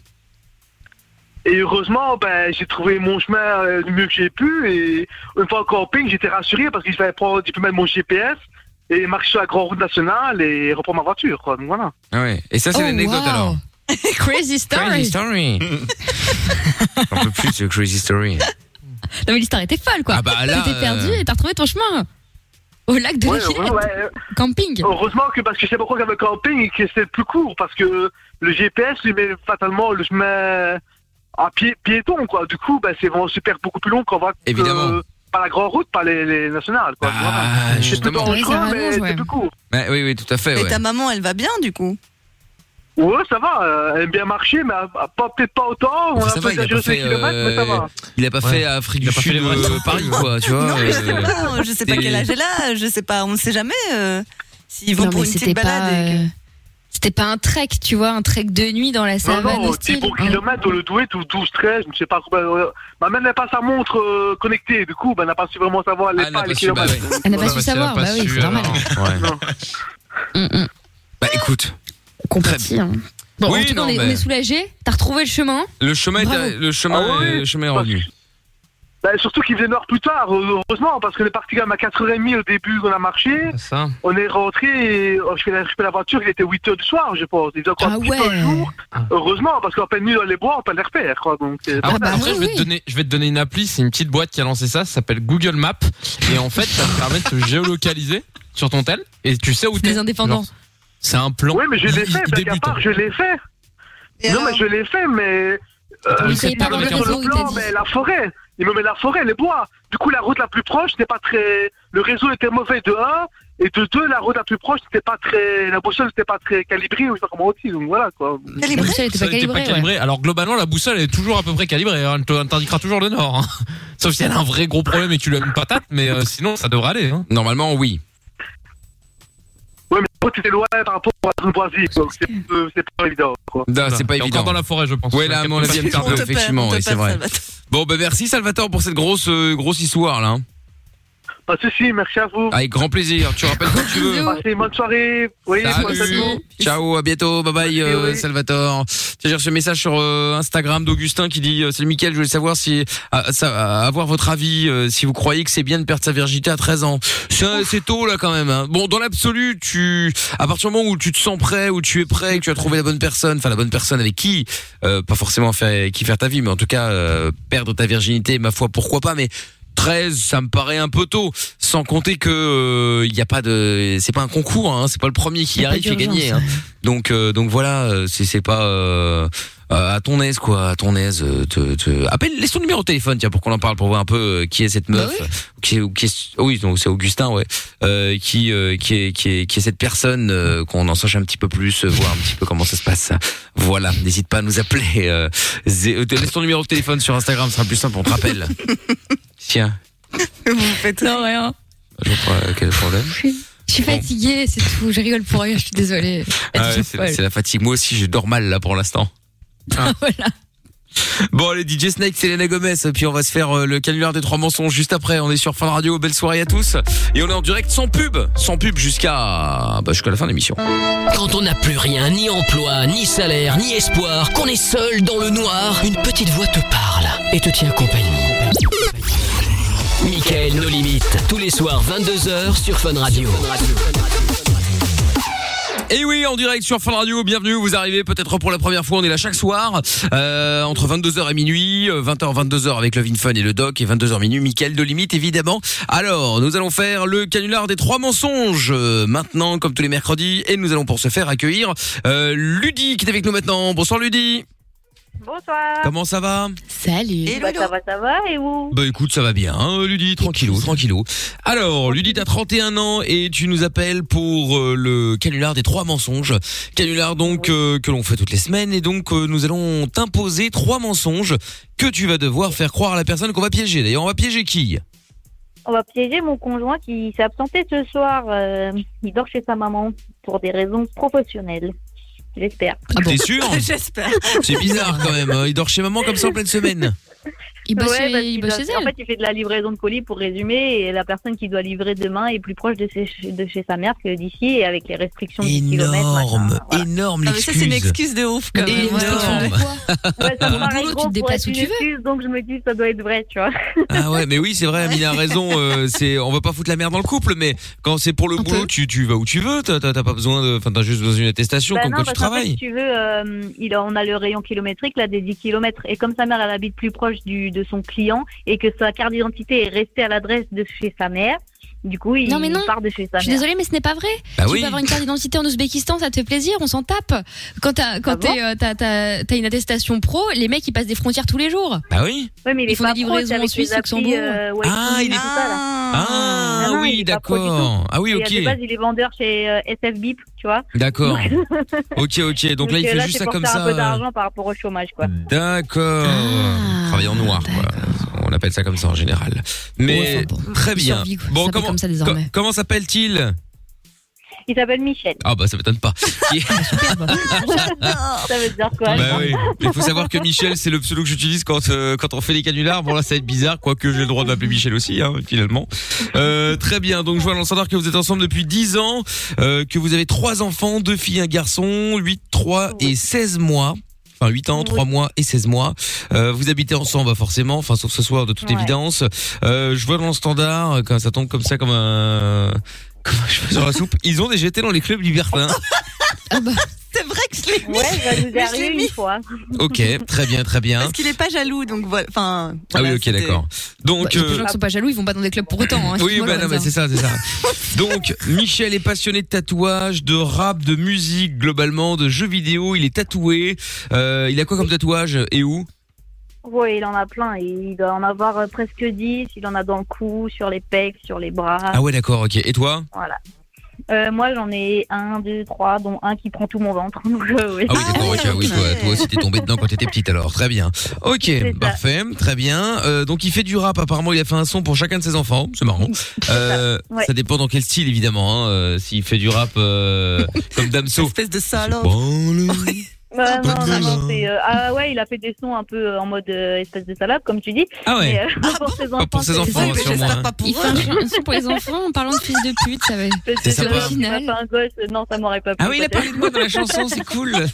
[SPEAKER 4] Et heureusement, ben, j'ai trouvé mon chemin euh, du mieux que j'ai pu. Et une fois en camping, j'étais rassuré parce qu'il fallait prendre tu peux mettre mon GPS et marcher sur la grande route nationale et reprendre ma voiture. Quoi. Donc voilà.
[SPEAKER 2] Ah ouais. Et ça c'est
[SPEAKER 3] Oh,
[SPEAKER 2] l'anecdote
[SPEAKER 3] wow.
[SPEAKER 2] alors.
[SPEAKER 3] Crazy
[SPEAKER 2] Crazy
[SPEAKER 3] story.
[SPEAKER 2] story. Un peu plus de crazy story.
[SPEAKER 3] Non mais l'histoire était folle quoi.
[SPEAKER 2] Ah bah, là,
[SPEAKER 3] T'étais perdu
[SPEAKER 2] euh,
[SPEAKER 3] et t'as retrouvé ton chemin au lac de
[SPEAKER 4] Ouais,
[SPEAKER 3] la
[SPEAKER 4] ouais,
[SPEAKER 3] Villette.
[SPEAKER 4] ouais.
[SPEAKER 3] Camping.
[SPEAKER 4] Heureusement que parce que c'est pourquoi le camping et que c'était le plus court parce que le GPS lui met fatalement le chemin à pied, piéton. Quoi. Du coup, ben, c'est vraiment super beaucoup plus long qu'on va que-
[SPEAKER 2] Évidemment.
[SPEAKER 4] par la grande route, par les, les nationales. Quoi.
[SPEAKER 2] Ah,
[SPEAKER 4] Voilà. C'est plus
[SPEAKER 2] justement.
[SPEAKER 3] Ouais, ça
[SPEAKER 4] dangereux,
[SPEAKER 3] rallonge,
[SPEAKER 4] mais c'est
[SPEAKER 3] ouais.
[SPEAKER 4] plus court.
[SPEAKER 2] Ouais, Bah, oui, oui, tout à fait.
[SPEAKER 5] Et
[SPEAKER 2] ouais.
[SPEAKER 5] ta maman, elle va bien du coup
[SPEAKER 4] Ouais, ça va, euh, elle a bien marché, mais euh, pas- peut-être pas autant. On
[SPEAKER 2] Enfin,
[SPEAKER 4] a
[SPEAKER 2] ça va, il a
[SPEAKER 4] peut-être
[SPEAKER 2] pas
[SPEAKER 4] juste
[SPEAKER 2] fait,
[SPEAKER 4] les kilomètres, mais ça
[SPEAKER 2] euh,
[SPEAKER 4] va.
[SPEAKER 2] il a pas
[SPEAKER 11] Ouais.
[SPEAKER 2] fait Afrique
[SPEAKER 11] Il
[SPEAKER 2] du
[SPEAKER 11] a pas fait
[SPEAKER 2] Sud,
[SPEAKER 11] les vrais
[SPEAKER 2] euh, Paris, quoi, tu vois.
[SPEAKER 5] Non, mais je sais
[SPEAKER 2] euh,
[SPEAKER 5] pas, je sais pas
[SPEAKER 2] et-
[SPEAKER 5] quel âge elle a, je sais pas, on ne sait jamais euh, s'ils vont
[SPEAKER 3] Non
[SPEAKER 5] pour
[SPEAKER 3] mais
[SPEAKER 5] une
[SPEAKER 3] c'était
[SPEAKER 5] petite
[SPEAKER 3] pas.
[SPEAKER 5] balade. et que-
[SPEAKER 3] euh, C'était pas un trek, tu vois, un trek de nuit dans la
[SPEAKER 4] Non,
[SPEAKER 3] savane
[SPEAKER 4] non, 10
[SPEAKER 3] hostile. hein.
[SPEAKER 4] bons kilomètres, le doué, 12, 13, je ne sais pas. combien, euh, Ma mère n'a pas sa montre euh, connectée, du coup,
[SPEAKER 12] bah,
[SPEAKER 4] ben, elle n'a pas su vraiment savoir les
[SPEAKER 2] Ah, elle n'a
[SPEAKER 4] pas,
[SPEAKER 2] pas
[SPEAKER 4] les
[SPEAKER 2] su, bah
[SPEAKER 4] kilomètres.
[SPEAKER 3] Elle n'a pas
[SPEAKER 11] Bah,
[SPEAKER 3] su
[SPEAKER 11] si elle a
[SPEAKER 3] savoir,
[SPEAKER 11] pas
[SPEAKER 3] bah oui,
[SPEAKER 11] su,
[SPEAKER 3] c'est normal.
[SPEAKER 11] alors.
[SPEAKER 2] ouais.
[SPEAKER 3] Mm, mm.
[SPEAKER 2] Bah écoute,
[SPEAKER 3] Compatis, hein. Bon, en
[SPEAKER 2] Oui,
[SPEAKER 3] tout cas,
[SPEAKER 2] non,
[SPEAKER 3] on est- on
[SPEAKER 2] mais-
[SPEAKER 3] est soulagés. T'as retrouvé le chemin.
[SPEAKER 2] le chemin, est,
[SPEAKER 3] Bravo.
[SPEAKER 2] le chemin,
[SPEAKER 4] Ah ouais.
[SPEAKER 2] le chemin est revenu.
[SPEAKER 12] Bah, surtout qu'il faisait noir plus tard, euh, heureusement, parce qu'on est parti quand même à 4h30 au début qu'on a marché.
[SPEAKER 4] Ça.
[SPEAKER 12] On est rentré, et oh, je fais la, je fais la voiture, il était 8h du soir, je pense. Il faisait
[SPEAKER 3] Ah
[SPEAKER 12] encore un petit peu jour. Heureusement, parce qu'en peine nuit dans les bois, on peut les repères, quoi. Donc, c'est-
[SPEAKER 3] bah
[SPEAKER 4] Ah, après, je, vais Te donner, je vais te donner une appli, c'est une petite boîte qui a lancé ça, ça s'appelle Google Maps. Et en fait, ça te permet de te géolocaliser sur ton tel et tu sais où t'es.
[SPEAKER 3] Les indépendants.
[SPEAKER 4] Genre, C'est un plan.
[SPEAKER 12] Oui, mais je l'ai
[SPEAKER 4] Il-
[SPEAKER 12] fait,
[SPEAKER 4] il
[SPEAKER 12] blague à
[SPEAKER 4] débute,
[SPEAKER 12] part,
[SPEAKER 4] hein.
[SPEAKER 12] je l'ai fait. non, mais je l'ai fait, mais.
[SPEAKER 4] Attends,
[SPEAKER 12] euh,
[SPEAKER 4] il s'est
[SPEAKER 12] il
[SPEAKER 4] pas
[SPEAKER 12] me met
[SPEAKER 4] dans
[SPEAKER 12] sur
[SPEAKER 4] le
[SPEAKER 12] le plan, mais la forêt. Il me met la forêt, les bois. Du coup, la route la plus proche n'était pas très. Le réseau était mauvais de 1, et de 2, la route la plus proche n'était pas très. La boussole n'était pas très calibrée, ou je sais pas comment on dit, donc voilà quoi.
[SPEAKER 4] La Ah, boussole était pas calibrée. Alors globalement, la boussole elle est toujours à peu près calibrée. hein. Elle te- elle t'indiquera toujours le nord. hein. Sauf si elle a un vrai gros problème et que tu lui as mis une patate, mais euh, sinon ça devrait aller.
[SPEAKER 2] Normalement, oui.
[SPEAKER 12] Ouais, mais la route était loin par rapport à la zone voisine, donc c'est euh, c'est pas évident quoi.
[SPEAKER 2] Non, Bah, c'est pas
[SPEAKER 4] Et
[SPEAKER 2] évident.
[SPEAKER 4] Encore dans la forêt, je pense.
[SPEAKER 2] Ouais, là, à mon avis, un petit peu, effectivement, ouais, c'est vrai. Bon, bah, merci, Salvatore, pour cette grosse, euh, grosse histoire, là. hein.
[SPEAKER 12] Pas de soucis, merci à vous.
[SPEAKER 2] Avec grand plaisir. Tu rappelles quand tu veux.
[SPEAKER 12] Passez une bonne soirée. Oui,
[SPEAKER 2] Salut.
[SPEAKER 12] bonne
[SPEAKER 2] Ciao, à bientôt, bye bye euh,
[SPEAKER 12] oui.
[SPEAKER 2] Salvatore. Tiens, J'ai reçu un message sur euh, Instagram d'Augustin qui dit euh, Salut Mickaël, je voulais savoir si à- ça- à avoir votre avis euh, si vous croyez que c'est bien de perdre sa virginité à 13 ans. C'est un- C'est tôt là quand même. hein. Bon, dans l'absolu, tu à partir du moment où tu te sens prêt, où tu es prêt, que tu as trouvé la bonne personne, enfin la bonne personne avec qui euh, pas forcément faire qui faire ta vie, mais en tout cas euh, perdre ta virginité, ma foi, pourquoi pas, mais 13, ça me paraît un peu tôt, sans compter que euh, il y a pas de, c'est pas un concours, hein, c'est pas le premier
[SPEAKER 1] Y
[SPEAKER 2] qui
[SPEAKER 1] a pas
[SPEAKER 2] arrive et
[SPEAKER 1] d'urgence,
[SPEAKER 2] gagné. Hein. Donc euh, donc voilà, euh, c'est c'est pas euh, euh, à ton aise quoi, à ton aise. euh, te, te- Appelle, laisse ton numéro de téléphone tiens pour qu'on en parle, pour voir un peu euh, qui est cette
[SPEAKER 1] Bah
[SPEAKER 2] meuf, euh, qui est, ou qui est- oh oui donc c'est Augustin ouais, euh, qui euh, qui est qui est qui est cette personne, euh, qu'on en sache un petit peu plus, euh, voir un petit peu comment ça se passe. Voilà, n'hésite pas à nous appeler. euh, zé- euh, laisse ton numéro de téléphone sur Instagram, ce sera plus simple, on te rappelle. Tiens,
[SPEAKER 3] Vous faites non rien.
[SPEAKER 2] je crois euh, quel problème.
[SPEAKER 3] Je suis fatiguée, c'est tout. Je rigole pour rien. Je suis désolée.
[SPEAKER 2] Ah ouais, c'est c'est la fatigue. Moi aussi, je dors mal là pour l'instant. Bon, allez, DJ Snake, Selena Gomez, puis on va se faire euh, le canular des trois mensonges juste après. On est sur Fin Radio, belle soirée à tous. Et on est en direct sans pub, sans pub jusqu'à bah, jusqu'à la fin de l'émission.
[SPEAKER 1] Quand on n'a plus rien, ni emploi, ni salaire, ni espoir, qu'on est seul dans le noir, une petite voix te parle et te tient compagnie. Michael, nos limites, tous les soirs 22h sur Fun Radio.
[SPEAKER 2] Et oui, en direct sur Fun Radio, bienvenue, vous arrivez peut-être pour la première fois, on est là chaque soir, euh, entre 22h et minuit, euh, 20h, 22h avec Love in Fun et le Doc, et 22h minuit, Mickaël de Limite, évidemment. Alors, nous allons faire le canular des trois mensonges, euh, maintenant, comme tous les mercredis, et nous allons pour ce faire accueillir euh, Ludie, qui est avec nous maintenant. Bonsoir Ludie,
[SPEAKER 7] Bonsoir.
[SPEAKER 2] comment ça va
[SPEAKER 3] Salut.
[SPEAKER 7] Bah, ça va, ça va, et vous
[SPEAKER 2] Bah écoute, ça va bien, hein, Ludie, tranquillou, tranquillou. Alors, Ludie, t'as 31 ans et tu nous appelles pour euh, le canular des trois mensonges. Canular donc euh, que l'on fait toutes les semaines et donc euh, nous allons t'imposer trois mensonges que tu vas devoir faire croire à la personne qu'on va piéger. D'ailleurs, on va piéger qui
[SPEAKER 7] On va piéger mon conjoint qui s'est absenté ce soir. euh, il dort chez sa maman pour des raisons professionnelles. J'espère.
[SPEAKER 2] T'es sûr
[SPEAKER 5] J'espère.
[SPEAKER 2] C'est bizarre quand même, hein, il dort chez maman comme ça en pleine semaine.
[SPEAKER 3] Il
[SPEAKER 7] bosse,
[SPEAKER 3] il bosse chez
[SPEAKER 7] En
[SPEAKER 3] elle.
[SPEAKER 7] fait, il fait de la livraison de colis pour résumer. Et la personne qui doit livrer demain est plus proche de, ses- de chez sa mère que d'ici. Et avec les restrictions du kilomètre.
[SPEAKER 2] Énorme, énorme
[SPEAKER 7] Ah, mais
[SPEAKER 2] l'excuse.
[SPEAKER 7] ça, c'est une
[SPEAKER 5] excuse de ouf quand même.
[SPEAKER 2] Énorme.
[SPEAKER 7] Ouais, ça me paraît
[SPEAKER 3] Bah, boulot, tu te
[SPEAKER 7] gros pour
[SPEAKER 3] déplaces
[SPEAKER 7] être
[SPEAKER 3] où
[SPEAKER 7] une
[SPEAKER 3] tu veux.
[SPEAKER 7] excuse, Donc je me dis, ça doit être vrai, tu vois.
[SPEAKER 2] Ah ouais, mais oui, c'est vrai, Amina a raison. euh, c'est, on va pas foutre la merde dans le couple, mais quand c'est pour le boulot, tu, tu vas où tu veux. T'as, t'as t'as pas besoin de, enfin, t'as juste besoin d'une attestation
[SPEAKER 7] Bah
[SPEAKER 2] comme
[SPEAKER 7] non,
[SPEAKER 2] quand tu
[SPEAKER 7] parce qu'en fait,
[SPEAKER 2] travailles.
[SPEAKER 7] si tu veux, euh, il a- on a le rayon kilométrique là des 10 km. Et comme sa mère, elle habite plus proche du, de son client et que sa carte d'identité est restée à l'adresse de chez sa mère, du coup, il
[SPEAKER 3] Non, mais non.
[SPEAKER 7] part de chez sa
[SPEAKER 3] Je suis
[SPEAKER 7] mère.
[SPEAKER 3] désolée, mais ce n'est pas vrai.
[SPEAKER 2] Bah
[SPEAKER 3] tu
[SPEAKER 2] oui.
[SPEAKER 3] peux avoir une carte d'identité en Ouzbékistan, ça te fait plaisir, on s'en tape. Quand t'as
[SPEAKER 5] Ah
[SPEAKER 3] quand t'es, euh, t'as- t'as- t'as une attestation pro, les mecs ils passent des frontières tous les jours.
[SPEAKER 2] Bah oui.
[SPEAKER 7] Ouais, mais il
[SPEAKER 3] Ils
[SPEAKER 7] est
[SPEAKER 3] font
[SPEAKER 7] pas
[SPEAKER 3] des
[SPEAKER 7] pro,
[SPEAKER 3] livraisons
[SPEAKER 7] c'est avec
[SPEAKER 3] en Suisse,
[SPEAKER 7] les applis,
[SPEAKER 3] Luxembourg.
[SPEAKER 7] euh, ouais,
[SPEAKER 2] Ah, il est-
[SPEAKER 7] tout ça, là.
[SPEAKER 2] Ah
[SPEAKER 7] Non, non, il
[SPEAKER 2] oui,
[SPEAKER 7] est pas pro du
[SPEAKER 2] d'accord.
[SPEAKER 7] tout.
[SPEAKER 2] Ah oui,
[SPEAKER 7] Et
[SPEAKER 2] ok.
[SPEAKER 7] à la base, il est vendeur chez euh, SF Bip, tu vois.
[SPEAKER 2] D'accord. ok, ok. Donc là, il
[SPEAKER 7] euh,
[SPEAKER 2] fait juste
[SPEAKER 7] c'est
[SPEAKER 2] ça
[SPEAKER 7] pour
[SPEAKER 2] comme
[SPEAKER 7] faire
[SPEAKER 2] ça.
[SPEAKER 7] un peu
[SPEAKER 2] euh, Mm.
[SPEAKER 7] d'argent Ah. par rapport au chômage, quoi.
[SPEAKER 2] D'accord. Travail en noir, quoi. On appelle ça comme ça en général. Mais très
[SPEAKER 3] il
[SPEAKER 2] bien.
[SPEAKER 3] survit, quoi. Ça
[SPEAKER 2] Bon,
[SPEAKER 3] s'appelle
[SPEAKER 2] comment,
[SPEAKER 3] comme ça désormais.
[SPEAKER 2] co- comment s'appelle-t-il
[SPEAKER 7] Il s'appelle Michel.
[SPEAKER 2] Ah bah ça m'étonne pas.
[SPEAKER 7] ça veut dire quoi hein
[SPEAKER 2] Bah oui. Il faut savoir que Michel, c'est le pseudo que j'utilise quand euh, quand on fait les canulars. Bon là, ça va être bizarre, quoique j'ai le droit de m'appeler Michel aussi, hein, finalement. Euh, très bien. Donc je vois dans le standard que vous êtes ensemble depuis 10 ans, euh, que vous avez trois enfants, deux filles, un garçon, 8, 3 et 16 mois. Enfin 8 ans, 3 mois et 16 mois. Euh, vous habitez ensemble, bah, forcément, enfin sauf ce soir de toute évidence. Euh, je vois dans le standard, quand ça tombe comme ça, comme un, comme un cheveu sur la soupe. Ils ont déjà été dans les clubs libertins.
[SPEAKER 5] C'est vrai que je l'ai mis.
[SPEAKER 7] Ouais, il va nous
[SPEAKER 5] Mais je l'ai
[SPEAKER 7] arriver
[SPEAKER 5] mis.
[SPEAKER 7] une fois.
[SPEAKER 2] ok, très bien, très bien.
[SPEAKER 5] Parce qu'il est pas jaloux, donc voilà. Enfin,
[SPEAKER 2] Ah
[SPEAKER 5] voilà,
[SPEAKER 2] oui, ok,
[SPEAKER 5] c'était-
[SPEAKER 2] d'accord. Donc,
[SPEAKER 3] Bah, Les
[SPEAKER 2] euh,
[SPEAKER 3] gens qui sont pas jaloux, ils vont pas dans des clubs pour autant. hein,
[SPEAKER 2] Oui,
[SPEAKER 3] excuse-moi,
[SPEAKER 2] bah non, mais
[SPEAKER 3] Lorenza.
[SPEAKER 2] c'est ça, c'est ça. Donc, Michel est passionné de tatouage, de rap, de musique, globalement, de jeux vidéo. Il est tatoué. Euh, il a quoi comme tatouage et où
[SPEAKER 7] Ouais, il en a plein. Il doit en avoir euh, presque 10. Il en a dans le cou, sur les pecs, sur les bras.
[SPEAKER 2] Ah ouais, d'accord, ok. Et toi
[SPEAKER 7] Voilà. Euh, moi, j'en ai un, deux, trois, dont un qui prend tout mon ventre. Donc, euh, oui.
[SPEAKER 2] Ah oui, d'accord, ok. Ah oui, toi, toi aussi, t'es tombé dedans quand t'étais petite, alors. Très bien. Ok, parfait, très bien. Euh, donc, il fait du rap. Apparemment, il a fait un son pour chacun de ses enfants. C'est marrant. Euh,
[SPEAKER 5] Ouais.
[SPEAKER 2] Ça dépend dans quel style, évidemment. Hein. Euh, S'il fait du rap euh, comme Damso.
[SPEAKER 5] Espèce de salaud.
[SPEAKER 7] Ouais, non, non,
[SPEAKER 2] hein.
[SPEAKER 7] non, c'est, euh, ah ouais, il a fait des sons un peu euh, en mode euh, espèce de salade, comme tu dis.
[SPEAKER 2] Ah ouais.
[SPEAKER 7] Mais, euh, pas pour ses enfants.
[SPEAKER 2] pour ses
[SPEAKER 7] c'est-
[SPEAKER 2] enfants,
[SPEAKER 7] c'est-
[SPEAKER 2] sûrement, hein.
[SPEAKER 3] Il fait un chanson pour les enfants en parlant de fils de pute, ça va
[SPEAKER 7] c'est-
[SPEAKER 2] C'est
[SPEAKER 7] c'est-
[SPEAKER 2] sympa.
[SPEAKER 7] c'est pas un gosse, euh, non, ça m'aurait pas plu,
[SPEAKER 2] Ah oui, il a
[SPEAKER 7] peut-être.
[SPEAKER 2] parlé de moi dans la chanson, c'est cool.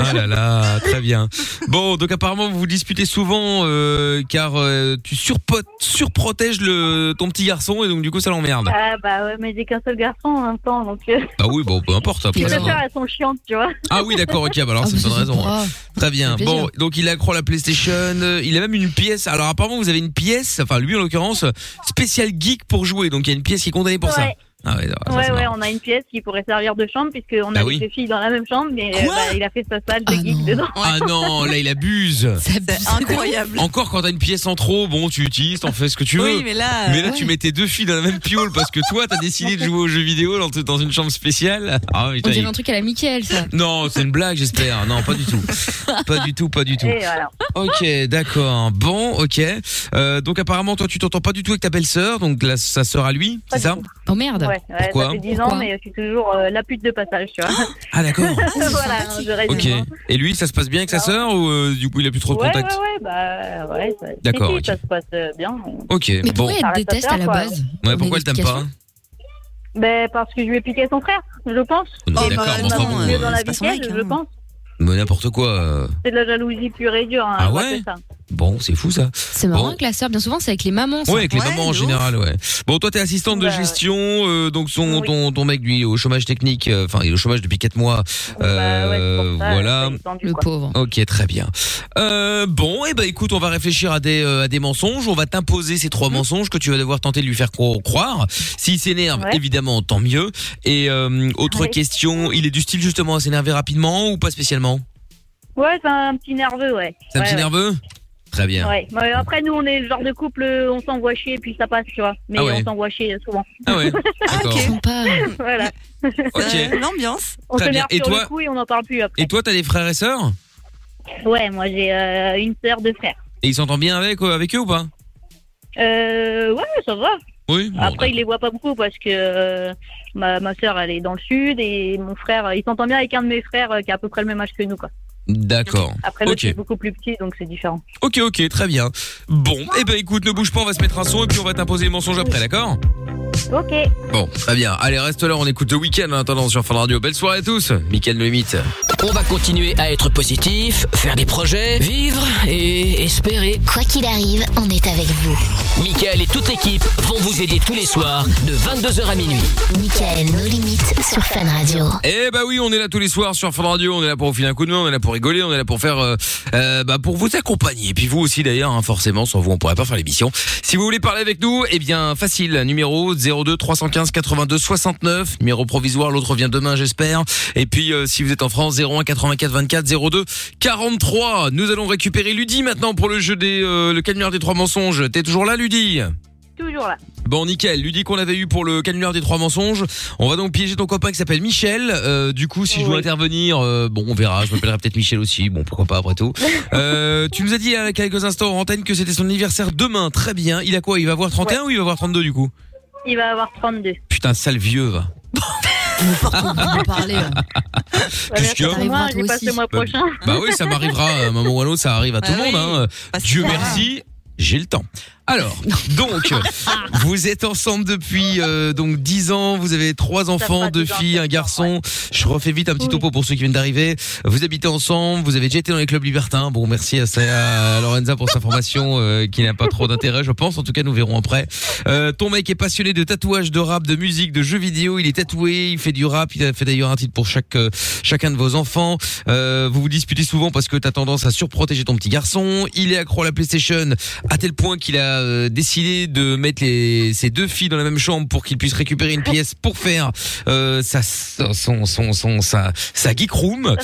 [SPEAKER 2] Ah là là, très bien. Bon, donc apparemment vous vous disputez souvent euh, car euh, tu surpo- surprotèges le ton petit garçon et donc du coup ça l'emmerde.
[SPEAKER 7] Ah bah ouais, mais j'ai qu'un seul garçon en même temps, donc. Euh,
[SPEAKER 2] Bah oui, bon, peu importe.
[SPEAKER 7] les
[SPEAKER 2] après, ça va.
[SPEAKER 7] affaires, elles sont chiantes, tu vois.
[SPEAKER 2] Ah oui, d'accord, ok, bah alors c'est une bonne raison. hein. Très bien.
[SPEAKER 7] fait
[SPEAKER 2] Bon, donc il accroît la PlayStation, euh, il a même une pièce. Alors apparemment vous avez une pièce, enfin lui en l'occurrence, spécial geek pour jouer. Donc il y a une pièce qui est condamnée pour ça.
[SPEAKER 7] Ouais.
[SPEAKER 2] Ah ouais, non, ça,
[SPEAKER 7] ouais,
[SPEAKER 2] c'est
[SPEAKER 7] ouais,
[SPEAKER 2] marrant.
[SPEAKER 7] on a une pièce qui pourrait servir de chambre, puisqu'on
[SPEAKER 2] Bah
[SPEAKER 7] a
[SPEAKER 2] oui.
[SPEAKER 7] les deux filles dans la même chambre, mais euh, bah, il a fait sa salle de geek dedans.
[SPEAKER 2] Ah non, là il abuse.
[SPEAKER 5] C'est incroyable.
[SPEAKER 2] Encore quand t'as une pièce en trop, bon, tu utilises, t'en fais ce que tu veux.
[SPEAKER 5] Oui, mais là, euh,
[SPEAKER 2] mais là,
[SPEAKER 5] ouais.
[SPEAKER 2] tu mets tes deux filles dans la même pioule parce que toi, t'as décidé de jouer aux jeux vidéo dans, dans une chambre spéciale. Ah,
[SPEAKER 3] On
[SPEAKER 2] putain,
[SPEAKER 3] dirait
[SPEAKER 2] il-
[SPEAKER 3] un truc à la Michael, ça.
[SPEAKER 2] Non, c'est une blague, j'espère. Non, pas du tout. Pas du tout, pas du tout.
[SPEAKER 3] Et voilà.
[SPEAKER 2] Ok, d'accord. Bon, ok. Euh, donc apparemment, toi, tu t'entends pas du tout avec ta belle-sœur, donc là, sa sœur à lui, c'est ça
[SPEAKER 3] Oh merde.
[SPEAKER 7] Ouais, ouais,
[SPEAKER 2] Pourquoi
[SPEAKER 7] ça fait 10 ans,
[SPEAKER 2] Pourquoi
[SPEAKER 7] mais je suis toujours euh, la pute de passage, tu vois.
[SPEAKER 2] Ah d'accord.
[SPEAKER 7] voilà, je reste.
[SPEAKER 2] Ok. Et lui, ça se passe bien avec sa sœur ou euh, du coup, il a plus trop de
[SPEAKER 7] ouais,
[SPEAKER 2] contact
[SPEAKER 7] Ouais, ouais, bah ouais. ça- si,
[SPEAKER 2] D'accord,
[SPEAKER 7] si,
[SPEAKER 2] ok.
[SPEAKER 7] Ça se passe euh, bien.
[SPEAKER 2] Ok.
[SPEAKER 7] Mais
[SPEAKER 2] bon.
[SPEAKER 7] pourquoi elle te Ça reste à déteste à faire, la quoi. base
[SPEAKER 2] Ouais, pourquoi elle t'aime pas
[SPEAKER 7] Ben parce que je lui ai piqué son frère, je pense. Oh, bah,
[SPEAKER 2] Non, d'accord, mais
[SPEAKER 7] elle m'a
[SPEAKER 2] enfin bon,
[SPEAKER 7] poussée
[SPEAKER 2] euh,
[SPEAKER 7] dans la
[SPEAKER 2] c'est pas son
[SPEAKER 7] vitesse, je pense.
[SPEAKER 2] Mais n'importe quoi. euh.
[SPEAKER 7] C'est de la jalousie pure et dure. Hein,
[SPEAKER 2] Ah
[SPEAKER 7] moi,
[SPEAKER 2] ouais
[SPEAKER 7] c'est ça.
[SPEAKER 2] Bon, c'est fou ça.
[SPEAKER 3] C'est marrant que la sœur, bien souvent, c'est avec les mamans. ça.
[SPEAKER 2] Ouais, avec les mamans en général, ouais. Bon, toi, t'es assistante de
[SPEAKER 3] Bah, ouais.
[SPEAKER 2] gestion, euh, donc son, ton, ton mec, lui, est au chômage technique, euh, enfin, il est au chômage depuis 4 mois. Euh,
[SPEAKER 3] ça,
[SPEAKER 2] voilà.
[SPEAKER 3] ça est tendu, Le quoi. pauvre.
[SPEAKER 2] Ok, très bien. Euh, bon, et ben écoute, on va réfléchir à des, euh, à des mensonges. On va t'imposer ces trois mensonges que tu vas devoir tenter de lui faire cro- croire. S'il s'énerve,
[SPEAKER 4] Ouais.
[SPEAKER 2] évidemment, tant mieux. Et euh, autre
[SPEAKER 7] Ouais.
[SPEAKER 2] question, il est du style justement à s'énerver rapidement ou pas spécialement
[SPEAKER 7] Ouais, c'est un petit nerveux, ouais.
[SPEAKER 2] C'est un
[SPEAKER 7] Ouais,
[SPEAKER 2] petit
[SPEAKER 7] ouais.
[SPEAKER 2] nerveux Très bien.
[SPEAKER 7] Ouais. Mais après, nous, on est le genre de couple, euh, on s'envoie chier, puis ça passe, tu vois. Mais
[SPEAKER 2] Ah ouais.
[SPEAKER 7] on s'envoie chier euh, souvent.
[SPEAKER 2] Ah ouais, d'accord.
[SPEAKER 7] voilà.
[SPEAKER 2] Ok.
[SPEAKER 5] L'ambiance.
[SPEAKER 7] On
[SPEAKER 2] Très bien.
[SPEAKER 7] s'énerve
[SPEAKER 2] Et
[SPEAKER 7] sur
[SPEAKER 2] toi
[SPEAKER 7] le coup et on n'en parle plus après.
[SPEAKER 2] Et toi, t'as des frères et sœurs
[SPEAKER 7] Ouais, moi, j'ai euh, une sœur, deux frères.
[SPEAKER 2] Et ils s'entendent bien avec, avec eux ou pas
[SPEAKER 7] Euh, ouais, ça va.
[SPEAKER 2] Oui. bon,
[SPEAKER 7] Après, il les voit pas beaucoup parce que euh, ma, ma soeur, elle est dans le sud et mon frère, euh, il s'entend bien avec un de mes frères euh, qui a à peu près le même âge que nous. Quoi.
[SPEAKER 2] D'accord.
[SPEAKER 7] Après, l'autre,
[SPEAKER 2] Ok.
[SPEAKER 7] c'est beaucoup plus petit, donc c'est différent.
[SPEAKER 2] Ok, ok, très bien. Bon, eh ben écoute, ne bouge pas, on va se mettre un son et puis on va t'imposer les mensonges après, d'accord
[SPEAKER 7] Ok.
[SPEAKER 2] Bon, très bien. Allez, reste là, on écoute le week-end en attendant sur Fun Radio. Belle soirée à tous. Mickaël le limite.
[SPEAKER 1] On va continuer à être positif, faire des projets, vivre et espérer.
[SPEAKER 8] Quoi qu'il arrive, on est avec vous.
[SPEAKER 1] Michael et toute l'équipe vont vous aider tous les soirs de 22h à minuit.
[SPEAKER 8] Michael, nos limites sur Fun Radio.
[SPEAKER 2] Eh bah oui, on est là tous les soirs sur Fun Radio, on est là pour vous filer un coup de main, on est là pour rigoler, on est là pour faire euh, euh, bah, pour vous accompagner. Et puis vous aussi d'ailleurs, hein, forcément, sans vous on pourrait pas faire l'émission. Si vous voulez parler avec nous, eh bien facile, numéro 02 315 82 69, numéro provisoire, l'autre vient demain, j'espère. Et puis euh, si vous êtes en France, 01 84 24 02 43. Nous allons récupérer Ludie maintenant pour le jeu des euh, le calmeur des trois mensonges. T'es toujours là Ludie
[SPEAKER 7] Toujours là.
[SPEAKER 2] Bon nickel, lui dit qu'on avait eu pour le canular des trois mensonges. On va donc piéger ton copain qui s'appelle Michel. Euh, du coup, si je dois intervenir, euh, bon, on verra. Je m'appellerai peut-être Michel aussi. Bon, pourquoi pas après tout. Euh, tu nous as dit il y a quelques instants en antenne que c'était son anniversaire demain. Très bien. Il a quoi Il va avoir 31 ou il va avoir 32 du coup
[SPEAKER 7] Il va avoir 32.
[SPEAKER 2] Putain, sale vieux. Va.
[SPEAKER 3] parler.
[SPEAKER 2] Qu'est-ce qu'il y a
[SPEAKER 7] moi, j'ai passé le mois prochain.
[SPEAKER 2] euh,
[SPEAKER 11] Bah
[SPEAKER 2] Bah oui, ça m'arrivera à un moment ou à l'autre. Ça arrive à tout le monde. hein. Dieu merci, j'ai le temps. Alors, donc, vous êtes ensemble depuis euh, donc 10 ans, vous avez trois enfants, deux filles, un garçon. Je refais vite un petit topo pour ceux qui viennent d'arriver. Vous habitez ensemble, vous avez déjà été dans les clubs libertins. Bon, merci à, sa- à Lorenza pour sa formation euh, qui n'a pas trop d'intérêt, je pense. En tout cas, nous verrons après. Euh, ton mec est passionné de tatouage, de rap, de musique, de jeux vidéo. Il est tatoué, il fait du rap, il a fait d'ailleurs un titre pour chaque euh, chacun de vos enfants. Euh, vous vous disputez souvent parce que t'as tendance à surprotéger ton petit garçon. Il est accro à la PlayStation à tel point qu'il a euh, décidé de mettre les, ses deux filles dans la même chambre pour qu'il puisse récupérer une pièce pour faire euh, sa son son son sa sa geek room.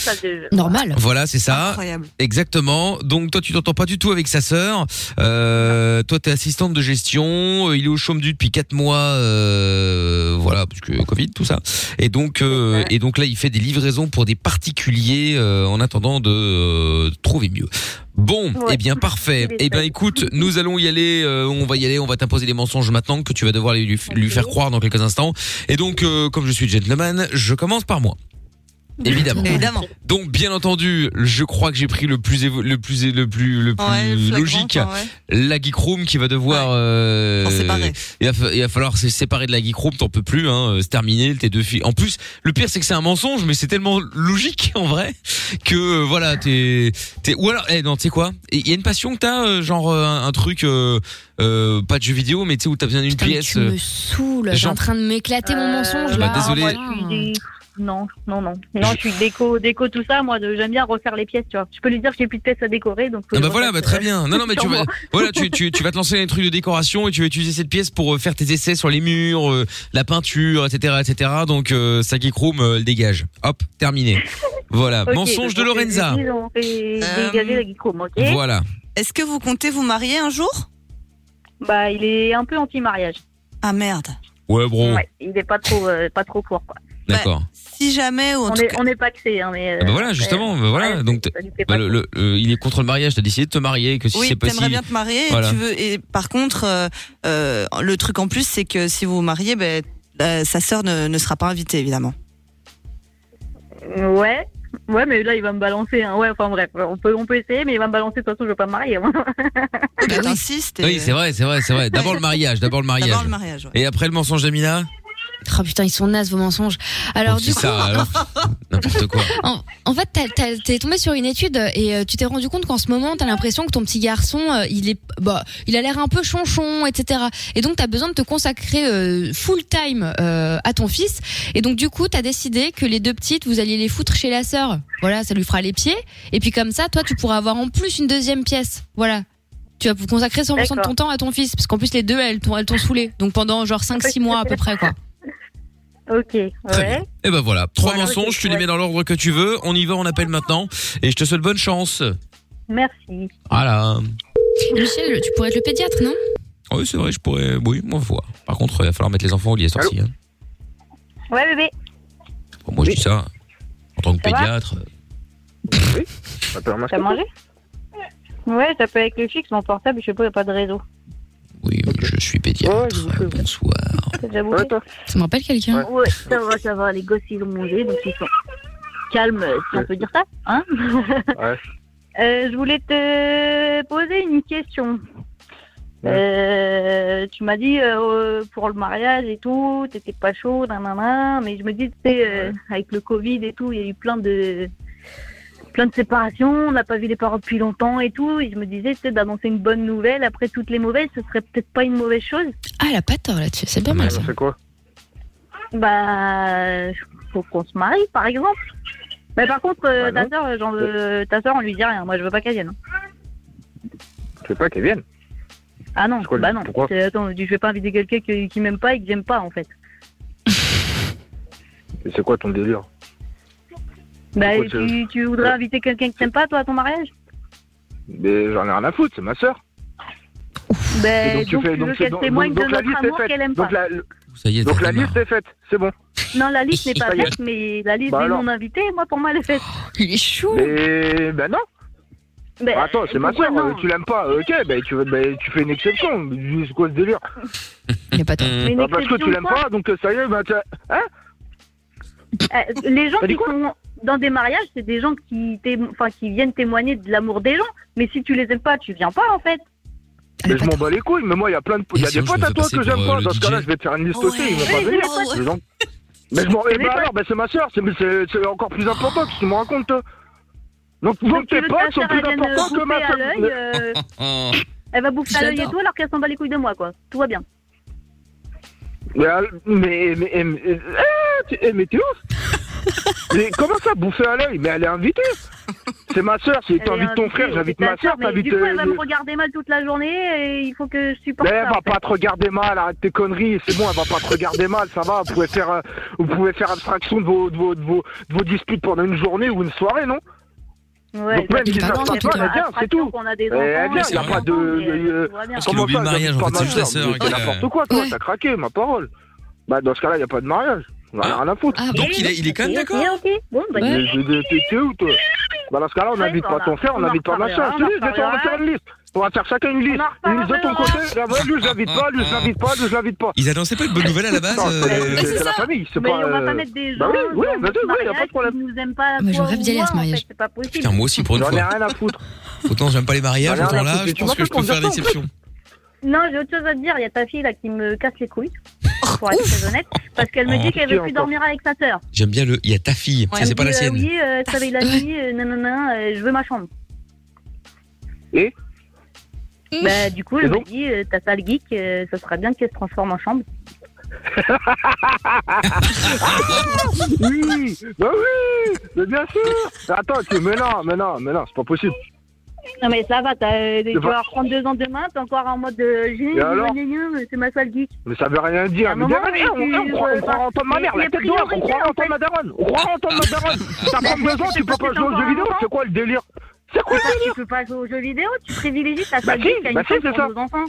[SPEAKER 3] Normal.
[SPEAKER 2] Voilà, c'est ça.
[SPEAKER 3] Incroyable.
[SPEAKER 2] Exactement. Donc toi, tu t'entends pas du tout avec sa sœur. Euh, toi, t'es assistante de gestion. Euh, Il est au chôme du depuis quatre mois. euh, voilà, parce que Covid, tout ça. Et donc, euh, et donc là, il fait des livraisons pour des particuliers euh, en attendant de euh, trouver mieux. Bon, eh bien parfait. Eh bien écoute, nous allons y aller, euh, on va y aller, on va t'imposer des mensonges maintenant que tu vas devoir lui, lui faire croire dans quelques instants. Et donc, euh, comme je suis gentleman, je commence par moi. Évidemment.
[SPEAKER 5] Évidemment.
[SPEAKER 2] Donc bien entendu, je crois que j'ai pris le plus évo- le plus é- le plus le plus
[SPEAKER 5] Ouais, le flagrant,
[SPEAKER 2] logique,
[SPEAKER 5] quoi, ouais.
[SPEAKER 2] la geek room qui va devoir euh, il, va, fa- il va falloir se séparer de la geek room, t'en peux plus hein, euh, c'est terminé, tes deux filles. En plus, le pire c'est que c'est un mensonge mais c'est tellement logique en vrai que euh, voilà, t'es t'es ou alors eh non, tu sais quoi Il y a une passion que t'as euh, genre euh, un, un truc euh, euh, pas de jeu vidéo mais tu sais où t'as besoin d'une pièce
[SPEAKER 3] Tu
[SPEAKER 2] euh,
[SPEAKER 3] me saoules, t'es
[SPEAKER 2] Jean-
[SPEAKER 3] en train de m'éclater mon mensonge
[SPEAKER 2] bah,
[SPEAKER 3] là.
[SPEAKER 2] désolé.
[SPEAKER 3] Ah,
[SPEAKER 2] Moi,
[SPEAKER 7] Non, non, non. Non, je suis déco, déco, tout ça. Moi, de- j'aime bien refaire les pièces, tu vois. Je peux lui dire que j'ai plus de pièces à décorer, donc.
[SPEAKER 2] Ah
[SPEAKER 7] euh,
[SPEAKER 2] bah
[SPEAKER 7] je
[SPEAKER 2] voilà,
[SPEAKER 7] refais-
[SPEAKER 2] bah très bien. Non non mais tu vas voilà, tu, tu, tu vas te lancer dans les trucs de décoration et tu vas utiliser cette pièce pour euh, faire tes essais sur les murs, euh, la peinture, etc. etc. Donc euh, sa geek room, euh, elle dégage. Hop, terminé. Voilà,
[SPEAKER 5] Ok,
[SPEAKER 2] Ah, mensonge de
[SPEAKER 5] donc,
[SPEAKER 2] Lorenza.
[SPEAKER 5] euh,
[SPEAKER 7] Euh,
[SPEAKER 5] dégager la
[SPEAKER 7] geek room, ok
[SPEAKER 2] Voilà.
[SPEAKER 5] Est-ce que vous comptez vous marier un jour
[SPEAKER 7] Bah, il est un peu anti-mariage.
[SPEAKER 5] Ah merde.
[SPEAKER 2] Ouais bro,
[SPEAKER 7] Ouais, il est pas trop, euh, pas trop court, quoi.
[SPEAKER 2] d'accord.
[SPEAKER 5] Si jamais,
[SPEAKER 7] on est, on est paxé, hein, mais.
[SPEAKER 2] Ah bah
[SPEAKER 7] euh,
[SPEAKER 2] voilà, justement, bah voilà. Donc t'as- bah, le, le- euh, il est contre le mariage, t'as décidé de te marier, que si
[SPEAKER 5] oui,
[SPEAKER 2] c'est pas
[SPEAKER 5] t'aimerais
[SPEAKER 2] si-
[SPEAKER 5] bien te marier. et
[SPEAKER 2] Voilà.
[SPEAKER 5] tu veux, et par contre, euh, euh, le truc en plus, c'est que si vous vous mariez, ben, euh, sa sœur ne, ne sera pas invitée, évidemment.
[SPEAKER 7] Ouais. Ouais, mais là, il va me balancer. Hein. Ouais, enfin bref, on peut, on peut essayer, mais il va me balancer. De toute façon, je vais pas me marier. moi.
[SPEAKER 2] Oui, c'est vrai, c'est vrai, c'est vrai. D'abord le mariage, d'abord le mariage.
[SPEAKER 5] euh. le mariage,
[SPEAKER 2] Et après le mensonge d'Amina
[SPEAKER 3] Oh putain, ils sont nazes vos mensonges. Alors
[SPEAKER 2] Oh,
[SPEAKER 3] du
[SPEAKER 2] c'est
[SPEAKER 3] coup,
[SPEAKER 2] ça, alors. N'importe quoi.
[SPEAKER 3] en, en fait, t'as- t'as- t'es tombé sur une étude et euh, tu t'es rendu compte qu'en ce moment, t'as l'impression que ton petit garçon, euh, il est, bah, il a l'air un peu chonchon, etc. Et donc, t'as besoin de te consacrer euh, full time euh, à ton fils. Et donc, du coup, t'as décidé que les deux petites, vous alliez les foutre chez la sœur. Voilà, ça lui fera les pieds. Et puis comme ça, toi, tu pourras avoir en plus une deuxième pièce. Voilà. Tu vas vous consacrer 100% de ton temps à ton fils, parce qu'en plus les deux, elles t'ont, elles t'ont saoulé. Donc pendant genre 5-6 mois à peu près, quoi.
[SPEAKER 7] Ok, ouais.
[SPEAKER 2] Et ben voilà, trois
[SPEAKER 7] Voilà.
[SPEAKER 2] mensonges, tu les mets dans l'ordre que tu veux. On y va, on appelle maintenant. Et je te souhaite bonne chance.
[SPEAKER 7] Merci.
[SPEAKER 2] Voilà.
[SPEAKER 3] Michel, tu pourrais être le pédiatre, non
[SPEAKER 2] Ah Oui, c'est vrai, je pourrais. Oui, on va voir. Par contre, il va falloir mettre les enfants au lit à sortie. hein.
[SPEAKER 7] Ouais, bébé.
[SPEAKER 2] Bon, moi, je dis ça hein. en tant que
[SPEAKER 7] Ça va
[SPEAKER 2] pédiatre.
[SPEAKER 7] T'as mangé Ouais, j'appelle avec le fixe, mon portable, je sais pas, y a pas de réseau.
[SPEAKER 2] Oui, oui, je suis pédiatre. Bonsoir.
[SPEAKER 7] T'as déjà bouffé
[SPEAKER 3] Ça me rappelle quelqu'un.
[SPEAKER 7] Ouais, ça va, ça va, les gosses ils ont mangé, donc ils sont calmes, si on peut dire ça, hein Euh, Je voulais te poser une question. Euh, tu m'as dit euh, pour le mariage et tout, t'étais pas chaud, nanana, mais je me dis, tu sais, euh, avec le Covid et tout, il y a eu plein de plein de séparations, on n'a pas vu les parents depuis longtemps et tout, et je me disais, tu sais, d'annoncer une bonne nouvelle après toutes les mauvaises, ce serait peut-être pas une mauvaise chose.
[SPEAKER 3] Ah, elle a pas tort là-dessus, c'est bien mal ça.
[SPEAKER 12] quoi
[SPEAKER 7] Bah, faut qu'on se marie, par exemple. Mais par contre, euh,
[SPEAKER 12] Bah non.
[SPEAKER 7] ta soeur, j'en veux, ta soeur, on lui dit rien. Moi, je veux pas qu'elle vienne. hein.
[SPEAKER 12] Je sais pas qu'elle vienne.
[SPEAKER 7] Ah non,
[SPEAKER 12] C'est quoi le-
[SPEAKER 7] bah non.
[SPEAKER 12] pourquoi
[SPEAKER 7] C'est- Attends, je vais pas inviter quelqu'un qui, qui m'aime pas et que j'aime pas, en fait.
[SPEAKER 12] Et C'est quoi ton délire
[SPEAKER 7] Bah,
[SPEAKER 12] Pourquoi
[SPEAKER 7] tu,
[SPEAKER 12] tu-
[SPEAKER 7] tu voudrais inviter quelqu'un que t'aimes pas, toi, à ton mariage
[SPEAKER 12] Mais j'en ai rien à foutre, c'est ma sœur.
[SPEAKER 7] Bah,
[SPEAKER 12] Et
[SPEAKER 7] donc, tu veux qu'elle témoigne de
[SPEAKER 12] la
[SPEAKER 7] notre
[SPEAKER 12] liste est
[SPEAKER 7] amour
[SPEAKER 12] faite.
[SPEAKER 7] qu'elle aime
[SPEAKER 12] Donc
[SPEAKER 7] pas.
[SPEAKER 12] la, donc la liste est faite, c'est bon.
[SPEAKER 7] Non, la liste n'est pas
[SPEAKER 12] Ça y est.
[SPEAKER 7] faite, mais la liste
[SPEAKER 12] Bah
[SPEAKER 7] des
[SPEAKER 12] alors.
[SPEAKER 7] non-invités, moi, pour moi, elle est faite.
[SPEAKER 3] Il est chaud
[SPEAKER 12] Mais ben non.
[SPEAKER 7] Bah,
[SPEAKER 12] Attends, c'est ma
[SPEAKER 7] pourquoi
[SPEAKER 12] sœur,
[SPEAKER 7] non
[SPEAKER 12] euh, tu l'aimes pas, ok, ben tu, veux- ben, tu fais une exception. C'est quoi ce délire
[SPEAKER 3] Il a pas
[SPEAKER 2] tort.
[SPEAKER 7] Mais une
[SPEAKER 12] Bah, parce que
[SPEAKER 7] exception
[SPEAKER 12] tu l'aimes
[SPEAKER 7] quoi
[SPEAKER 12] pas, donc euh, ça y est, ben t'as- Hein
[SPEAKER 7] Euh, les gens
[SPEAKER 12] T'as dit
[SPEAKER 7] qui sont dans des mariages, c'est des gens qui, témo- enfin, qui viennent témoigner de l'amour des gens. Mais si tu les aimes pas, tu viens pas en fait.
[SPEAKER 12] Mais je m'en bats les couilles, mais moi, il y a plein de. Il y a des potes à toi que j'aime pas. Dans ce cas-là, je vais te faire une liste aussi. Ils vont pas venir. Les gens- Mais je m'en
[SPEAKER 7] Mais
[SPEAKER 12] eh ben
[SPEAKER 7] toi-
[SPEAKER 12] alors, ben c'est ma soeur, c'est c'est- c'est encore plus important, tu te rends compte. toi. Donc, donc tes
[SPEAKER 7] tu veux que ta
[SPEAKER 12] potes sont
[SPEAKER 7] sœur,
[SPEAKER 12] plus
[SPEAKER 7] elle vienne
[SPEAKER 12] importants que ma
[SPEAKER 7] bouffer euh, à l'œil,
[SPEAKER 12] soeur.
[SPEAKER 7] euh, Elle va bouffer à l'œil et
[SPEAKER 12] J'adore.
[SPEAKER 7] tout alors qu'elle s'en bat les couilles de moi, quoi. Tout va bien.
[SPEAKER 12] Mais, al- mais, mais, mais, eh, tu- eh, mais t'es ouf Mais comment ça, bouffer à l'œil Mais elle est invitée C'est ma soeur, si
[SPEAKER 7] Elle est
[SPEAKER 12] t'invites ton
[SPEAKER 7] invitée,
[SPEAKER 12] frère,
[SPEAKER 7] c'est
[SPEAKER 12] j'invite
[SPEAKER 7] ta
[SPEAKER 12] ma soeur,
[SPEAKER 7] mais
[SPEAKER 12] t'invites...
[SPEAKER 7] Du coup, elle va
[SPEAKER 12] euh,
[SPEAKER 7] me regarder mal toute la journée et il faut que je supporte
[SPEAKER 12] Mais elle
[SPEAKER 7] ça.
[SPEAKER 12] va pas te regarder mal, arrête tes conneries, c'est bon, elle va pas te regarder mal, ça va, vous pouvez faire, euh, vous pouvez faire abstraction de vos, de, vos, de, vos, de vos disputes pendant une journée ou une soirée, non
[SPEAKER 7] Ouais,
[SPEAKER 12] Donc même si ça se passe pas, elle vient, c'est tout.
[SPEAKER 7] On a des
[SPEAKER 12] Eh, Elle
[SPEAKER 7] enfants,
[SPEAKER 12] vient, y a pas de... euh,
[SPEAKER 7] Parce
[SPEAKER 12] comment
[SPEAKER 2] qu'il a oublié
[SPEAKER 12] ça,
[SPEAKER 2] le mariage,
[SPEAKER 12] j'invite
[SPEAKER 2] en fait,
[SPEAKER 12] pas ma
[SPEAKER 2] c'est juste la
[SPEAKER 12] sœur,
[SPEAKER 2] sœur
[SPEAKER 12] mais
[SPEAKER 2] qui
[SPEAKER 12] c'est
[SPEAKER 2] l'a-
[SPEAKER 12] N'importe quoi, toi, t'as craqué, ma parole. Bah dans ce cas-là, y a pas de mariage, on a rien à foutre.
[SPEAKER 2] Ah. Donc il est, il est quand même d'accord.
[SPEAKER 7] Bon, bah,
[SPEAKER 12] Mais je dis, t'es- t'es où, toi Bah, dans ce cas-là, on
[SPEAKER 7] Oui,
[SPEAKER 12] n'invite
[SPEAKER 7] voilà.
[SPEAKER 12] pas ton frère, on
[SPEAKER 7] On en
[SPEAKER 12] n'invite pas machin.
[SPEAKER 7] reparlera,
[SPEAKER 12] Je te
[SPEAKER 7] on en
[SPEAKER 12] dis, je vais te- on va faire une liste. On va faire chacun une liste.
[SPEAKER 7] en
[SPEAKER 12] Une liste de ton
[SPEAKER 7] reparlera.
[SPEAKER 12] côté. Ah ouais, lui, je l'invite pas, lui, je l'invite pas, lui, je l'invite pas.
[SPEAKER 2] Ils annoncent pas une bonne nouvelle à la base.
[SPEAKER 12] Non,
[SPEAKER 2] euh,
[SPEAKER 12] c'est- c'est la famille, c'est
[SPEAKER 7] Mais
[SPEAKER 12] pas,
[SPEAKER 7] on va
[SPEAKER 12] euh,
[SPEAKER 7] pas mettre des
[SPEAKER 12] bah
[SPEAKER 7] gens
[SPEAKER 12] oui, oui,
[SPEAKER 7] dans notre
[SPEAKER 12] vas-y, oui, y a pas de
[SPEAKER 7] mariage
[SPEAKER 12] problème.
[SPEAKER 7] qui nous aiment pas.
[SPEAKER 2] Mais
[SPEAKER 7] toi
[SPEAKER 2] j'aurais
[SPEAKER 7] ou
[SPEAKER 2] d'y aller à
[SPEAKER 7] moi,
[SPEAKER 2] ce
[SPEAKER 7] en fait,
[SPEAKER 2] mariage.
[SPEAKER 7] C'est pas possible.
[SPEAKER 2] Putain, moi aussi pour une
[SPEAKER 12] J'en ai
[SPEAKER 2] fois.
[SPEAKER 12] rien à foutre.
[SPEAKER 2] Autant j'aime pas les mariages,
[SPEAKER 12] J'en ai rien
[SPEAKER 2] autant
[SPEAKER 12] à
[SPEAKER 2] là,
[SPEAKER 12] foutre,
[SPEAKER 2] je
[SPEAKER 12] tu
[SPEAKER 2] pense
[SPEAKER 12] m'as
[SPEAKER 2] que
[SPEAKER 12] fait
[SPEAKER 2] je peux faire
[SPEAKER 12] confiance.
[SPEAKER 2] l'exception.
[SPEAKER 7] Non, j'ai autre chose à te dire. Il y a ta fille là qui me casse les couilles, pour être très honnête, parce qu'elle me
[SPEAKER 2] Oh,
[SPEAKER 7] dit qu'elle veut
[SPEAKER 2] tiens,
[SPEAKER 7] plus
[SPEAKER 2] encore.
[SPEAKER 7] dormir avec sa sœur.
[SPEAKER 2] J'aime bien le. Il y a ta fille,
[SPEAKER 7] Elle
[SPEAKER 2] ça c'est
[SPEAKER 7] me
[SPEAKER 2] pas
[SPEAKER 7] dit,
[SPEAKER 2] la
[SPEAKER 7] euh,
[SPEAKER 2] sienne.
[SPEAKER 7] Oui, euh, elle se réveille la nuit, euh, nanana, euh, je veux ma chambre.
[SPEAKER 12] Et
[SPEAKER 2] Mmh.
[SPEAKER 7] Bah, du coup,
[SPEAKER 12] Et
[SPEAKER 7] elle me
[SPEAKER 12] donc
[SPEAKER 7] dit, euh, ta sale geek, euh, ça serait bien qu'elle se transforme en chambre.
[SPEAKER 12] Oui, Ah, bah oui, mais bien sûr. Attends, tu, mais non, mais non, mais non, c'est pas possible.
[SPEAKER 7] Non, mais ça va, t'as- euh, tu
[SPEAKER 12] C'est pas-
[SPEAKER 7] vas reprendre deux ans demain, t'es encore en mode euh, J'ai-
[SPEAKER 12] Et alors
[SPEAKER 7] gna, gna, gna, c'est ma sale geek.
[SPEAKER 12] Mais ça veut rien
[SPEAKER 7] À
[SPEAKER 12] dire.
[SPEAKER 7] un
[SPEAKER 12] Mais
[SPEAKER 7] moment,
[SPEAKER 12] bien,
[SPEAKER 7] mais
[SPEAKER 12] on,
[SPEAKER 7] tu-
[SPEAKER 12] on, croit- on
[SPEAKER 7] euh,
[SPEAKER 12] croit en entendre ma mère, la
[SPEAKER 7] les
[SPEAKER 12] tête noire, on
[SPEAKER 7] priorités,
[SPEAKER 12] croit en
[SPEAKER 7] en
[SPEAKER 12] entendre ma daronne, on croit en entendre ma daronne. Ça prend deux ans, tu peux pas jouer aux jeux vidéo, c'est quoi le délire C'est quoi
[SPEAKER 7] Pourquoi tu peux pas jouer aux jeux vidéo Tu privilégies ta
[SPEAKER 12] Bah
[SPEAKER 7] sale
[SPEAKER 12] si,
[SPEAKER 7] geek à une
[SPEAKER 12] bah si,
[SPEAKER 7] femme
[SPEAKER 12] c'est
[SPEAKER 7] pour
[SPEAKER 12] ça.
[SPEAKER 7] nos enfants.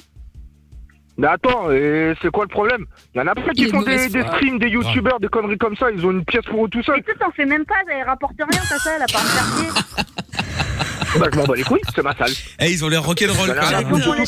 [SPEAKER 12] Mais attends, et c'est quoi le problème Il y en a plein
[SPEAKER 7] Il
[SPEAKER 12] qui
[SPEAKER 7] est
[SPEAKER 12] font
[SPEAKER 7] de
[SPEAKER 12] des,
[SPEAKER 7] mauvaise
[SPEAKER 12] des
[SPEAKER 7] foi.
[SPEAKER 12] streams, des youtubeurs, des conneries comme ça, ils ont une pièce pour eux tout seuls.
[SPEAKER 7] Tu t'en fais même pas, elle rapporte rien, ta sale, à part me faire chier.
[SPEAKER 12] Bah, je m'en bats les couilles, c'est ma salle.
[SPEAKER 2] Eh, ils ont l'air rock'n'roll
[SPEAKER 12] Bah,
[SPEAKER 2] quand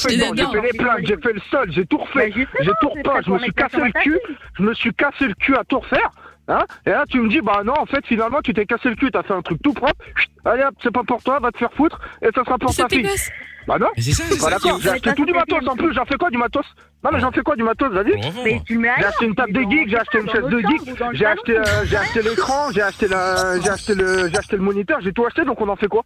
[SPEAKER 12] j'ai
[SPEAKER 2] même.
[SPEAKER 12] tout fait, j'ai fait les plaques, j'ai fait le sol, j'ai tout
[SPEAKER 7] Bah,
[SPEAKER 12] refait, j'ai tout repeint, je me suis cassé le cul, je me suis cassé le cul à tout refaire. Hein et là, tu me dis, bah non, en fait, finalement, tu t'es cassé le cul, t'as fait un truc tout propre. Chut, allez hop, c'est pas pour toi, va te faire foutre, et ça sera pour
[SPEAKER 13] C'est
[SPEAKER 12] ta
[SPEAKER 13] tes
[SPEAKER 12] fille.
[SPEAKER 13] gosses.
[SPEAKER 12] Bah non,
[SPEAKER 13] Mais c'est ça, c'est
[SPEAKER 12] bah
[SPEAKER 13] ça qui est
[SPEAKER 12] d'accord,
[SPEAKER 13] ouf.
[SPEAKER 12] j'ai acheté tout du matos en plus, j'en fais quoi du matos Non, mais j'en fais quoi du matos, vas-y
[SPEAKER 7] Mais tu le mets
[SPEAKER 12] J'ai
[SPEAKER 7] ailleurs,
[SPEAKER 12] acheté une table de geek, j'ai acheté une
[SPEAKER 7] dans
[SPEAKER 12] chaise de
[SPEAKER 7] notre chambre ou dans le
[SPEAKER 12] geek, j'ai
[SPEAKER 7] salon.
[SPEAKER 12] acheté, euh, j'ai acheté l'écran, j'ai acheté la, j'ai acheté le, j'ai acheté le moniteur, j'ai tout acheté, donc on en fait quoi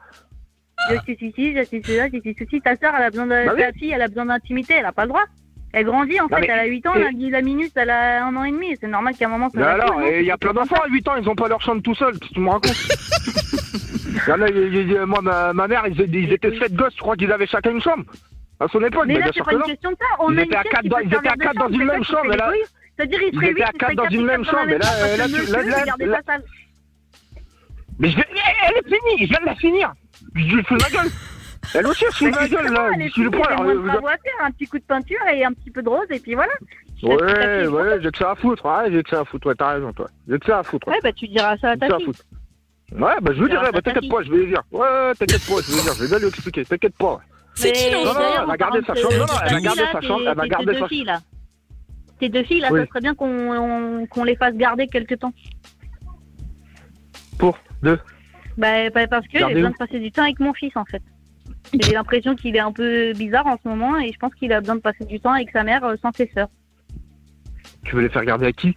[SPEAKER 7] Je suis ici, je suis cela, je suis ceci. Ta soeur, elle a besoin de,
[SPEAKER 12] Bah oui.
[SPEAKER 7] ta fille, elle a besoin d'intimité, elle a pas le droit. Elle grandit en
[SPEAKER 12] Non,
[SPEAKER 7] fait,
[SPEAKER 12] mais-
[SPEAKER 7] elle a 8 ans,
[SPEAKER 12] et-
[SPEAKER 7] elle a dit la minute, elle a un an et demi. C'est normal qu'à un moment ça
[SPEAKER 12] Mais
[SPEAKER 7] la
[SPEAKER 12] alors,
[SPEAKER 7] saoule, hein.
[SPEAKER 12] il y a plein d'enfants à 8 ans, ils ont pas leur chambre tout seuls, tu me racontes Y en a, y- y- y- moi, ma, ma mère, ils, ils étaient 7 gosses, je crois qu'ils avaient chacun une chambre. À son époque,
[SPEAKER 7] Mais
[SPEAKER 12] mais
[SPEAKER 7] là,
[SPEAKER 12] bien
[SPEAKER 7] c'est
[SPEAKER 12] sûr
[SPEAKER 7] pas
[SPEAKER 12] que
[SPEAKER 7] une
[SPEAKER 12] non.
[SPEAKER 7] question de ça. On
[SPEAKER 12] Ils
[SPEAKER 7] a
[SPEAKER 12] étaient à
[SPEAKER 7] une
[SPEAKER 12] quatre
[SPEAKER 7] qui
[SPEAKER 12] dans-
[SPEAKER 7] peut
[SPEAKER 12] ils
[SPEAKER 7] faire
[SPEAKER 12] étaient à
[SPEAKER 7] des
[SPEAKER 12] quatre dans
[SPEAKER 7] chambres,
[SPEAKER 12] une
[SPEAKER 7] c'est ça
[SPEAKER 12] même
[SPEAKER 7] qui
[SPEAKER 12] chambre,
[SPEAKER 7] fait
[SPEAKER 12] et
[SPEAKER 7] des
[SPEAKER 12] là-
[SPEAKER 7] bruits. C'est-à-dire, il
[SPEAKER 12] Ils
[SPEAKER 7] serait
[SPEAKER 12] étaient
[SPEAKER 7] huit,
[SPEAKER 12] à
[SPEAKER 7] il
[SPEAKER 12] quatre
[SPEAKER 7] serait
[SPEAKER 12] dans
[SPEAKER 7] quatre
[SPEAKER 12] une
[SPEAKER 7] qui
[SPEAKER 12] même
[SPEAKER 7] tapent dans
[SPEAKER 12] chambre,
[SPEAKER 7] la
[SPEAKER 12] et là,
[SPEAKER 7] chambre,
[SPEAKER 12] euh, là,
[SPEAKER 7] parce que
[SPEAKER 12] tu- là,
[SPEAKER 7] monsieur,
[SPEAKER 12] là,
[SPEAKER 7] regardez
[SPEAKER 12] là-
[SPEAKER 7] ta salle.
[SPEAKER 12] Mais je vais, eh, elle est finie, je viens de la finir. Je lui fous de ma gueule. Elle aussi, elle se fout de
[SPEAKER 7] Bah,
[SPEAKER 12] ma gueule, là.
[SPEAKER 7] justement, elle est
[SPEAKER 12] Je suis le
[SPEAKER 7] finie,
[SPEAKER 12] point,
[SPEAKER 7] elle
[SPEAKER 12] là,
[SPEAKER 7] a moins de
[SPEAKER 12] vous-
[SPEAKER 7] travaux à faire, un petit coup de peinture et un petit peu de rose, et puis voilà.
[SPEAKER 12] Ouais, ouais, j'ai que ça à foutre, ouais, j'ai que ça à foutre, ouais, t'as raison, toi. J'ai que ça à foutre.
[SPEAKER 7] Ouais, bah tu diras ça à
[SPEAKER 12] J'ai
[SPEAKER 7] ta
[SPEAKER 12] que ça à
[SPEAKER 7] fille.
[SPEAKER 12] foutre. Ouais, bah je lui
[SPEAKER 7] Tu verras ça,
[SPEAKER 12] dirai, bah
[SPEAKER 7] ta
[SPEAKER 12] t'inquiète
[SPEAKER 7] fille.
[SPEAKER 12] pas, je vais lui dire. Ouais, Ouais, t'inquiète pas, je vais lui dire, je vais bien lui expliquer, t'inquiète pas.
[SPEAKER 7] Mais
[SPEAKER 12] Non, non,
[SPEAKER 7] d'ailleurs,
[SPEAKER 12] elle va
[SPEAKER 7] en
[SPEAKER 12] garder sa
[SPEAKER 7] parlant
[SPEAKER 12] chambre,
[SPEAKER 7] de-
[SPEAKER 12] non, non, elle va
[SPEAKER 7] de
[SPEAKER 12] garder
[SPEAKER 7] filles,
[SPEAKER 12] sa
[SPEAKER 7] là,
[SPEAKER 12] chambre, elle va
[SPEAKER 7] tes-
[SPEAKER 12] garder
[SPEAKER 7] tes deux
[SPEAKER 12] sa
[SPEAKER 7] filles,
[SPEAKER 12] chambre.
[SPEAKER 7] là. Tes deux filles, là,
[SPEAKER 12] Oui.
[SPEAKER 7] ça serait bien qu'on on- qu'on les fasse garder quelque temps.
[SPEAKER 12] Pour deux.
[SPEAKER 7] Bah, bah, parce que j'ai
[SPEAKER 12] Garder
[SPEAKER 7] besoin
[SPEAKER 12] où
[SPEAKER 7] de passer du temps avec mon fils, en fait. J'ai l'impression qu'il est un peu bizarre en ce moment et je pense qu'il a besoin de passer du temps avec sa mère euh, sans ses sœurs.
[SPEAKER 12] Tu veux les faire garder à qui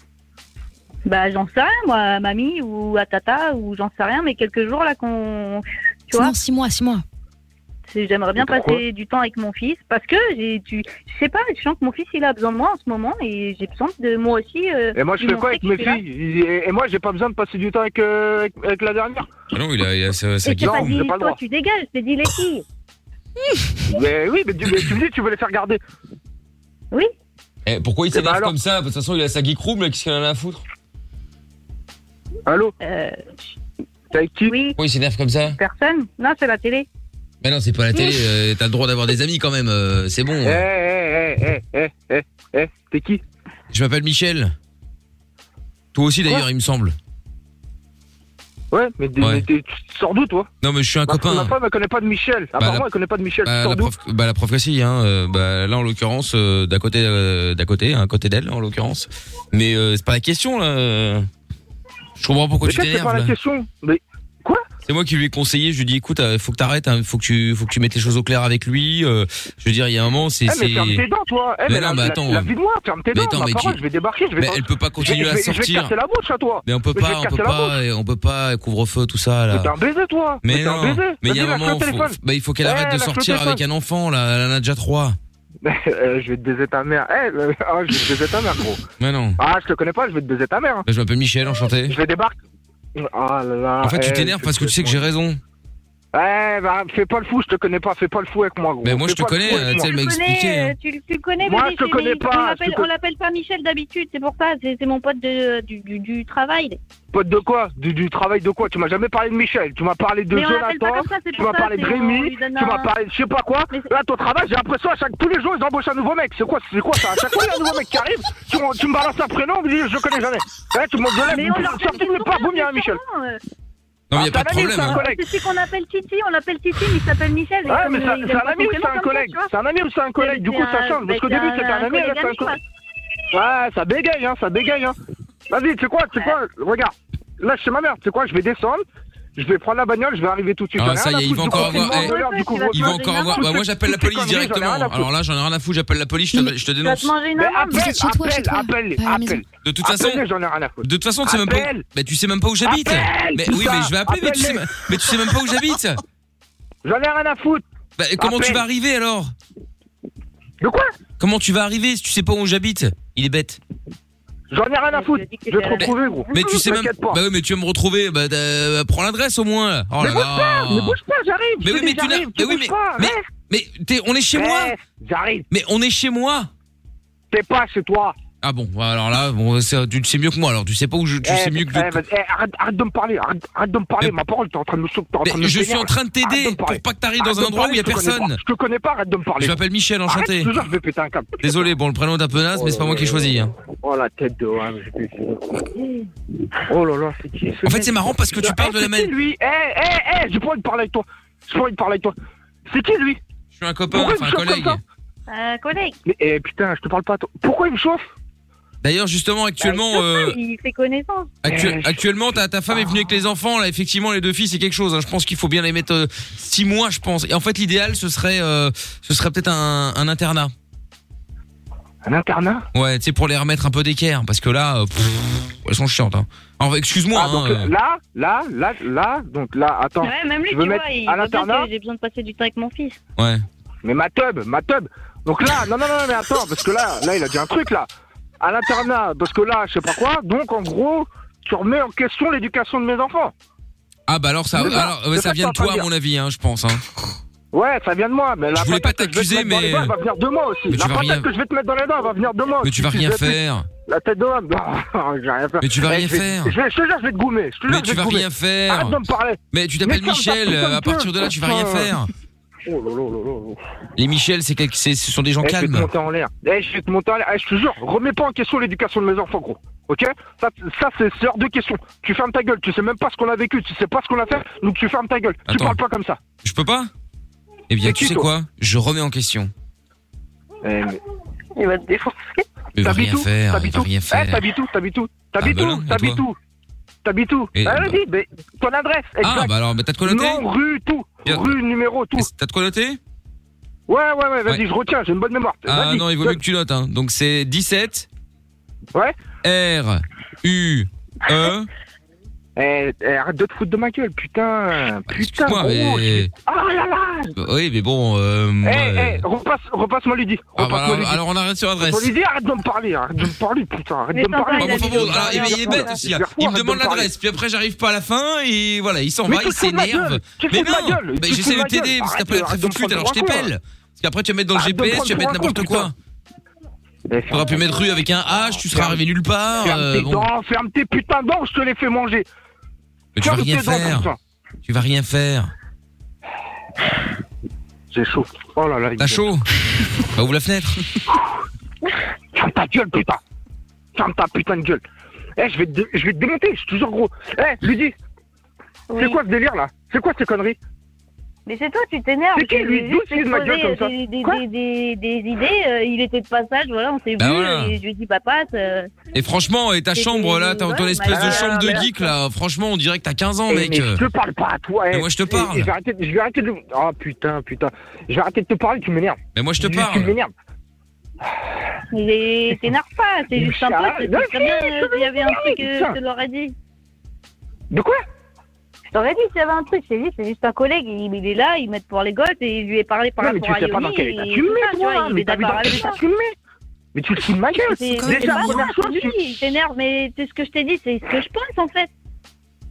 [SPEAKER 7] Bah, j'en sais rien, moi, à mamie ou à tata ou j'en sais rien, mais quelques jours, là, qu'on. Tu vois
[SPEAKER 3] Non, six mois, six mois.
[SPEAKER 7] C'est- J'aimerais bien
[SPEAKER 3] Pourquoi
[SPEAKER 7] passer du temps avec mon fils parce que j'ai tu je sais pas, je sens que mon fils il a besoin de moi en ce moment et j'ai besoin de moi aussi. euh,
[SPEAKER 12] Et moi, je
[SPEAKER 7] lui
[SPEAKER 12] fais quoi
[SPEAKER 7] montrer que
[SPEAKER 12] avec mes
[SPEAKER 7] je suis là.
[SPEAKER 12] filles et, et moi, j'ai pas besoin de passer du temps avec, euh, avec, avec la dernière.
[SPEAKER 2] Ah non, il a, il a
[SPEAKER 3] Euh,
[SPEAKER 2] sa, sa
[SPEAKER 7] Et t'es
[SPEAKER 2] guitare.
[SPEAKER 7] pas
[SPEAKER 12] j'ai
[SPEAKER 7] dit
[SPEAKER 12] pas le
[SPEAKER 7] toi
[SPEAKER 12] droit.
[SPEAKER 7] tu dégages, t'es dit les filles.
[SPEAKER 12] Mais oui, mais tu, mais tu me dis, tu veux les faire garder.
[SPEAKER 7] Oui.
[SPEAKER 4] Eh, pourquoi il
[SPEAKER 12] Eh ben
[SPEAKER 4] s'énerve
[SPEAKER 12] alors.
[SPEAKER 4] comme ça De toute façon, il a sa geek room, là, qu'est-ce qu'il en a à foutre
[SPEAKER 12] Allô T'es avec qui
[SPEAKER 7] Euh, Oui.
[SPEAKER 4] Pourquoi il s'énerve comme ça
[SPEAKER 7] Personne Non, c'est la télé.
[SPEAKER 2] Mais non, c'est pas la télé, euh, t'as le droit d'avoir des amis quand même, euh, c'est bon.
[SPEAKER 12] Eh, eh, eh, eh, eh, eh, eh, t'es qui
[SPEAKER 2] Je m'appelle Michel. Toi aussi d'ailleurs, il me semble.
[SPEAKER 12] Ouais, mais, des-
[SPEAKER 2] Ouais.
[SPEAKER 12] mais t'es- tu sors d'où, toi
[SPEAKER 2] Non, mais je suis un
[SPEAKER 12] Ma- Ma
[SPEAKER 2] copain.
[SPEAKER 12] femme, elle connaît pas de Michel.
[SPEAKER 2] Bah,
[SPEAKER 12] Apparemment,
[SPEAKER 2] la-
[SPEAKER 12] elle connaît pas de Michel.
[SPEAKER 2] Bah,
[SPEAKER 12] tu sors
[SPEAKER 2] la
[SPEAKER 12] d'où
[SPEAKER 2] prof, bah, la prof que si, hein. euh, bah, là en l'occurrence, euh, d'à côté, euh, d'à côté, hein, à côté d'elle en l'occurrence. Mais euh, c'est pas la question là. Je comprends pourquoi
[SPEAKER 12] Mais
[SPEAKER 2] tu
[SPEAKER 12] qu'est-ce que c'est
[SPEAKER 2] t'énerves.
[SPEAKER 12] pas
[SPEAKER 2] là.
[SPEAKER 12] la question. Mais quoi
[SPEAKER 2] C'est moi qui lui ai conseillé. Je lui ai dit, écoute, euh, faut que t'arrêtes, hein, faut que tu, faut que tu mettes les choses au clair avec lui. euh, je veux dire, il y a un moment, c'est,
[SPEAKER 12] Eh,
[SPEAKER 2] c'est.
[SPEAKER 12] mais ferme tes dents, toi. Eh,
[SPEAKER 2] Mais
[SPEAKER 12] mais
[SPEAKER 2] non,
[SPEAKER 12] la,
[SPEAKER 2] mais
[SPEAKER 12] la-
[SPEAKER 2] attends.
[SPEAKER 12] La, vie de moi, ferme tes
[SPEAKER 2] Mais
[SPEAKER 12] dents.
[SPEAKER 2] attends,
[SPEAKER 12] ma
[SPEAKER 2] mais
[SPEAKER 12] parole,
[SPEAKER 2] tu-
[SPEAKER 12] je vais débarquer. Je vais
[SPEAKER 2] Mais
[SPEAKER 12] t'en-
[SPEAKER 2] elle peut pas continuer
[SPEAKER 12] je vais-
[SPEAKER 2] à
[SPEAKER 12] je vais- Je vais
[SPEAKER 2] sortir.
[SPEAKER 12] te casser la bouche à toi.
[SPEAKER 2] Mais on peut
[SPEAKER 12] Je vais
[SPEAKER 2] pas,
[SPEAKER 12] te
[SPEAKER 2] on peut
[SPEAKER 12] casser la
[SPEAKER 2] pas,
[SPEAKER 12] bouche.
[SPEAKER 2] et on peut pas, couvre-feu, tout ça,
[SPEAKER 12] Mais
[SPEAKER 2] là.
[SPEAKER 12] t'es un baiser, toi.
[SPEAKER 2] Mais
[SPEAKER 12] t'es un
[SPEAKER 2] non,
[SPEAKER 12] baiser.
[SPEAKER 2] mais il y a un
[SPEAKER 12] Vas-y, lâche le
[SPEAKER 2] moment, faut-
[SPEAKER 12] téléphone.
[SPEAKER 2] bah, il faut qu'elle
[SPEAKER 12] Eh,
[SPEAKER 2] arrête de
[SPEAKER 12] lâche le
[SPEAKER 2] sortir avec
[SPEAKER 12] téléphone.
[SPEAKER 2] un enfant, là. Elle en a déjà trois.
[SPEAKER 12] Euh, Je vais te baiser ta mère. Eh, le- ah, je vais te baiser ta mère, gros.
[SPEAKER 2] Mais non.
[SPEAKER 12] Ah, je te connais pas, je vais te baiser ta mère. hein.
[SPEAKER 2] Bah, je m'appelle Michel, enchanté.
[SPEAKER 12] Je vais débarquer. Ah là là.
[SPEAKER 2] En fait, tu
[SPEAKER 12] eh,
[SPEAKER 2] t'énerves parce que tu sais que j'ai raison.
[SPEAKER 12] Eh, bah, fais pas le fou, je te connais pas, fais pas le fou avec moi, gros.
[SPEAKER 2] Mais moi, je
[SPEAKER 12] Fais
[SPEAKER 2] te
[SPEAKER 12] pas le
[SPEAKER 2] connais, euh,
[SPEAKER 12] fou avec
[SPEAKER 2] tu sais,
[SPEAKER 12] moi.
[SPEAKER 2] le mec-
[SPEAKER 13] connais,
[SPEAKER 2] expliqué, hein.
[SPEAKER 13] euh, tu, le- tu le connais,
[SPEAKER 12] Moi,
[SPEAKER 13] mais
[SPEAKER 12] je te
[SPEAKER 13] c'est-
[SPEAKER 12] connais
[SPEAKER 13] mais
[SPEAKER 12] pas,
[SPEAKER 13] on
[SPEAKER 12] je
[SPEAKER 13] l'appelle-
[SPEAKER 12] te
[SPEAKER 13] On
[SPEAKER 12] con-
[SPEAKER 13] l'appelle pas Michel d'habitude, c'est pour ça, c'est c'est mon pote de, euh, du, du, du travail.
[SPEAKER 12] Pote de quoi du, du travail de quoi Tu m'as jamais parlé de Michel, tu m'as parlé de
[SPEAKER 13] Mais on l'appelle pas
[SPEAKER 12] Jonathan,
[SPEAKER 13] comme ça, c'est
[SPEAKER 12] tu
[SPEAKER 13] pour
[SPEAKER 12] m'as
[SPEAKER 13] ça,
[SPEAKER 12] parlé de
[SPEAKER 13] c'est- on
[SPEAKER 12] Rémi,
[SPEAKER 13] lui
[SPEAKER 12] tu
[SPEAKER 13] donne
[SPEAKER 12] m'as
[SPEAKER 13] un-
[SPEAKER 12] parlé de je sais pas quoi. Là, ton travail, j'ai l'impression à chaque tous les jours, ils embauchent un nouveau mec. C'est quoi C'est quoi ça À chaque fois, il y a un nouveau mec qui arrive, tu, me- tu me balances un prénom, je dis, je connais jamais. Ouais, tu me
[SPEAKER 13] Mais on
[SPEAKER 12] me
[SPEAKER 13] leur fait
[SPEAKER 12] sorti de pas, boum, il y a un Michel.
[SPEAKER 2] Non, mais y
[SPEAKER 12] Ah,
[SPEAKER 2] a pas de
[SPEAKER 12] t'as l'ami,
[SPEAKER 2] problème.
[SPEAKER 12] c'est un
[SPEAKER 2] hein.
[SPEAKER 12] collègue.
[SPEAKER 13] euh. C'est qu'on appelle Titi, on l'appelle Titi, mais il s'appelle Michel. et
[SPEAKER 12] Ouais,
[SPEAKER 13] comme,
[SPEAKER 12] mais c'est
[SPEAKER 13] euh,
[SPEAKER 12] un-
[SPEAKER 13] il
[SPEAKER 12] c'est
[SPEAKER 13] aime
[SPEAKER 12] un
[SPEAKER 13] pas
[SPEAKER 12] ami
[SPEAKER 13] son
[SPEAKER 12] ou c'est
[SPEAKER 13] prénom
[SPEAKER 12] un
[SPEAKER 13] comme ça,
[SPEAKER 12] collègue
[SPEAKER 13] tu vois.
[SPEAKER 12] C'est un ami ou c'est un collègue Du coup,
[SPEAKER 13] c'est
[SPEAKER 12] ça
[SPEAKER 13] un-
[SPEAKER 12] change. Parce qu'au
[SPEAKER 13] c'est
[SPEAKER 12] début,
[SPEAKER 13] un-
[SPEAKER 12] c'était
[SPEAKER 13] un
[SPEAKER 12] un ami, là,
[SPEAKER 13] collègue
[SPEAKER 12] c'est un
[SPEAKER 13] ami,
[SPEAKER 12] collègue. Ouais, ça bégaye, hein, ça bégaye, hein. Vas-y, tu sais quoi, tu sais quoi, regarde. Là, chez ma mère, tu sais quoi, je vais descendre, je vais prendre la bagnole, je vais arriver tout de suite.
[SPEAKER 2] Ah,
[SPEAKER 12] J'en ai
[SPEAKER 2] ça
[SPEAKER 12] rien
[SPEAKER 2] y est,
[SPEAKER 12] à
[SPEAKER 2] il va
[SPEAKER 12] foutre du
[SPEAKER 2] encore avoir.
[SPEAKER 12] confinement,
[SPEAKER 2] eh,
[SPEAKER 12] de l'heure du
[SPEAKER 2] il va
[SPEAKER 12] couvre-feu.
[SPEAKER 2] encore avoir. Bah, moi, j'appelle la
[SPEAKER 12] Toutes ces
[SPEAKER 2] police
[SPEAKER 12] conneries, j'en ai rien
[SPEAKER 2] directement.
[SPEAKER 12] à foutre.
[SPEAKER 2] Alors là, j'en ai rien à foutre, j'appelle la police, je te, je te dénonce.
[SPEAKER 12] Mais appelle, appelle, appelle, appelle.
[SPEAKER 2] De toute façon,
[SPEAKER 12] Appelle-les, j'en ai rien à foutre.
[SPEAKER 2] De toute façon, tu sais même pas.
[SPEAKER 12] Appelle.
[SPEAKER 2] Où... Bah, tu sais même pas où j'habite.
[SPEAKER 12] Appelle,
[SPEAKER 2] Mais
[SPEAKER 12] tout
[SPEAKER 2] oui,
[SPEAKER 12] ça.
[SPEAKER 2] mais je vais appeler. Mais tu, sais...
[SPEAKER 12] Appelle-les.
[SPEAKER 2] mais tu sais même pas où j'habite.
[SPEAKER 12] J'en ai rien à foutre.
[SPEAKER 2] Bah, et comment tu
[SPEAKER 12] Appelle.
[SPEAKER 2] vas arriver alors
[SPEAKER 12] De quoi
[SPEAKER 2] Comment tu vas arriver si tu sais pas où j'habite Il est bête.
[SPEAKER 12] J'en ai rien à foutre. Je vais te retrouver, gros.
[SPEAKER 2] Mais tu sais même.
[SPEAKER 12] T'inquiète
[SPEAKER 2] Bah
[SPEAKER 12] pas.
[SPEAKER 2] oui, mais tu vas me retrouver. Bah euh, prends l'adresse au moins. Oh
[SPEAKER 12] Mais
[SPEAKER 2] là
[SPEAKER 12] bouge pas,
[SPEAKER 2] là.
[SPEAKER 12] mais bouge pas, j'arrive.
[SPEAKER 2] Mais oui, mais tu n'as- mais oui, mais- mais- mais t'es- on est chez moi.
[SPEAKER 12] J'arrive.
[SPEAKER 2] Mais on est chez moi.
[SPEAKER 12] T'es pas chez toi.
[SPEAKER 2] Ah bon, bah, alors là, bon, c'est- tu le sais mieux que moi. Alors tu sais pas où je, tu
[SPEAKER 12] Eh,
[SPEAKER 2] sais mieux que.
[SPEAKER 12] eh, vas-y, eh, arrête, arrête de me parler, arrête, arrête de me parler. Ma parole, t'es en train de me sauter. t'es en
[SPEAKER 2] Mais
[SPEAKER 12] train de me
[SPEAKER 2] je suis
[SPEAKER 12] vénère,
[SPEAKER 2] en train de t'aider
[SPEAKER 12] arrête me
[SPEAKER 2] pour
[SPEAKER 12] parler.
[SPEAKER 2] pas que t'arrives dans
[SPEAKER 12] Arrête
[SPEAKER 2] un
[SPEAKER 12] de me
[SPEAKER 2] endroit où
[SPEAKER 12] parler,
[SPEAKER 2] il y a
[SPEAKER 12] je te connais
[SPEAKER 2] personne.
[SPEAKER 12] pas. Je te connais pas, arrête de me parler.
[SPEAKER 2] Je m'appelle Michel,
[SPEAKER 12] Arrête,
[SPEAKER 2] enchanté.
[SPEAKER 12] je te jure, je vais péter un câble.
[SPEAKER 2] Désolé, bon, le prénom t'as penasse, mais c'est pas moi qui ai choisi. hein.
[SPEAKER 12] Oh la tête de ouais, je sais plus. Oh là là, c'est qui
[SPEAKER 2] En fait, c'est marrant parce que tu parles de la
[SPEAKER 12] même. lui Eh, eh, eh, j'ai pas envie de parler avec toi. J'ai pas envie de parler avec toi. C'est qui lui
[SPEAKER 2] Je suis un copain,
[SPEAKER 12] Pourquoi il
[SPEAKER 2] enfin,
[SPEAKER 12] me
[SPEAKER 2] un
[SPEAKER 12] chauffe
[SPEAKER 2] collègue.
[SPEAKER 12] comme ça
[SPEAKER 13] Un Euh, collègue.
[SPEAKER 12] Mais eh, putain, je te parle pas à toi. Pourquoi il me chauffe
[SPEAKER 2] D'ailleurs, justement, actuellement,
[SPEAKER 12] Bah,
[SPEAKER 2] euh,
[SPEAKER 13] Il fait connaissance.
[SPEAKER 12] Eh,
[SPEAKER 2] actu- actuellement, ta, ta femme est venue avec les enfants. Là, effectivement, les deux filles, c'est quelque chose. hein. Je pense qu'il faut bien les mettre euh, six mois, je pense. Et en fait, l'idéal, ce serait, euh, ce serait peut-être un, un internat.
[SPEAKER 12] Un internat
[SPEAKER 2] Ouais, tu sais, pour les remettre un peu d'équerre, parce que là, euh, pff, elles sont chiantes. Hein. Alors, excuse-moi.
[SPEAKER 12] Ah, donc
[SPEAKER 2] hein, euh,
[SPEAKER 12] là, là, là, là, donc là, attends.
[SPEAKER 13] Ouais, même lui,
[SPEAKER 12] je
[SPEAKER 13] tu
[SPEAKER 12] veux
[SPEAKER 13] vois,
[SPEAKER 12] mettre
[SPEAKER 13] il voit
[SPEAKER 12] à
[SPEAKER 13] bien
[SPEAKER 12] l'internat.
[SPEAKER 13] que j'ai besoin de passer du temps avec mon fils.
[SPEAKER 2] Ouais.
[SPEAKER 12] Mais ma tub, ma tub. Donc là, non, non, non, mais attends, parce que là, là, il a dit un truc là. À l'internat, parce que là, je sais pas quoi. Donc en gros, tu remets en question l'éducation de mes enfants.
[SPEAKER 2] Ah bah alors ça,
[SPEAKER 12] C'est ça,
[SPEAKER 2] alors, ouais, ça
[SPEAKER 12] c'est ça que
[SPEAKER 2] vient de
[SPEAKER 12] t'es en train
[SPEAKER 2] toi, à
[SPEAKER 12] de
[SPEAKER 2] mon avis, hein, je pense. Hein.
[SPEAKER 12] Ouais, ça vient de moi, mais la
[SPEAKER 2] Je voulais pas
[SPEAKER 12] patate que je
[SPEAKER 2] t'accuser,
[SPEAKER 12] vais te mettre dans les
[SPEAKER 2] mais-
[SPEAKER 12] bah, dents, elle va venir de moi aussi.
[SPEAKER 2] Mais
[SPEAKER 12] la
[SPEAKER 2] tu vas
[SPEAKER 12] patate
[SPEAKER 2] rien-
[SPEAKER 12] que je vais te mettre dans les dents, elle va venir de moi.
[SPEAKER 2] Mais
[SPEAKER 12] aussi.
[SPEAKER 2] tu vas
[SPEAKER 12] Si
[SPEAKER 2] rien
[SPEAKER 12] je vais-
[SPEAKER 2] faire.
[SPEAKER 12] La tête de l'homme. Non, je vais rien faire.
[SPEAKER 2] Mais tu vas
[SPEAKER 12] Eh,
[SPEAKER 2] rien
[SPEAKER 12] je vais-
[SPEAKER 2] faire.
[SPEAKER 12] Je, vais, je te jure, je vais te goumer. Je te jure,
[SPEAKER 2] Mais
[SPEAKER 12] je
[SPEAKER 2] tu
[SPEAKER 12] vais te
[SPEAKER 2] vas
[SPEAKER 12] goumer.
[SPEAKER 2] rien faire.
[SPEAKER 12] Arrête de me parler.
[SPEAKER 2] Mais tu t'appelles
[SPEAKER 12] Mais ferme ta
[SPEAKER 2] Michel.
[SPEAKER 12] putain de
[SPEAKER 2] euh, À partir
[SPEAKER 12] gueule,
[SPEAKER 2] de là, tu vas rien
[SPEAKER 12] putain.
[SPEAKER 2] faire.
[SPEAKER 12] Oh là là là là là.
[SPEAKER 2] Les Michel, c'est quel- c'est- ce sont des gens
[SPEAKER 12] Eh, Je vais te
[SPEAKER 2] calmes.
[SPEAKER 12] monter en l'air. Eh, je vais te monter en l'air. Eh, je te jure, remets pas en question l'éducation de mes enfants, gros. Ok Ça, ça c'est c'est hors de question. Tu fermes ta gueule. Tu sais même pas ce qu'on a vécu. Tu sais pas ce qu'on a fait. Donc tu fermes ta gueule. Tu
[SPEAKER 2] Attends.
[SPEAKER 12] parles pas comme ça.
[SPEAKER 2] Je peux pas Eh bien,
[SPEAKER 12] C'est
[SPEAKER 2] tu
[SPEAKER 12] qui,
[SPEAKER 2] sais
[SPEAKER 12] toi
[SPEAKER 2] quoi Je remets en question.
[SPEAKER 12] Eh, Il va te défoncer.
[SPEAKER 2] Mais il va
[SPEAKER 12] T'habites
[SPEAKER 2] rien
[SPEAKER 12] où
[SPEAKER 2] faire, il
[SPEAKER 12] T'habites
[SPEAKER 2] va
[SPEAKER 12] où
[SPEAKER 2] rien
[SPEAKER 12] Eh,
[SPEAKER 2] faire.
[SPEAKER 12] t'habites où T'habites où
[SPEAKER 2] Ah,
[SPEAKER 12] T'habites
[SPEAKER 2] bah non,
[SPEAKER 12] où
[SPEAKER 2] et
[SPEAKER 12] T'habites
[SPEAKER 2] toi
[SPEAKER 12] où T'habites où
[SPEAKER 2] Et- bah-
[SPEAKER 12] Ah, Vas-y, mais ton adresse. Exact.
[SPEAKER 2] Ah, bah alors, mais t'as de quoi noter
[SPEAKER 12] Nom, rue, tout.
[SPEAKER 2] Bien.
[SPEAKER 12] Rue, numéro, tout.
[SPEAKER 2] T'as de quoi noter
[SPEAKER 12] Ouais, ouais, ouais, vas-y,
[SPEAKER 2] Ouais.
[SPEAKER 12] je retiens, j'ai une bonne mémoire.
[SPEAKER 2] Ah
[SPEAKER 12] Vas-y,
[SPEAKER 2] non, il vaut
[SPEAKER 12] donne.
[SPEAKER 2] mieux que tu notes. Hein. Donc c'est 17.
[SPEAKER 12] Ouais.
[SPEAKER 2] R U E.
[SPEAKER 12] Eh, eh, arrête de te foutre de ma gueule, putain. Putain,
[SPEAKER 2] Excuse-moi,
[SPEAKER 12] gros.
[SPEAKER 2] mais...
[SPEAKER 12] Ah là là
[SPEAKER 2] Oui, mais bon. Euh, moi,
[SPEAKER 12] Eh,
[SPEAKER 2] euh,
[SPEAKER 12] eh, repasse, repasse-moi Lydie.
[SPEAKER 2] ah, bah,
[SPEAKER 12] Repasse-moi
[SPEAKER 2] alors,
[SPEAKER 12] Lydie.
[SPEAKER 2] alors, on arrête sur adresse. Ah,
[SPEAKER 12] Repasse-moi Lydie, arrête de me parler, arrête de me parler, putain, arrête
[SPEAKER 13] Mais
[SPEAKER 12] de me
[SPEAKER 13] pardon, il
[SPEAKER 12] parler.
[SPEAKER 13] a
[SPEAKER 2] Bon, enfin,
[SPEAKER 13] dit-
[SPEAKER 2] bon, alors, il, il est bête
[SPEAKER 13] Plusieurs
[SPEAKER 2] aussi. Là.
[SPEAKER 12] fois,
[SPEAKER 2] Il me
[SPEAKER 12] arrête de
[SPEAKER 2] demande
[SPEAKER 12] me parler.
[SPEAKER 2] l'adresse, puis après j'arrive pas à la fin et voilà, il s'en
[SPEAKER 12] Mais
[SPEAKER 2] va,
[SPEAKER 12] tu
[SPEAKER 2] il
[SPEAKER 12] te fous de ma
[SPEAKER 2] s'énerve.
[SPEAKER 12] gueule, tu te
[SPEAKER 2] Mais
[SPEAKER 12] fous de ma
[SPEAKER 2] non,
[SPEAKER 12] gueule, tu
[SPEAKER 2] bah,
[SPEAKER 12] te fous
[SPEAKER 2] j'essaie
[SPEAKER 12] de
[SPEAKER 2] de
[SPEAKER 12] ma
[SPEAKER 2] t'aider
[SPEAKER 12] gueule.
[SPEAKER 2] parce
[SPEAKER 12] Arrête,
[SPEAKER 2] qu'après
[SPEAKER 12] arrête
[SPEAKER 2] tu
[SPEAKER 12] de
[SPEAKER 2] fous
[SPEAKER 12] me
[SPEAKER 2] de fuite,
[SPEAKER 12] prendre
[SPEAKER 2] alors je
[SPEAKER 12] pour un con,
[SPEAKER 2] t'épelle. Parce qu'après tu vas mettre dans le
[SPEAKER 12] Arrête de me
[SPEAKER 2] GPS,
[SPEAKER 12] prendre
[SPEAKER 2] tu vas
[SPEAKER 12] pour
[SPEAKER 2] mettre
[SPEAKER 12] un con,
[SPEAKER 2] n'importe quoi. Tu auras pu mettre rue avec un H, tu seras arrivé nulle part.
[SPEAKER 12] Ferme
[SPEAKER 2] euh,
[SPEAKER 12] tes
[SPEAKER 2] bon.
[SPEAKER 12] dents, ferme tes putains de dents, je te les fais manger.
[SPEAKER 2] Mais tu vas
[SPEAKER 12] Ferme
[SPEAKER 2] rien
[SPEAKER 12] tes dents,
[SPEAKER 2] faire.
[SPEAKER 12] putain.
[SPEAKER 2] Tu vas rien faire.
[SPEAKER 12] J'ai chaud. Oh là là. il
[SPEAKER 2] T'as
[SPEAKER 12] est-
[SPEAKER 2] chaud Bah ouvre la fenêtre.
[SPEAKER 12] Ferme ta gueule, putain. Ferme ta putain de gueule. Eh, je vais te, dé- je vais te démonter, je suis toujours gros. Eh, Lydie. C'est quoi ce délire là C'est quoi ces conneries
[SPEAKER 13] Mais c'est toi, tu t'énerves.
[SPEAKER 12] C'est qui,
[SPEAKER 13] Tu-
[SPEAKER 12] lui
[SPEAKER 13] tu-
[SPEAKER 12] D'où
[SPEAKER 13] tu
[SPEAKER 12] il est de ma
[SPEAKER 13] posais,
[SPEAKER 12] gueule comme
[SPEAKER 13] euh,
[SPEAKER 12] ça
[SPEAKER 13] des, des-
[SPEAKER 12] Quoi
[SPEAKER 13] des- des- des idées, euh, il était de passage, voilà, on s'est
[SPEAKER 2] Bah
[SPEAKER 13] vu,
[SPEAKER 2] voilà.
[SPEAKER 13] et je lui ai dit, papa, euh, ça-
[SPEAKER 2] Et franchement, et ta
[SPEAKER 13] Et-
[SPEAKER 2] chambre là, ton, ton
[SPEAKER 13] ouais,
[SPEAKER 2] espèce
[SPEAKER 13] bah,
[SPEAKER 2] de chambre de
[SPEAKER 13] voilà.
[SPEAKER 2] geek là, franchement, on dirait que t'as 15 ans,
[SPEAKER 12] Eh,
[SPEAKER 2] mec.
[SPEAKER 12] mais je te parle pas à toi. eh.
[SPEAKER 2] Mais moi, je te
[SPEAKER 12] Et-
[SPEAKER 2] parle.
[SPEAKER 12] et je vais arrêter, de- je vais arrêter de. Oh putain, putain. Je vais arrêter de te parler, tu m'énerves.
[SPEAKER 2] Mais moi, je te
[SPEAKER 12] Tu-
[SPEAKER 2] parle.
[SPEAKER 12] Tu m'énerves.
[SPEAKER 13] il est- t'énerve pas, c'est juste un
[SPEAKER 12] Charles,
[SPEAKER 13] pote, c'est
[SPEAKER 12] non,
[SPEAKER 13] très bien,
[SPEAKER 12] si,
[SPEAKER 13] euh,
[SPEAKER 12] je te
[SPEAKER 13] s'il y avait un
[SPEAKER 7] Ah,
[SPEAKER 12] dis,
[SPEAKER 13] truc, euh,
[SPEAKER 12] putain.
[SPEAKER 13] je te l'aurais dit.
[SPEAKER 12] De quoi
[SPEAKER 13] Je t'aurais dit s'il y avait un truc, c'est juste, c'est juste un collègue, il, il est là, il met pour les gosses, et il lui est parlé par
[SPEAKER 12] Non, mais
[SPEAKER 13] rapport
[SPEAKER 12] tu
[SPEAKER 13] à
[SPEAKER 12] sais pas dans
[SPEAKER 13] Yoni,
[SPEAKER 12] quel état
[SPEAKER 13] et
[SPEAKER 12] tu le
[SPEAKER 13] tout ça,
[SPEAKER 12] mets,
[SPEAKER 13] tu vois,
[SPEAKER 12] toi.
[SPEAKER 13] il
[SPEAKER 12] Mais
[SPEAKER 13] est
[SPEAKER 12] t'as vu
[SPEAKER 13] d'accord
[SPEAKER 12] dans quel
[SPEAKER 13] avec
[SPEAKER 12] état
[SPEAKER 13] toi.
[SPEAKER 12] tu le mets Mais tu le fous de ma gueule.
[SPEAKER 13] C'est-
[SPEAKER 12] Déjà,
[SPEAKER 13] c'est pas moi,
[SPEAKER 12] première chose,
[SPEAKER 13] c'est lui, Il t'énerve, mais c'est ce que je t'ai dit, c'est ce que je pense en fait.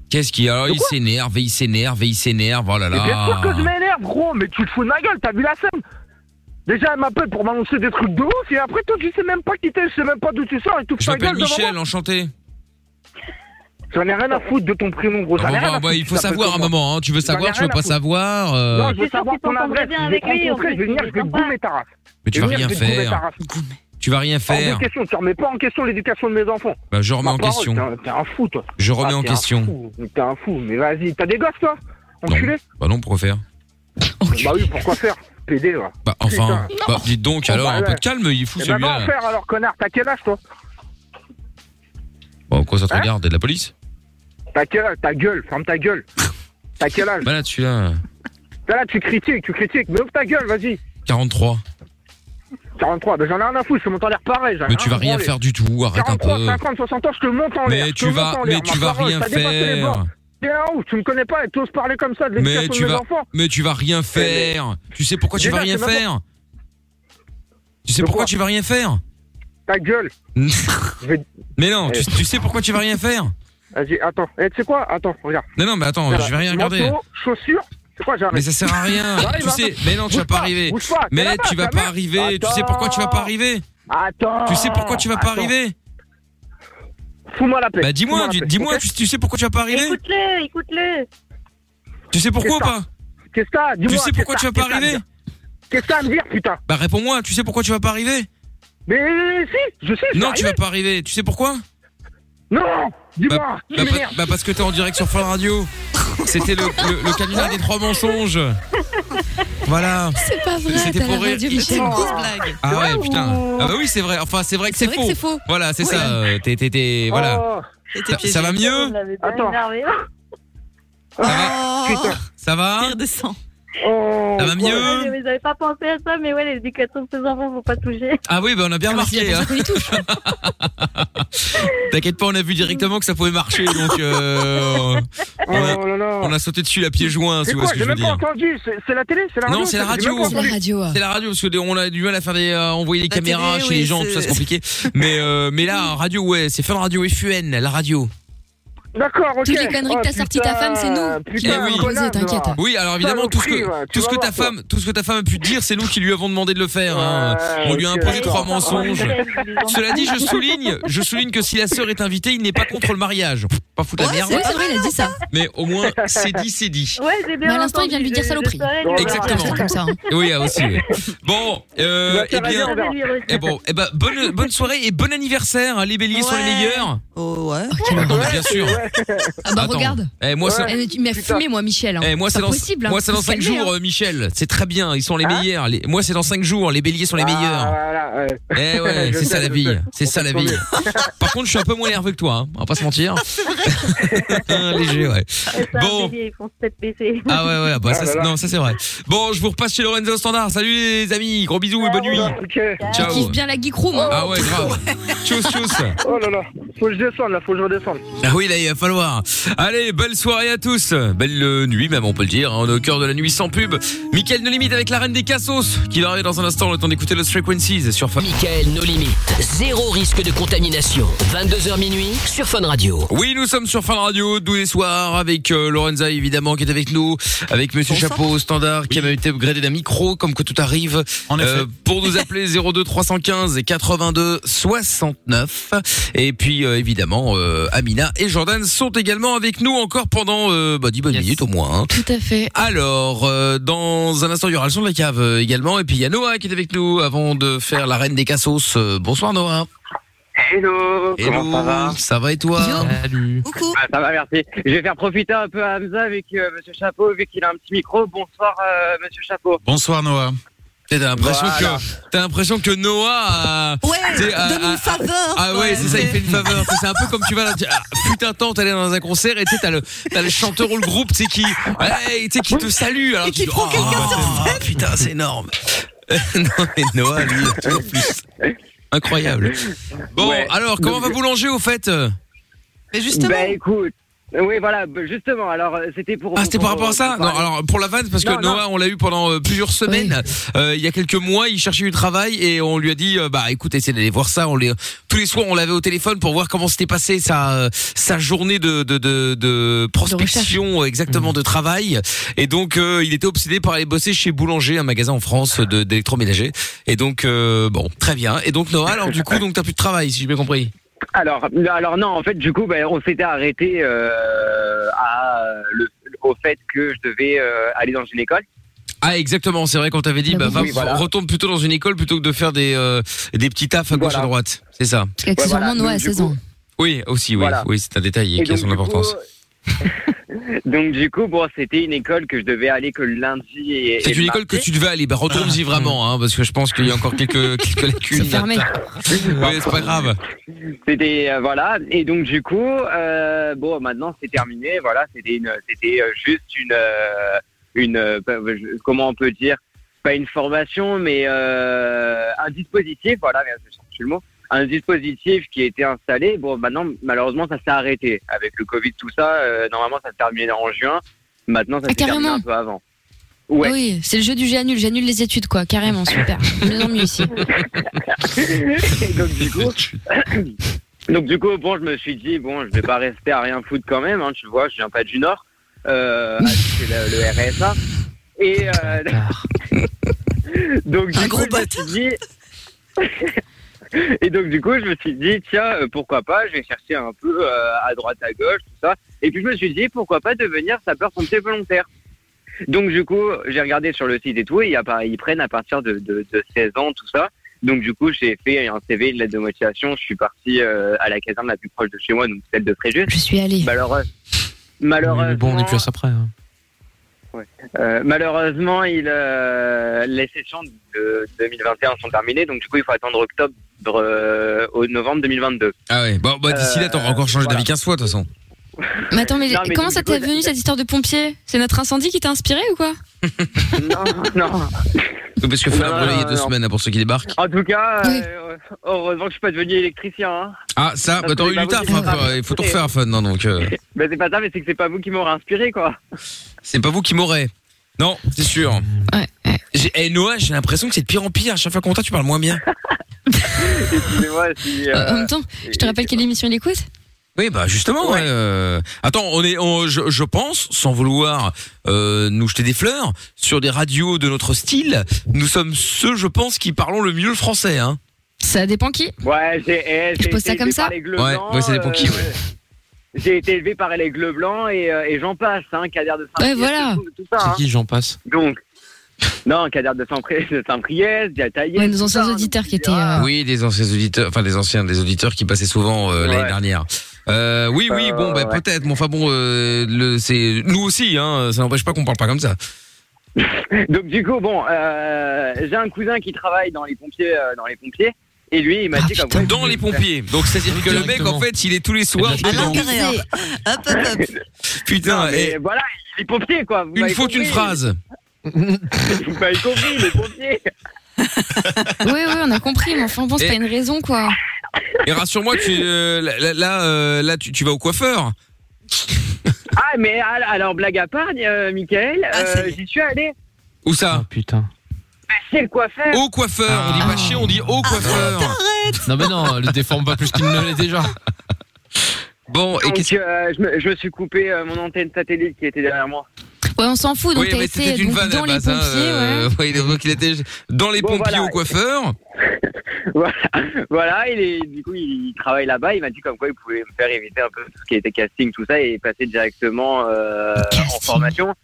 [SPEAKER 2] Qu'est-ce qu'il y a Alors, il s'énerve, et il s'énerve, et il s'énerve, oh là
[SPEAKER 12] Mais bien sûr que je
[SPEAKER 2] là.
[SPEAKER 12] m'énerve, gros, mais tu te fous de ma gueule, t'as vu la scène Déjà, elle m'appelle pour m'annoncer des trucs de ouf, et après, toi, tu sais même pas qui t'es, je sais même pas d'où tu sors, et tout
[SPEAKER 2] Je m'appelle Michel, enchanté.
[SPEAKER 12] J'en ai rien à foutre de ton prénom, gros.
[SPEAKER 2] Bon,
[SPEAKER 12] j'en ai
[SPEAKER 2] bah,
[SPEAKER 12] rien à
[SPEAKER 2] bah,
[SPEAKER 12] foutre
[SPEAKER 2] il
[SPEAKER 12] que
[SPEAKER 2] faut
[SPEAKER 12] tu t'appelles
[SPEAKER 2] savoir un
[SPEAKER 12] comme moi.
[SPEAKER 2] moment, hein. tu veux
[SPEAKER 12] J'en ai
[SPEAKER 2] savoir,
[SPEAKER 12] rien
[SPEAKER 2] tu veux
[SPEAKER 12] à
[SPEAKER 2] pas
[SPEAKER 12] foutre.
[SPEAKER 2] savoir. euh,
[SPEAKER 12] Non, je veux
[SPEAKER 13] C'est sûr
[SPEAKER 12] savoir
[SPEAKER 13] qu'il
[SPEAKER 12] ton
[SPEAKER 13] s'entendrait
[SPEAKER 12] adresse,
[SPEAKER 13] bien
[SPEAKER 12] je vais
[SPEAKER 13] avec
[SPEAKER 12] te
[SPEAKER 13] lui, en
[SPEAKER 12] rencontrer,
[SPEAKER 13] fait,
[SPEAKER 12] je vais venir,
[SPEAKER 13] il
[SPEAKER 12] je vais
[SPEAKER 13] est
[SPEAKER 12] te
[SPEAKER 13] sympa.
[SPEAKER 12] gommer ta race.
[SPEAKER 2] Mais tu
[SPEAKER 12] Je
[SPEAKER 2] vas
[SPEAKER 12] vais venir,
[SPEAKER 2] rien
[SPEAKER 12] je vais te gommer ta
[SPEAKER 2] faire.
[SPEAKER 12] race.
[SPEAKER 2] Tu vas rien
[SPEAKER 12] Hors
[SPEAKER 2] faire.
[SPEAKER 12] de question, tu remets pas en question l'éducation de mes enfants.
[SPEAKER 2] Bah, je remets
[SPEAKER 12] Ma
[SPEAKER 2] en
[SPEAKER 12] parole,
[SPEAKER 2] question.
[SPEAKER 12] t'es un- T'es un fou, toi.
[SPEAKER 2] Je remets
[SPEAKER 12] Ah,
[SPEAKER 2] en
[SPEAKER 12] t'es un
[SPEAKER 2] question.
[SPEAKER 12] fou, mais T'es un fou, mais vas-y, t'as des gosses, toi Enculé
[SPEAKER 2] Bah non, pourquoi faire
[SPEAKER 12] Bah oui, pourquoi faire PD, là.
[SPEAKER 2] Bah enfin,
[SPEAKER 12] Putain.
[SPEAKER 2] bah, dites donc
[SPEAKER 12] Oh,
[SPEAKER 2] alors,
[SPEAKER 12] bah,
[SPEAKER 2] un peu
[SPEAKER 12] ouais.
[SPEAKER 2] de calme, il fout
[SPEAKER 12] Eh ben, va en
[SPEAKER 2] celui-là.
[SPEAKER 12] faire alors, connard, t'as quel âge, toi
[SPEAKER 2] Bon, quoi ça
[SPEAKER 12] Hein
[SPEAKER 2] te regarde, y a de la police
[SPEAKER 12] T'as quel âge Ta gueule, ferme ta gueule. T'as quel âge
[SPEAKER 2] Bah là, tu là
[SPEAKER 12] Là, là, tu critiques, tu critiques, mais ouvre ta gueule, vas-y.
[SPEAKER 2] 43.
[SPEAKER 12] Ah, 43, ben j'en ai rien à foutre, je te monte en l'air pareil. j'en ai
[SPEAKER 2] Mais tu vas
[SPEAKER 12] à
[SPEAKER 2] rien
[SPEAKER 12] branler.
[SPEAKER 2] faire du tout, arrête un
[SPEAKER 12] 43,
[SPEAKER 2] peu.
[SPEAKER 12] 50, 60 ans, je te monte en
[SPEAKER 2] Mais
[SPEAKER 12] l'air. je
[SPEAKER 2] tu
[SPEAKER 12] te
[SPEAKER 2] vas-
[SPEAKER 12] monte en l'air,
[SPEAKER 2] mais tu
[SPEAKER 12] ma
[SPEAKER 2] vas
[SPEAKER 12] parole,
[SPEAKER 2] rien
[SPEAKER 12] t'as dépassé les
[SPEAKER 2] faire.
[SPEAKER 12] bornes. T'es un ouf, tu me connais pas et t'oses parler comme ça de
[SPEAKER 2] Mais
[SPEAKER 12] l'éducation
[SPEAKER 2] tu
[SPEAKER 12] de mes
[SPEAKER 2] vas
[SPEAKER 12] enfants.
[SPEAKER 2] Mais tu vas rien faire. Tu sais pourquoi tu
[SPEAKER 12] Déjà,
[SPEAKER 2] vas rien
[SPEAKER 12] c'est même
[SPEAKER 2] faire Tu sais pourquoi tu vas rien faire
[SPEAKER 12] Ta gueule.
[SPEAKER 2] Mais non, tu, tu sais pourquoi tu vas rien faire
[SPEAKER 12] Vas-y, attends. Eh, tu sais quoi Attends, regarde.
[SPEAKER 2] Non non, mais attends,
[SPEAKER 12] Voilà.
[SPEAKER 2] je vais rien regarder.
[SPEAKER 12] Manteau, chaussures, c'est quoi, j'arrive
[SPEAKER 2] Mais ça sert à rien.
[SPEAKER 12] J'arrive,
[SPEAKER 2] tu sais,
[SPEAKER 12] attends.
[SPEAKER 2] mais non, tu vas
[SPEAKER 12] Bouge
[SPEAKER 2] pas arriver.
[SPEAKER 12] bouge pas, t'es
[SPEAKER 2] Mais
[SPEAKER 12] là-bas,
[SPEAKER 2] tu vas
[SPEAKER 12] ta
[SPEAKER 2] pas
[SPEAKER 12] mère.
[SPEAKER 2] arriver. Tu sais pourquoi tu vas pas arriver
[SPEAKER 12] Attends.
[SPEAKER 2] Tu sais pourquoi tu vas pas
[SPEAKER 12] Attends.
[SPEAKER 2] arriver
[SPEAKER 12] Fous-moi la paix.
[SPEAKER 2] Bah dis-moi,
[SPEAKER 12] Fous-moi la
[SPEAKER 2] tu-
[SPEAKER 12] paix,
[SPEAKER 2] dis-moi,
[SPEAKER 12] ok
[SPEAKER 2] tu, tu sais pourquoi tu vas pas arriver
[SPEAKER 13] Écoute-le, écoute-le.
[SPEAKER 2] Tu sais pourquoi ou
[SPEAKER 12] Qu'est-ce
[SPEAKER 2] pas
[SPEAKER 12] que t'as Qu'est-ce que t'as Dis-moi,
[SPEAKER 2] Tu sais pourquoi
[SPEAKER 12] qu'est-ce
[SPEAKER 2] tu vas pas
[SPEAKER 12] que t'as
[SPEAKER 2] arriver
[SPEAKER 12] Qu'est-ce que t'as à me dire, putain
[SPEAKER 2] Bah réponds-moi, tu sais pourquoi tu vas pas arriver
[SPEAKER 12] Mais si, je sais, je
[SPEAKER 2] Non,
[SPEAKER 12] vais
[SPEAKER 2] tu vas pas arriver. Tu sais pourquoi
[SPEAKER 12] Non Dis-moi
[SPEAKER 2] bah,
[SPEAKER 12] tu
[SPEAKER 2] bah,
[SPEAKER 12] m'énerves.
[SPEAKER 2] bah, parce que t'es en direct sur Fun Radio. C'était le, le, le canular des trois mensonges. Voilà.
[SPEAKER 14] C'est pas vrai,
[SPEAKER 2] C'était
[SPEAKER 14] t'as
[SPEAKER 2] pour
[SPEAKER 14] la
[SPEAKER 2] rire.
[SPEAKER 14] radio, mais c'est une grosse blague.
[SPEAKER 2] Ah ouais, putain. Ah bah oui, c'est vrai. Enfin, c'est vrai que c'est
[SPEAKER 14] vrai que
[SPEAKER 2] faux.
[SPEAKER 14] c'est faux.
[SPEAKER 2] Voilà, c'est
[SPEAKER 14] Ouais.
[SPEAKER 2] ça. euh, T'es, t'es, t'es-
[SPEAKER 12] Oh.
[SPEAKER 2] voilà. Ça- ça va mieux
[SPEAKER 12] Attends.
[SPEAKER 13] Oh.
[SPEAKER 12] Putain.
[SPEAKER 2] Ça va
[SPEAKER 12] Oh,
[SPEAKER 2] Ça va
[SPEAKER 13] Ouais,
[SPEAKER 2] mieux
[SPEAKER 13] mais J'avais pas pensé à ça, mais ouais, l'éducation de ses enfants, faut pas toucher.
[SPEAKER 2] Ah oui, bah on a bien marqué. hein. T'inquiète pas, on a vu directement que ça pouvait marcher, donc euh, on, a, on a sauté dessus la pied joint, si
[SPEAKER 12] Oh C'est
[SPEAKER 2] vous voyez
[SPEAKER 12] quoi
[SPEAKER 2] ce que
[SPEAKER 12] J'ai
[SPEAKER 2] je veux
[SPEAKER 12] même pas
[SPEAKER 2] dire.
[SPEAKER 12] entendu. C'est c'est la télé C'est la radio hein.
[SPEAKER 2] Non, c'est la
[SPEAKER 12] ça, j'ai même
[SPEAKER 2] radio.
[SPEAKER 12] pas entendu.
[SPEAKER 2] C'est la radio parce que des- on a du mal à faire des euh, envoyer des
[SPEAKER 12] La
[SPEAKER 2] caméras
[SPEAKER 12] télé,
[SPEAKER 2] chez les
[SPEAKER 12] oui,
[SPEAKER 2] gens, tout
[SPEAKER 12] c'est-
[SPEAKER 2] ça c'est compliqué. mais euh, mais là, radio ouais, c'est Fun Radio FUN, la radio.
[SPEAKER 12] D'accord, ok.
[SPEAKER 3] Toutes les conneries que t'as
[SPEAKER 12] Oh,
[SPEAKER 3] sorties ta
[SPEAKER 12] putain,
[SPEAKER 3] femme, c'est nous.
[SPEAKER 12] Putain,
[SPEAKER 2] Eh oui.
[SPEAKER 12] connasse, là.
[SPEAKER 2] Oui, alors évidemment tout ce
[SPEAKER 12] Saloperie,
[SPEAKER 2] que
[SPEAKER 12] va, tu
[SPEAKER 2] tout ce
[SPEAKER 12] vas
[SPEAKER 2] que ta
[SPEAKER 12] voir, toi.
[SPEAKER 2] femme, tout ce que ta femme a pu te dire, c'est nous qui lui avons demandé de le faire. hein.
[SPEAKER 12] Ouais,
[SPEAKER 2] On lui a
[SPEAKER 12] ok,
[SPEAKER 2] imposé
[SPEAKER 12] d'accord.
[SPEAKER 2] trois mensonges.
[SPEAKER 12] Ouais.
[SPEAKER 2] Cela dit, je souligne, je souligne que si la sœur est invitée, il n'est pas contre le mariage. Pas foutre la
[SPEAKER 3] Ouais,
[SPEAKER 2] merde.
[SPEAKER 3] c'est vrai, il a dit ça.
[SPEAKER 2] Mais au moins c'est dit, c'est dit.
[SPEAKER 13] Ouais, j'ai bien
[SPEAKER 3] Mais à l'instant, il
[SPEAKER 13] entendu,
[SPEAKER 3] vient de lui dire
[SPEAKER 13] je-
[SPEAKER 3] saloperie.
[SPEAKER 13] je saurais, mais
[SPEAKER 2] Exactement.
[SPEAKER 13] voilà.
[SPEAKER 3] hein.
[SPEAKER 2] Oui, ah, aussi. oui. Bon,
[SPEAKER 12] Bah,
[SPEAKER 2] euh, eh bien, eh bon, eh ben, bonne, bonne soirée et bon anniversaire. hein, Les béliers sont les meilleurs.
[SPEAKER 3] Oh,
[SPEAKER 5] ouais.
[SPEAKER 2] Non, mais bien sûr.
[SPEAKER 3] Ah bah
[SPEAKER 2] Attends.
[SPEAKER 3] regarde.
[SPEAKER 2] Eh, moi, c'est-
[SPEAKER 3] Eh, mais tu m'as fumé, moi, Michel. hein.
[SPEAKER 2] Eh, moi, c'est
[SPEAKER 3] pas
[SPEAKER 2] dans,
[SPEAKER 3] possible. hein.
[SPEAKER 2] moi, c'est dans
[SPEAKER 3] Faut se
[SPEAKER 2] 5
[SPEAKER 3] calmer,
[SPEAKER 2] jours,
[SPEAKER 3] hein.
[SPEAKER 2] euh, Michel. C'est très bien. Ils sont les meilleurs. Les- moi, c'est dans 5 jours. Les béliers sont les meilleurs.
[SPEAKER 12] Ah, voilà, ouais.
[SPEAKER 2] Eh ouais,
[SPEAKER 12] Je
[SPEAKER 2] c'est ça
[SPEAKER 12] sais,
[SPEAKER 2] la
[SPEAKER 12] je
[SPEAKER 2] vie.
[SPEAKER 12] sais.
[SPEAKER 2] C'est ça la vie. Par contre, je suis un peu moins nerveux que toi. hein. On va pas se mentir. Un Léger, ouais.
[SPEAKER 13] Ouais, c'est un
[SPEAKER 2] Bon.
[SPEAKER 13] bélier, Ils font se tête baisser.
[SPEAKER 2] Ah ouais, ouais. Bah, ça,
[SPEAKER 13] Ah là
[SPEAKER 2] c'est-
[SPEAKER 13] là.
[SPEAKER 2] non, ça c'est vrai. Bon, je vous repasse chez Lorenzo Standard. Salut les amis. Gros bisous et bonne nuit.
[SPEAKER 3] Tu
[SPEAKER 2] Ciao.
[SPEAKER 3] kiffes bien la geek room. hein.
[SPEAKER 2] Ah ouais, grave. Tchuss, tchuss.
[SPEAKER 12] Oh là là, faut que je descende là, faut que je redescende.
[SPEAKER 2] Ah oui, là, il va falloir. Allez, belle soirée à tous. Belle euh, nuit, même, on peut le dire. hein. On est au cœur de la nuit sans pub. Mickaël No Limite avec la reine des cassos, qui va arriver dans un instant, le temps d'écouter Lost Frequencies sur Fun.
[SPEAKER 1] Michael, nos limites. Zéro risque de contamination. 22h minuit sur Fun Radio.
[SPEAKER 2] Oui, nous sommes sur Fun Radio, tous les soirs, avec euh, Lorenza, évidemment, qui est avec nous, avec Monsieur Chapeau au standard, qui a même été upgradé d'un micro, comme que tout arrive. Euh,
[SPEAKER 6] En effet.
[SPEAKER 2] pour nous appeler 02 315 et 82 69. Et puis, euh, évidemment, euh, Amina et Jordan sont également avec nous encore pendant euh, bah, 10 bonnes minutes au moins. hein.
[SPEAKER 14] Tout à fait.
[SPEAKER 2] Alors, euh, dans un instant, il y aura le son de la cave euh, également. Et puis, il y a Noah qui est avec nous avant de faire la reine des cassos. Euh, bonsoir, Noah.
[SPEAKER 10] Hello,
[SPEAKER 2] Hello,
[SPEAKER 10] comment ça va
[SPEAKER 2] ça va et toi Salut.
[SPEAKER 10] Ah, Ça va, merci. Je vais faire profiter un peu à Hamza vu que euh, Monsieur Chapeau, vu qu'il a un petit micro. Bonsoir, euh, Monsieur Chapeau.
[SPEAKER 6] Bonsoir Noah.
[SPEAKER 2] T'as l'impression
[SPEAKER 10] Voilà.
[SPEAKER 2] que t'as l'impression que Noah a,
[SPEAKER 10] Ouais,
[SPEAKER 2] t'sais, a-
[SPEAKER 10] donne une
[SPEAKER 2] a-
[SPEAKER 10] faveur,
[SPEAKER 2] Ah
[SPEAKER 10] quoi,
[SPEAKER 2] ouais, c'est ça, il
[SPEAKER 10] c'est-
[SPEAKER 2] fait une faveur. C'est un peu comme tu vas là, tu- ah, putain temps, t'allais dans un concert et tu sais, t'as le t'as le chanteur ou le groupe, tu sais qui, ouais, tu sais, qui te salue alors et qui prend quelqu'un sur scène. Putain, c'est énorme. non mais Noah, lui, toujours plus. Incroyable. Bon,
[SPEAKER 10] Ouais.
[SPEAKER 2] alors comment
[SPEAKER 10] Donc,
[SPEAKER 2] va
[SPEAKER 10] je-
[SPEAKER 2] Boulanger au fait
[SPEAKER 10] Mais justement. Bah écoute. Oui, voilà, bah, justement. Alors, euh, c'était pour.
[SPEAKER 2] Ah, c'était par rapport à ça Non, alors pour la vanne, parce que
[SPEAKER 10] Non, non.
[SPEAKER 2] Noah, on l'a eu pendant euh, plusieurs semaines. Euh, il y a quelques mois, il cherchait du travail et on lui a dit, euh, bah écoute, essayez d'aller voir ça. On les, tous les soirs, on l'avait au téléphone pour voir comment s'était passée sa euh, sa journée de de de, de prospection, euh, exactement
[SPEAKER 10] Mhm.
[SPEAKER 2] de travail. Et donc, euh, il était obsédé par aller bosser chez Boulanger, un magasin en France de d'électroménager. Et donc, euh, bon, très bien. Et donc Noah, alors du coup, donc t'as plus de travail, si j'ai bien compris.
[SPEAKER 10] Alors, non, alors non, en fait, du coup, ben, on s'était arrêté euh, à le- au fait que je devais euh, aller dans une école.
[SPEAKER 2] Ah exactement, c'est vrai qu'on t'avait dit, bah, va,
[SPEAKER 10] Oui, voilà.
[SPEAKER 2] retourne plutôt dans une école plutôt que de faire des euh, des petits tafs à gauche
[SPEAKER 10] Voilà.
[SPEAKER 2] à droite. C'est ça.
[SPEAKER 10] Ouais, voilà, donc, du coup,
[SPEAKER 2] Oui, aussi, oui,
[SPEAKER 10] Voilà.
[SPEAKER 2] oui, c'est un détail
[SPEAKER 10] Et
[SPEAKER 2] qui a
[SPEAKER 10] donc,
[SPEAKER 2] son
[SPEAKER 10] du coup,
[SPEAKER 2] importance.
[SPEAKER 10] Donc du coup, bon, c'était une école que je devais aller que le lundi et. Ah.
[SPEAKER 2] C'est une école que tu devais aller. Bah, retourne-y vraiment, hein, parce que je pense qu'il y a encore quelques, quelques lacunes. Ouais, c'est pas grave.
[SPEAKER 10] C'était euh, voilà et donc du coup euh, bon maintenant c'est terminé voilà c'était une c'était euh, juste une euh, une euh, pas- je- comment on peut dire pas une formation mais euh, un dispositif voilà merde, je cherche le mot un dispositif qui était installé bon maintenant malheureusement ça s'est arrêté avec le Covid tout ça euh, normalement ça se terminait en juin maintenant ça
[SPEAKER 3] Ah,
[SPEAKER 10] s'est terminé
[SPEAKER 3] carrément.
[SPEAKER 10] un peu avant ouais
[SPEAKER 3] Oui, c'est le jeu du j'annule, j'annule les études quoi, carrément, super. Mieux en mieux ici.
[SPEAKER 10] Et donc du coup, donc du coup, bon, je me suis dit bon, je vais pas rester à rien foutre quand même, hein, tu vois, je viens pas du Nord, euh, à- c'est le, le RSA. Et euh, donc du coup, je me suis dit- et donc du coup, je me suis dit tiens, euh, pourquoi pas, je vais chercher un peu euh, à droite, à gauche, tout ça. Et puis je me suis dit pourquoi pas devenir sapeur-pompier volontaire. Donc du coup, j'ai regardé sur le site et tout, et il y a pas- ils prennent à partir de, de- de 16 ans, tout ça. Donc du coup, j'ai fait un CV, une lettre de motivation, je suis parti euh, à la caserne la plus proche de chez moi, donc celle de Fréjus.
[SPEAKER 3] Je suis allé.
[SPEAKER 10] Malheureux. Malheureux.
[SPEAKER 4] Mais bon, on est plus à ça après. hein.
[SPEAKER 10] Euh, malheureusement, il, euh, les sessions de 2021 sont terminées, donc du coup, il faut attendre octobre euh, au novembre 2022.
[SPEAKER 2] Ah ouais, bon, bah, d'ici là, t'auras encore changé d'avis 15 fois, de toute façon.
[SPEAKER 3] Mais attends, mais,
[SPEAKER 10] Non, mais
[SPEAKER 3] comment
[SPEAKER 10] donc,
[SPEAKER 3] ça
[SPEAKER 10] du coup,
[SPEAKER 3] t'est
[SPEAKER 2] euh,
[SPEAKER 3] venu cette histoire de pompier C'est notre incendie qui t'a inspiré ou quoi
[SPEAKER 10] non, non.
[SPEAKER 2] Oui, Parce que feu a
[SPEAKER 10] Non,
[SPEAKER 2] brûlé il y a
[SPEAKER 10] non,
[SPEAKER 2] deux
[SPEAKER 10] non.
[SPEAKER 2] semaines, là, pour ceux qui débarquent.
[SPEAKER 10] En tout cas, euh, heureusement que je suis pas devenu électricien. hein.
[SPEAKER 2] Ah, ça,
[SPEAKER 10] Non,
[SPEAKER 2] bah, t'aurais eu
[SPEAKER 10] c'est
[SPEAKER 2] du
[SPEAKER 10] pas
[SPEAKER 2] taf,
[SPEAKER 10] vous
[SPEAKER 2] hein,
[SPEAKER 10] qui
[SPEAKER 2] faut-
[SPEAKER 10] m'avez
[SPEAKER 2] il faut tout
[SPEAKER 10] inspiré.
[SPEAKER 2] refaire, fun, non, donc, euh,
[SPEAKER 10] Ben, c'est pas ça, mais c'est que c'est pas vous qui m'aurez inspiré, quoi.
[SPEAKER 2] c'est pas vous qui m'aurez. Non, c'est sûr. J'ai- Eh, Noah, j'ai l'impression que c'est de pire en pire. À chaque fois qu'on t'a, tu parles moins bien.
[SPEAKER 10] Excusez-moi si. euh,
[SPEAKER 3] En même temps, je te rappelle quelle émission il écoute
[SPEAKER 2] Oui, bah justement. ouais, euh, Attends, on est, on- je, je pense, sans vouloir euh, nous jeter des fleurs, sur des radios de notre style, nous sommes ceux, je pense, qui parlons le mieux le français. Hein.
[SPEAKER 3] Ça dépend qui
[SPEAKER 10] Ouais, j'ai. eh,
[SPEAKER 3] Je
[SPEAKER 10] j'ai
[SPEAKER 3] pose
[SPEAKER 10] été
[SPEAKER 3] ça comme
[SPEAKER 10] élevé
[SPEAKER 3] ça
[SPEAKER 10] par les Gleux
[SPEAKER 2] Ouais,
[SPEAKER 10] Blancs, euh,
[SPEAKER 2] ouais, ça dépend qui, ouais.
[SPEAKER 10] J'ai été élevé par les Gleux Blancs et, euh, et j'en passe, hein, Cadère de saint
[SPEAKER 3] Ouais, voilà.
[SPEAKER 10] tout ça. hein.
[SPEAKER 4] Qui j'en passe
[SPEAKER 10] Donc. Non, Cadère de Saint-Priest, de Saint-Priest, Diataï.
[SPEAKER 3] Ouais, nos anciens
[SPEAKER 2] hein.
[SPEAKER 3] auditeurs qui étaient. euh,
[SPEAKER 2] Oui, des anciens auditeurs, enfin des anciens, des auditeurs qui passaient souvent euh, l'année
[SPEAKER 10] Ouais.
[SPEAKER 2] dernière. Euh, oui, oui,
[SPEAKER 10] Euh,
[SPEAKER 2] bon, bah,
[SPEAKER 10] ouais.
[SPEAKER 2] peut-être. Mais enfin bon, euh, le- c'est nous aussi. Hein, ça n'empêche pas qu'on parle pas comme ça.
[SPEAKER 10] Donc du coup, bon, euh, j'ai un cousin qui travaille dans les pompiers, euh, dans les pompiers, et lui, il
[SPEAKER 2] Ah,
[SPEAKER 10] m'a dit comme
[SPEAKER 2] Dans les pompiers. Donc c'est-à-dire que le mec, en fait, il est tous les
[SPEAKER 4] Eh
[SPEAKER 2] soirs.
[SPEAKER 4] ben,
[SPEAKER 2] dedans. Putain. et-
[SPEAKER 10] voilà, il est pompier, quoi.
[SPEAKER 2] Une faute,
[SPEAKER 4] Bah,
[SPEAKER 2] une phrase.
[SPEAKER 10] Vous m'avez compris, les pompiers.
[SPEAKER 3] Oui, oui, on a compris, mais enfin bon, c'est pas une raison quoi.
[SPEAKER 2] Et rassure-moi, tu euh, là là, là, euh, là, tu, tu vas au coiffeur.
[SPEAKER 10] Ah, mais al- alors, blague à part, euh, Michael,
[SPEAKER 3] Ah,
[SPEAKER 10] euh, j'y suis allé.
[SPEAKER 2] Où ça
[SPEAKER 4] Oh, Putain.
[SPEAKER 10] C'est le coiffeur.
[SPEAKER 2] Au coiffeur, on dit
[SPEAKER 3] Ah.
[SPEAKER 2] pas chez, on dit au coiffeur.
[SPEAKER 4] Non, mais non, le déforme pas plus qu'il ne l'est déjà.
[SPEAKER 2] Bon,
[SPEAKER 10] Donc, euh, je, me, je me suis coupé euh, mon antenne satellite qui était derrière moi.
[SPEAKER 3] Ouais, on s'en fout, donc
[SPEAKER 2] oui,
[SPEAKER 3] t'as
[SPEAKER 2] mais
[SPEAKER 3] été
[SPEAKER 2] c'était une
[SPEAKER 3] donc,
[SPEAKER 2] vanne à
[SPEAKER 3] dans
[SPEAKER 2] la
[SPEAKER 3] les
[SPEAKER 2] base, hein,
[SPEAKER 3] pompiers, ouais.
[SPEAKER 2] euh, oui, donc il était dans les pompiers
[SPEAKER 10] voilà.
[SPEAKER 2] au coiffeur.
[SPEAKER 10] voilà. voilà, il est, du coup, il travaille là-bas. Il m'a dit comme quoi il pouvait me faire éviter un peu tout ce qui était casting, tout ça, et passer directement euh, en formation.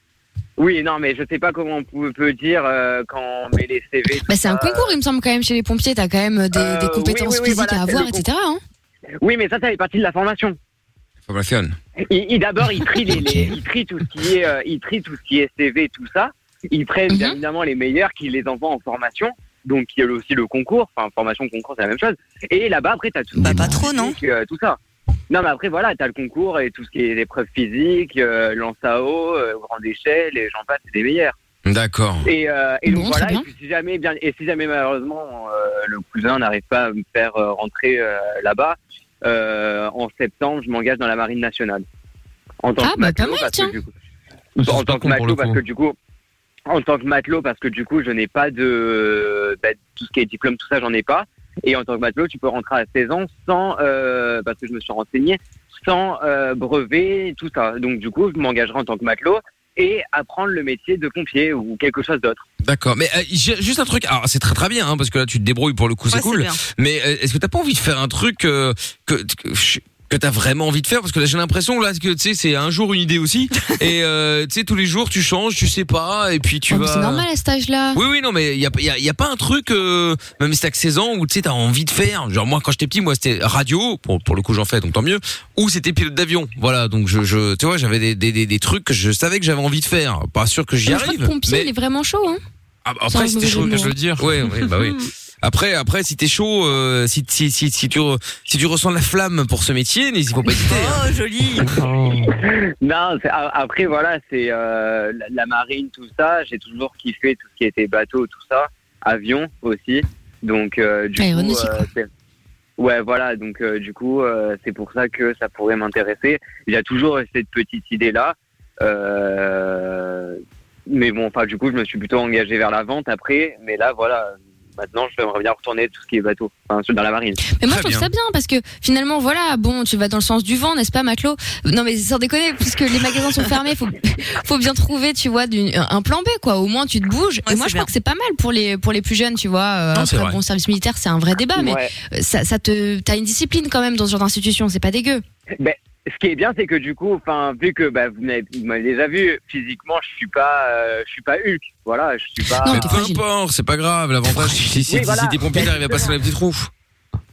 [SPEAKER 10] Oui, non, mais je sais pas comment on peut, peut dire euh, quand on met les CV. tout
[SPEAKER 3] Bah, c'est un
[SPEAKER 2] Euh,
[SPEAKER 10] ça.
[SPEAKER 3] concours, il me semble, quand même, chez les pompiers. T'as quand même des, des
[SPEAKER 10] Euh,
[SPEAKER 3] compétences
[SPEAKER 10] oui, oui, oui,
[SPEAKER 3] physiques
[SPEAKER 10] voilà,
[SPEAKER 3] à
[SPEAKER 10] c'est
[SPEAKER 3] avoir,
[SPEAKER 10] le
[SPEAKER 3] etc. hein.
[SPEAKER 10] Oui, mais ça, ça fait partie de la formation.
[SPEAKER 2] Formation.
[SPEAKER 10] Il, il- d'abord, il trie les, les- il trie tout ce qui est, euh, il trie tout ce qui est CV, tout ça. Il prennent bien évidemment les meilleurs qui les envoient en formation. Donc il y a aussi le concours, enfin formation concours, c'est la même chose. Et là-bas, après, t'as tout. Bah pas trop, non Tout ça. Non, mais après voilà, t'as le concours et tout ce qui est épreuves physiques, euh, lance à eau, euh, grande échelle, et j'en passe, c'est des meilleurs.
[SPEAKER 2] D'accord.
[SPEAKER 10] Et, euh, et donc
[SPEAKER 2] Bon,
[SPEAKER 10] voilà,
[SPEAKER 2] très bien.
[SPEAKER 10] et puis si jamais, bien, et si jamais malheureusement euh, le cousin n'arrive pas à me faire euh, rentrer euh, là-bas, euh, en septembre, je m'engage dans la marine nationale. En tant
[SPEAKER 3] Ah,
[SPEAKER 10] que
[SPEAKER 3] bah, pas
[SPEAKER 10] matelot,
[SPEAKER 3] mal,
[SPEAKER 10] parce
[SPEAKER 3] tiens.
[SPEAKER 10] que du coup, en tant que matelot, parce que du coup, en tant que matelot, parce que du coup, je n'ai pas de bah, tout ce qui est diplôme, tout ça, j'en ai pas. Et en tant que matelot, tu peux rentrer à 16 ans sans, euh, parce que je me suis renseigné, sans euh, brevet, tout ça. Donc du coup, je m'engagerai en tant que matelot et apprendre le métier de pompier ou quelque chose d'autre.
[SPEAKER 2] D'accord, mais euh, j'ai juste un truc. Alors c'est très très bien, hein, parce que là tu te débrouilles pour le coup, c'est
[SPEAKER 10] Ouais,
[SPEAKER 2] cool.
[SPEAKER 10] c'est bien.
[SPEAKER 2] Mais euh, est-ce que t'as pas envie de faire un truc euh, que que, que t'as vraiment envie de faire Parce que là j'ai l'impression là que tu sais c'est un jour une idée aussi, et euh, tu sais tous les jours tu changes, tu sais pas, et puis tu
[SPEAKER 3] Oh, mais
[SPEAKER 2] vas.
[SPEAKER 3] C'est normal à cet âge-là.
[SPEAKER 2] Oui, oui, non, mais il y a, y a- y a pas un truc, euh, même si t'as que 16 ans, où tu sais, t'as envie de faire. Genre, moi, quand j'étais petit, moi, c'était radio, pour, pour le coup, j'en fais, donc tant mieux, ou c'était pilote d'avion. Voilà, donc je, je tu vois, j'avais des, des, des, des trucs que je savais que j'avais envie de faire. Pas sûr que j'y
[SPEAKER 3] Mais Je crois
[SPEAKER 2] arrive.
[SPEAKER 3] que pompier,
[SPEAKER 2] mais-
[SPEAKER 3] il est vraiment chaud, hein.
[SPEAKER 2] ah, bah,
[SPEAKER 3] Sans
[SPEAKER 2] après, si t'es
[SPEAKER 3] mauvais
[SPEAKER 2] chaud,
[SPEAKER 3] jeu de
[SPEAKER 2] je
[SPEAKER 3] mots.
[SPEAKER 2] veux dire. Ouais, ouais, bah oui. Après, après, si t'es chaud, euh, si, si, si, si tu, re- si tu ressens la flamme pour ce métier, n'hésite faut pas hésiter.
[SPEAKER 10] Oh, joli Non, c'est- a- après, voilà, c'est euh, la, la marine, tout ça. J'ai toujours kiffé tout ce qui était bateau, tout ça. Avion aussi. Donc, euh, du coup, euh, c'est- ouais, voilà. Donc, euh, du coup, euh, c'est pour ça que ça pourrait m'intéresser. Il y a toujours cette petite idée-là. Euh, mais bon, enfin, du coup, je me suis plutôt engagé vers la vente après. Mais là, voilà, maintenant, je vais bien retourner tout ce qui est bateau, enfin, dans la marine.
[SPEAKER 3] Mais moi, je trouve ça bien parce que finalement, voilà, bon, tu vas dans le sens du vent, n'est-ce pas, Matelot Non, mais sans déconner, puisque les magasins sont fermés, faut, faut bien trouver, tu vois, d'une- un plan B, quoi. Au moins, tu te bouges. Et moi, je crois que c'est pas mal pour les, pour les plus jeunes, tu vois. Euh,
[SPEAKER 15] Non, c'est
[SPEAKER 3] après,
[SPEAKER 15] vrai.
[SPEAKER 3] bon, service militaire, c'est un vrai débat, mais
[SPEAKER 10] Ouais.
[SPEAKER 3] euh, ça, ça te, t'as une discipline quand même dans ce genre d'institution, c'est pas dégueu.
[SPEAKER 10] Ben, ce qui est bien, c'est que du coup, enfin, vu que ben, vous m'avez vous m'avez déjà vu, physiquement, je suis pas, euh, je suis pas Hulk. Voilà, je suis pas.
[SPEAKER 2] Mais peu importe, c'est pas grave. L'avantage, si, si, si,
[SPEAKER 10] Oui, voilà.
[SPEAKER 2] si t'es pompier, t'arrives à passer dans les petits trous.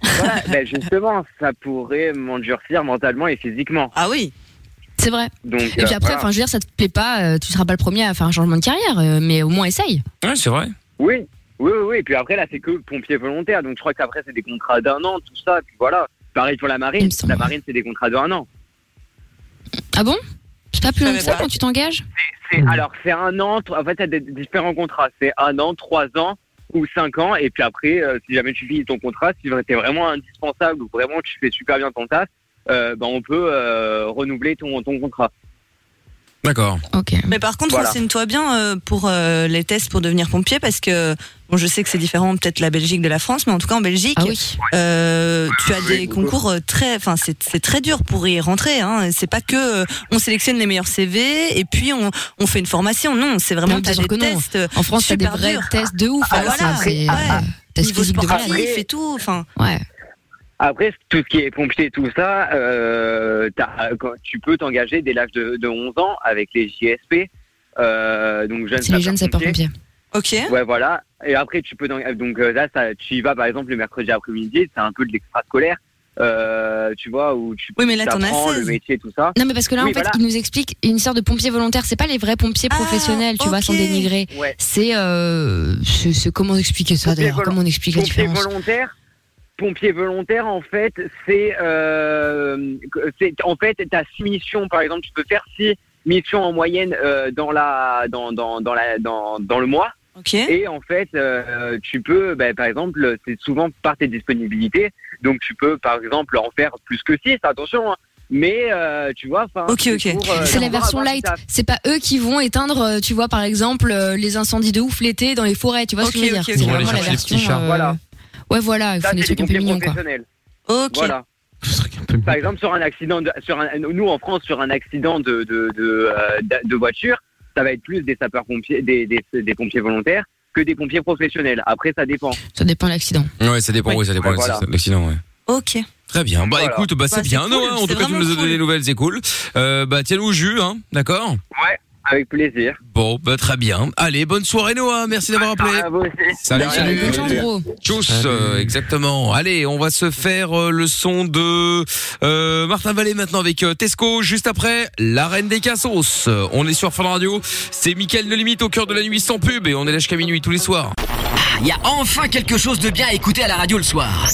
[SPEAKER 10] Voilà, ben, justement, ça pourrait m'endurcir mentalement et physiquement.
[SPEAKER 5] Ah oui.
[SPEAKER 3] C'est vrai.
[SPEAKER 10] Donc. euh,
[SPEAKER 3] Et puis après, enfin, je veux dire, ça te plaît pas, euh, tu seras pas le premier à faire un changement de carrière, euh, mais au moins essaye.
[SPEAKER 2] Ouais, c'est vrai.
[SPEAKER 10] Oui, oui, oui, oui. Et puis après, là, c'est que pompiers volontaires. Donc je crois qu'après, c'est des contrats d'un an, tout ça. Puis voilà. Pareil pour la marine. La marine, c'est des contrats d'un an.
[SPEAKER 3] Ah bon C'est pas plus
[SPEAKER 10] Je
[SPEAKER 3] long que
[SPEAKER 10] savais
[SPEAKER 3] ça
[SPEAKER 10] pas.
[SPEAKER 3] quand tu t'engages
[SPEAKER 10] C'est-
[SPEAKER 3] Mmh.
[SPEAKER 10] Alors, c'est un an, tro- en fait, t'as des différents contrats. C'est un an, trois ans ou cinq ans. Et puis après, euh, si jamais tu finis ton contrat, si t'es vraiment indispensable ou vraiment tu fais super bien ton taf, euh, ben, on peut euh, renouveler ton, ton contrat.
[SPEAKER 2] D'accord.
[SPEAKER 5] Mais par contre,
[SPEAKER 10] Voilà.
[SPEAKER 5] renseigne-toi bien euh, pour euh, les tests pour devenir pompier parce que bon, je sais que c'est différent peut-être la Belgique de la France, mais en tout cas en Belgique,
[SPEAKER 3] Ah
[SPEAKER 5] euh, tu as des concours euh, très, enfin c'est c'est très dur pour y rentrer. Hein. C'est pas que euh, on sélectionne les meilleurs CV et puis on, on fait une formation. Non, c'est vraiment
[SPEAKER 3] Non, bien
[SPEAKER 5] t'as
[SPEAKER 3] sûr
[SPEAKER 5] des
[SPEAKER 3] que non.
[SPEAKER 5] tests. euh,
[SPEAKER 3] En France, t'as des
[SPEAKER 5] super
[SPEAKER 3] vrais
[SPEAKER 5] durs.
[SPEAKER 3] tests de ouf.
[SPEAKER 5] Ah,
[SPEAKER 3] hein,
[SPEAKER 5] voilà.
[SPEAKER 3] ça, c'est-
[SPEAKER 5] Ouais.
[SPEAKER 3] Test
[SPEAKER 5] Niveau
[SPEAKER 3] physique de
[SPEAKER 5] sportif
[SPEAKER 3] malade.
[SPEAKER 5] et tout. Enfin.
[SPEAKER 3] Ouais.
[SPEAKER 10] Après, tout ce qui est pompier, tout ça, euh, t'as- quand- tu peux t'engager dès l'âge de, de 11 ans avec les JSP. euh, donc jeunes
[SPEAKER 3] C'est les jeunes sapeurs-pompiers.
[SPEAKER 5] Ok.
[SPEAKER 10] Ouais, voilà. Et après, tu peux. dans- Donc euh, là, ça, tu y vas par exemple le mercredi après-midi, c'est un peu de l'extrascolaire, euh, tu vois, où tu
[SPEAKER 5] Oui, mais là, t'en as
[SPEAKER 10] t'apprends
[SPEAKER 5] 16.
[SPEAKER 10] le métier, tout ça.
[SPEAKER 3] Non, mais parce que là,
[SPEAKER 10] Oui,
[SPEAKER 3] en fait,
[SPEAKER 10] voilà.
[SPEAKER 3] il nous explique une sorte de pompier volontaire. C'est pas les vrais
[SPEAKER 5] Ah,
[SPEAKER 3] pompiers professionnels, tu vois, sans dénigrer. C'est, euh, c'est- c'est- comment expliquer ça d'ailleurs Comment on explique la
[SPEAKER 10] pompier
[SPEAKER 3] différence
[SPEAKER 10] volontaire. Pompier volontaire, en fait, c'est, euh, c'est- en fait, t'as six missions, par exemple, tu peux faire six missions en moyenne euh, dans la, dans, dans, dans la, dans, dans le mois. Et en fait, euh, tu peux, bah, par exemple, c'est souvent par tes disponibilités, donc tu peux, par exemple, en faire plus que six. Attention, hein. mais euh, tu vois, enfin,
[SPEAKER 5] Ok,
[SPEAKER 10] c'est
[SPEAKER 5] ok.
[SPEAKER 10] pour, euh,
[SPEAKER 3] C'est la
[SPEAKER 10] pour
[SPEAKER 3] version
[SPEAKER 10] avoir-
[SPEAKER 3] light. C'est pas eux qui vont éteindre, euh, tu vois, par exemple, euh, les incendies de ouf l'été dans les forêts. Tu vois ce que je veux dire C'est vraiment la version. euh,
[SPEAKER 10] Voilà.
[SPEAKER 3] Ouais, voilà, ils
[SPEAKER 10] Ça,
[SPEAKER 3] font des
[SPEAKER 10] c'est
[SPEAKER 3] trucs un peu
[SPEAKER 10] pompiers
[SPEAKER 3] mignons, quoi.
[SPEAKER 10] professionnels.
[SPEAKER 5] Ok.
[SPEAKER 10] Voilà. Par exemple, sur un accident, de- sur un, nous en France, sur un accident de, de, de, euh, d'a- de voiture, ça va être plus des sapeurs-pompiers, des, des, des pompiers volontaires que des pompiers professionnels. Après, ça dépend.
[SPEAKER 3] Ça dépend de l'accident.
[SPEAKER 2] Ouais, ça dépend, oui, ça dépend.
[SPEAKER 10] Ouais, voilà.
[SPEAKER 2] de l'accident, ouais.
[SPEAKER 5] Ok.
[SPEAKER 2] Très bien. Bah
[SPEAKER 10] Voilà.
[SPEAKER 2] écoute, bah,
[SPEAKER 10] Bah,
[SPEAKER 2] c'est
[SPEAKER 10] c'est
[SPEAKER 2] bien,
[SPEAKER 10] cool,
[SPEAKER 2] Noah. En
[SPEAKER 10] c'est
[SPEAKER 2] tout cas, tu
[SPEAKER 10] vraiment
[SPEAKER 2] nous as donné
[SPEAKER 10] cool.
[SPEAKER 2] des nouvelles, c'est cool. Euh, bah tiens-nous au jus, hein, d'accord
[SPEAKER 10] Ouais. Avec plaisir.
[SPEAKER 2] Bon, bah, très bien. Allez, bonne soirée Noah, merci d'avoir appelé. Salut,
[SPEAKER 10] Salut, bonne chance, gros.
[SPEAKER 2] Tchuss, euh, exactement. Allez, on va se faire euh, le son de euh, Martin Vallée maintenant avec euh, Tesco, juste après la reine des cassos. Euh, On est sur Fun Radio, c'est Mickaël No Limite au cœur de la nuit sans pub et on est là jusqu'à minuit tous les soirs.
[SPEAKER 1] Il y a enfin quelque chose de bien à écouter à la radio le soir.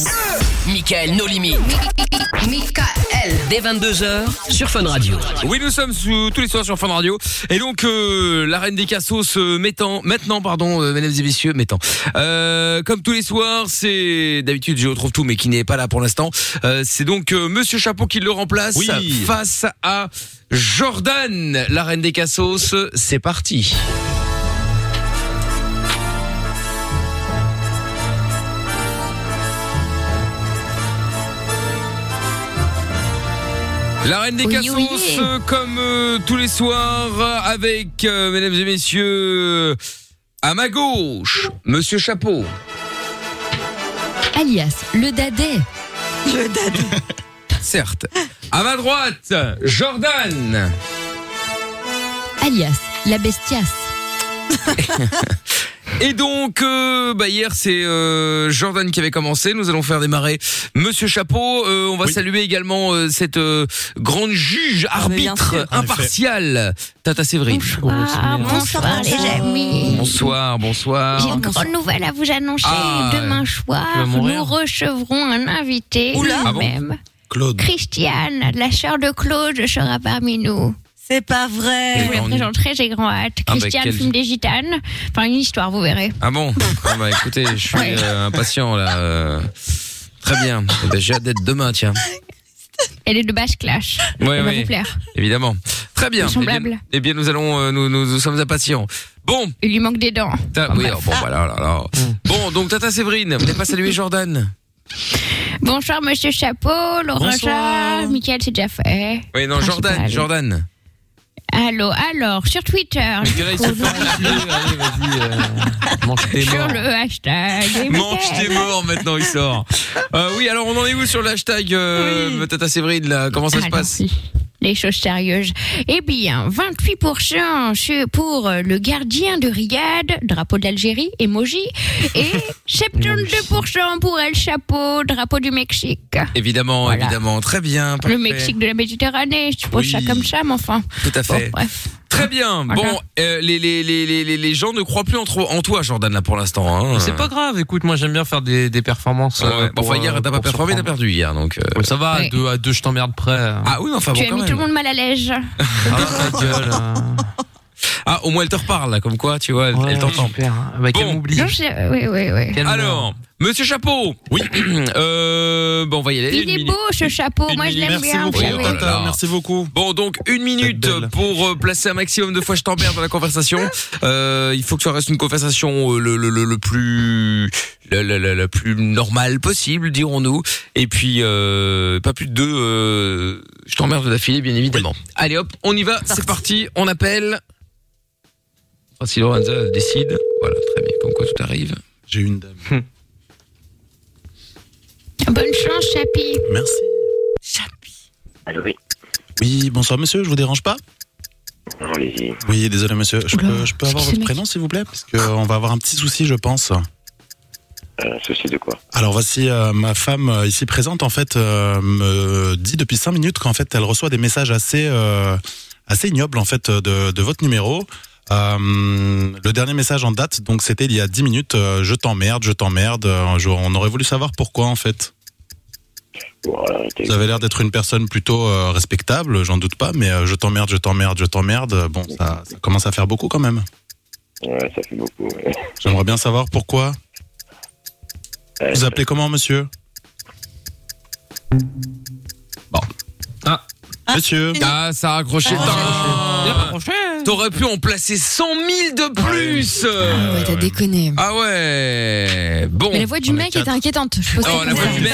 [SPEAKER 1] Michael No Limit. Michael. Dès 22h sur Fun Radio.
[SPEAKER 2] Oui, nous sommes sous- tous les soirs sur Fun Radio. Et donc, euh, la reine des cassos euh, mettant, maintenant, pardon, euh, mesdames et messieurs, mettant. Euh, comme tous les soirs, c'est d'habitude, je retrouve tout, mais qui n'est pas là pour l'instant. Euh, c'est donc euh, Monsieur Chapeau qui le remplace
[SPEAKER 4] Oui.
[SPEAKER 2] face à Jordan, la reine des cassos. C'est parti. La reine des
[SPEAKER 4] Oui,
[SPEAKER 2] cassos,
[SPEAKER 4] oui.
[SPEAKER 2] euh, comme euh, tous les soirs, euh, avec euh, mesdames et messieurs, à ma gauche, Monsieur Chapeau.
[SPEAKER 3] Alias, le dadais.
[SPEAKER 5] Le dadais.
[SPEAKER 2] Certes. À ma droite, Jordan.
[SPEAKER 3] Alias, la bestiasse.
[SPEAKER 2] Et donc, euh, bah hier c'est euh, Jordan qui avait commencé. Nous allons faire démarrer Monsieur Chapeau. Euh, on va saluer également euh, cette euh, grande juge arbitre
[SPEAKER 4] sûr.
[SPEAKER 2] impartiale, Tata Séverine.
[SPEAKER 14] Ah,
[SPEAKER 8] bonsoir, les amis.
[SPEAKER 2] Bonsoir, bonsoir.
[SPEAKER 8] J'ai une grande nouvelle à vous annoncer.
[SPEAKER 2] Ah,
[SPEAKER 8] Demain
[SPEAKER 2] tu vas
[SPEAKER 8] soir,
[SPEAKER 2] mourir.
[SPEAKER 8] nous recevrons un invité.
[SPEAKER 2] Oula. Ah bon
[SPEAKER 8] même.
[SPEAKER 2] Claude.
[SPEAKER 8] Christiane, la sœur de Claude, sera parmi nous.
[SPEAKER 5] C'est pas vrai.
[SPEAKER 8] Je vous la
[SPEAKER 2] Mais on-
[SPEAKER 8] présenterai, j'ai grand hâte.
[SPEAKER 2] Ah, bah,
[SPEAKER 8] Christiane,
[SPEAKER 2] quelle-
[SPEAKER 8] fume des gitanes. Enfin, une histoire, vous verrez.
[SPEAKER 2] Ah bon Ah bah écoutez, je suis euh, impatient là. euh. Très bien. Eh ben, J'ai hâte d'être demain, tiens.
[SPEAKER 8] Elle est de basse clash.
[SPEAKER 2] Oui,
[SPEAKER 8] Elle va
[SPEAKER 2] oui.
[SPEAKER 8] vous plaire.
[SPEAKER 2] Évidemment. Très bien.
[SPEAKER 8] Ils sont
[SPEAKER 2] Eh bien,
[SPEAKER 8] blables.
[SPEAKER 2] eh bien, nous allons, euh, nous, nous, nous sommes impatients. Bon.
[SPEAKER 8] Il lui manque des dents.
[SPEAKER 2] Ta- oui, oh, bon, voilà, là, là.
[SPEAKER 8] Mm.
[SPEAKER 2] Bon, donc Tata Séverine, vous n'avez pas salué Jordan
[SPEAKER 8] Bonsoir, monsieur Chapeau, Laurent
[SPEAKER 2] Bonsoir.
[SPEAKER 8] Chat, Michael, c'est déjà fait.
[SPEAKER 2] Oui, non, Jordan, Jordan.
[SPEAKER 8] Allô, alors, sur Twitter,
[SPEAKER 4] Parce que là, il se fait
[SPEAKER 8] trouvez-
[SPEAKER 4] enlever, allez, vas-y, euh, mange tes
[SPEAKER 8] sur
[SPEAKER 4] morts.
[SPEAKER 8] le hashtag.
[SPEAKER 2] Mange tes morts, maintenant il sort. Euh, oui, alors on en est où sur le hashtag euh, Tata Séverine là Comment ça se
[SPEAKER 8] Alors,
[SPEAKER 2] passe
[SPEAKER 8] Les choses sérieuses. Eh bien, 28% sur- pour euh, le gardien de Riyad, drapeau de l'Algérie, emoji, et 72% pour El Chapeau, drapeau du Mexique.
[SPEAKER 2] Évidemment, évidemment. Très bien.
[SPEAKER 8] Le
[SPEAKER 2] parfait.
[SPEAKER 8] Mexique de la Méditerranée, je suppose
[SPEAKER 2] Oui.
[SPEAKER 8] ça comme ça, mais enfin.
[SPEAKER 2] Tout à fait. Très bien.
[SPEAKER 8] Voilà.
[SPEAKER 2] Bon, euh, les, les, les, les, les- les gens ne croient plus en, tro- en toi, Jordan, là, pour l'instant. Hein.
[SPEAKER 4] C'est pas grave, écoute, moi j'aime bien faire des, des performances. euh,
[SPEAKER 2] Ouais, ouais.
[SPEAKER 6] bah,
[SPEAKER 2] Bon, enfin, hier, t'as pas performé, t'as
[SPEAKER 4] perdu
[SPEAKER 2] hier, donc. euh,
[SPEAKER 4] Ça va,
[SPEAKER 8] Ouais.
[SPEAKER 4] à, deux, à deux, je t'emmerde près. hein.
[SPEAKER 2] Ah oui, mais enfin,
[SPEAKER 8] tu as mis tout le monde mal à l'aise.
[SPEAKER 4] Ah, ta gueule.
[SPEAKER 2] hein. Ah, au moins elle te reparle, là, comme quoi, tu vois, elle, elle t'entend.
[SPEAKER 4] Bah, qu'elle m'oublie.
[SPEAKER 8] Non, je- Oui, oui, oui.
[SPEAKER 2] Alors, Monsieur Chapeau. Oui. euh, bon, on va y aller.
[SPEAKER 8] Il est beau ce chapeau, moi je l'aime bien. vous savez.
[SPEAKER 2] Merci beaucoup. Bon, donc une minute pour euh, placer un maximum de fois je t'emmerde dans la conversation. Euh, il faut que ça reste une conversation euh, le, le, le, le plus la, la, la, la plus normale possible, dirons-nous. Et puis euh, pas plus de deux euh, je t'emmerde d'affilée, bien évidemment. Allez hop, on y va. C'est parti. On appelle. Enfin, si Lorenza décide, voilà, très bien. Comme quoi tout arrive. J'ai une dame.
[SPEAKER 8] Bonne chance, Chapi.
[SPEAKER 6] Merci. Oui, bonsoir monsieur, je vous dérange pas Oui, désolé monsieur, je peux, je peux avoir votre prénom s'il vous plaît Parce qu'on va avoir un petit souci je pense. Euh,
[SPEAKER 15] souci de quoi
[SPEAKER 6] Alors voici euh, ma femme euh, ici présente en fait euh, me dit depuis cinq minutes qu'en fait elle reçoit des messages assez euh, assez ignobles en fait de, de votre numéro. Euh, le dernier message en date donc c'était il y a 10 minutes euh, je t'emmerde, je t'emmerde, Euh, je- on aurait voulu savoir pourquoi en fait. Vous avez l'air d'être une personne plutôt euh, respectable, j'en doute pas, mais euh, je t'emmerde, je t'emmerde, je t'emmerde, euh, bon, ça, ça commence à faire beaucoup quand même.
[SPEAKER 15] Ouais, ça fait beaucoup. ouais.
[SPEAKER 6] J'aimerais bien savoir pourquoi.
[SPEAKER 15] Euh,
[SPEAKER 6] Vous appelez comment, monsieur
[SPEAKER 2] Ah.
[SPEAKER 6] Monsieur.
[SPEAKER 2] Ah, ça a raccroché. Putain. T'aurais pu en placer 100 000 de plus. Ah ouais,
[SPEAKER 3] t'as déconné.
[SPEAKER 2] Ah ouais. Bon.
[SPEAKER 3] Mais la voix du mec était inquiétante. Je pense
[SPEAKER 2] Oh,
[SPEAKER 3] que
[SPEAKER 2] la voix
[SPEAKER 3] ça-
[SPEAKER 2] du mec.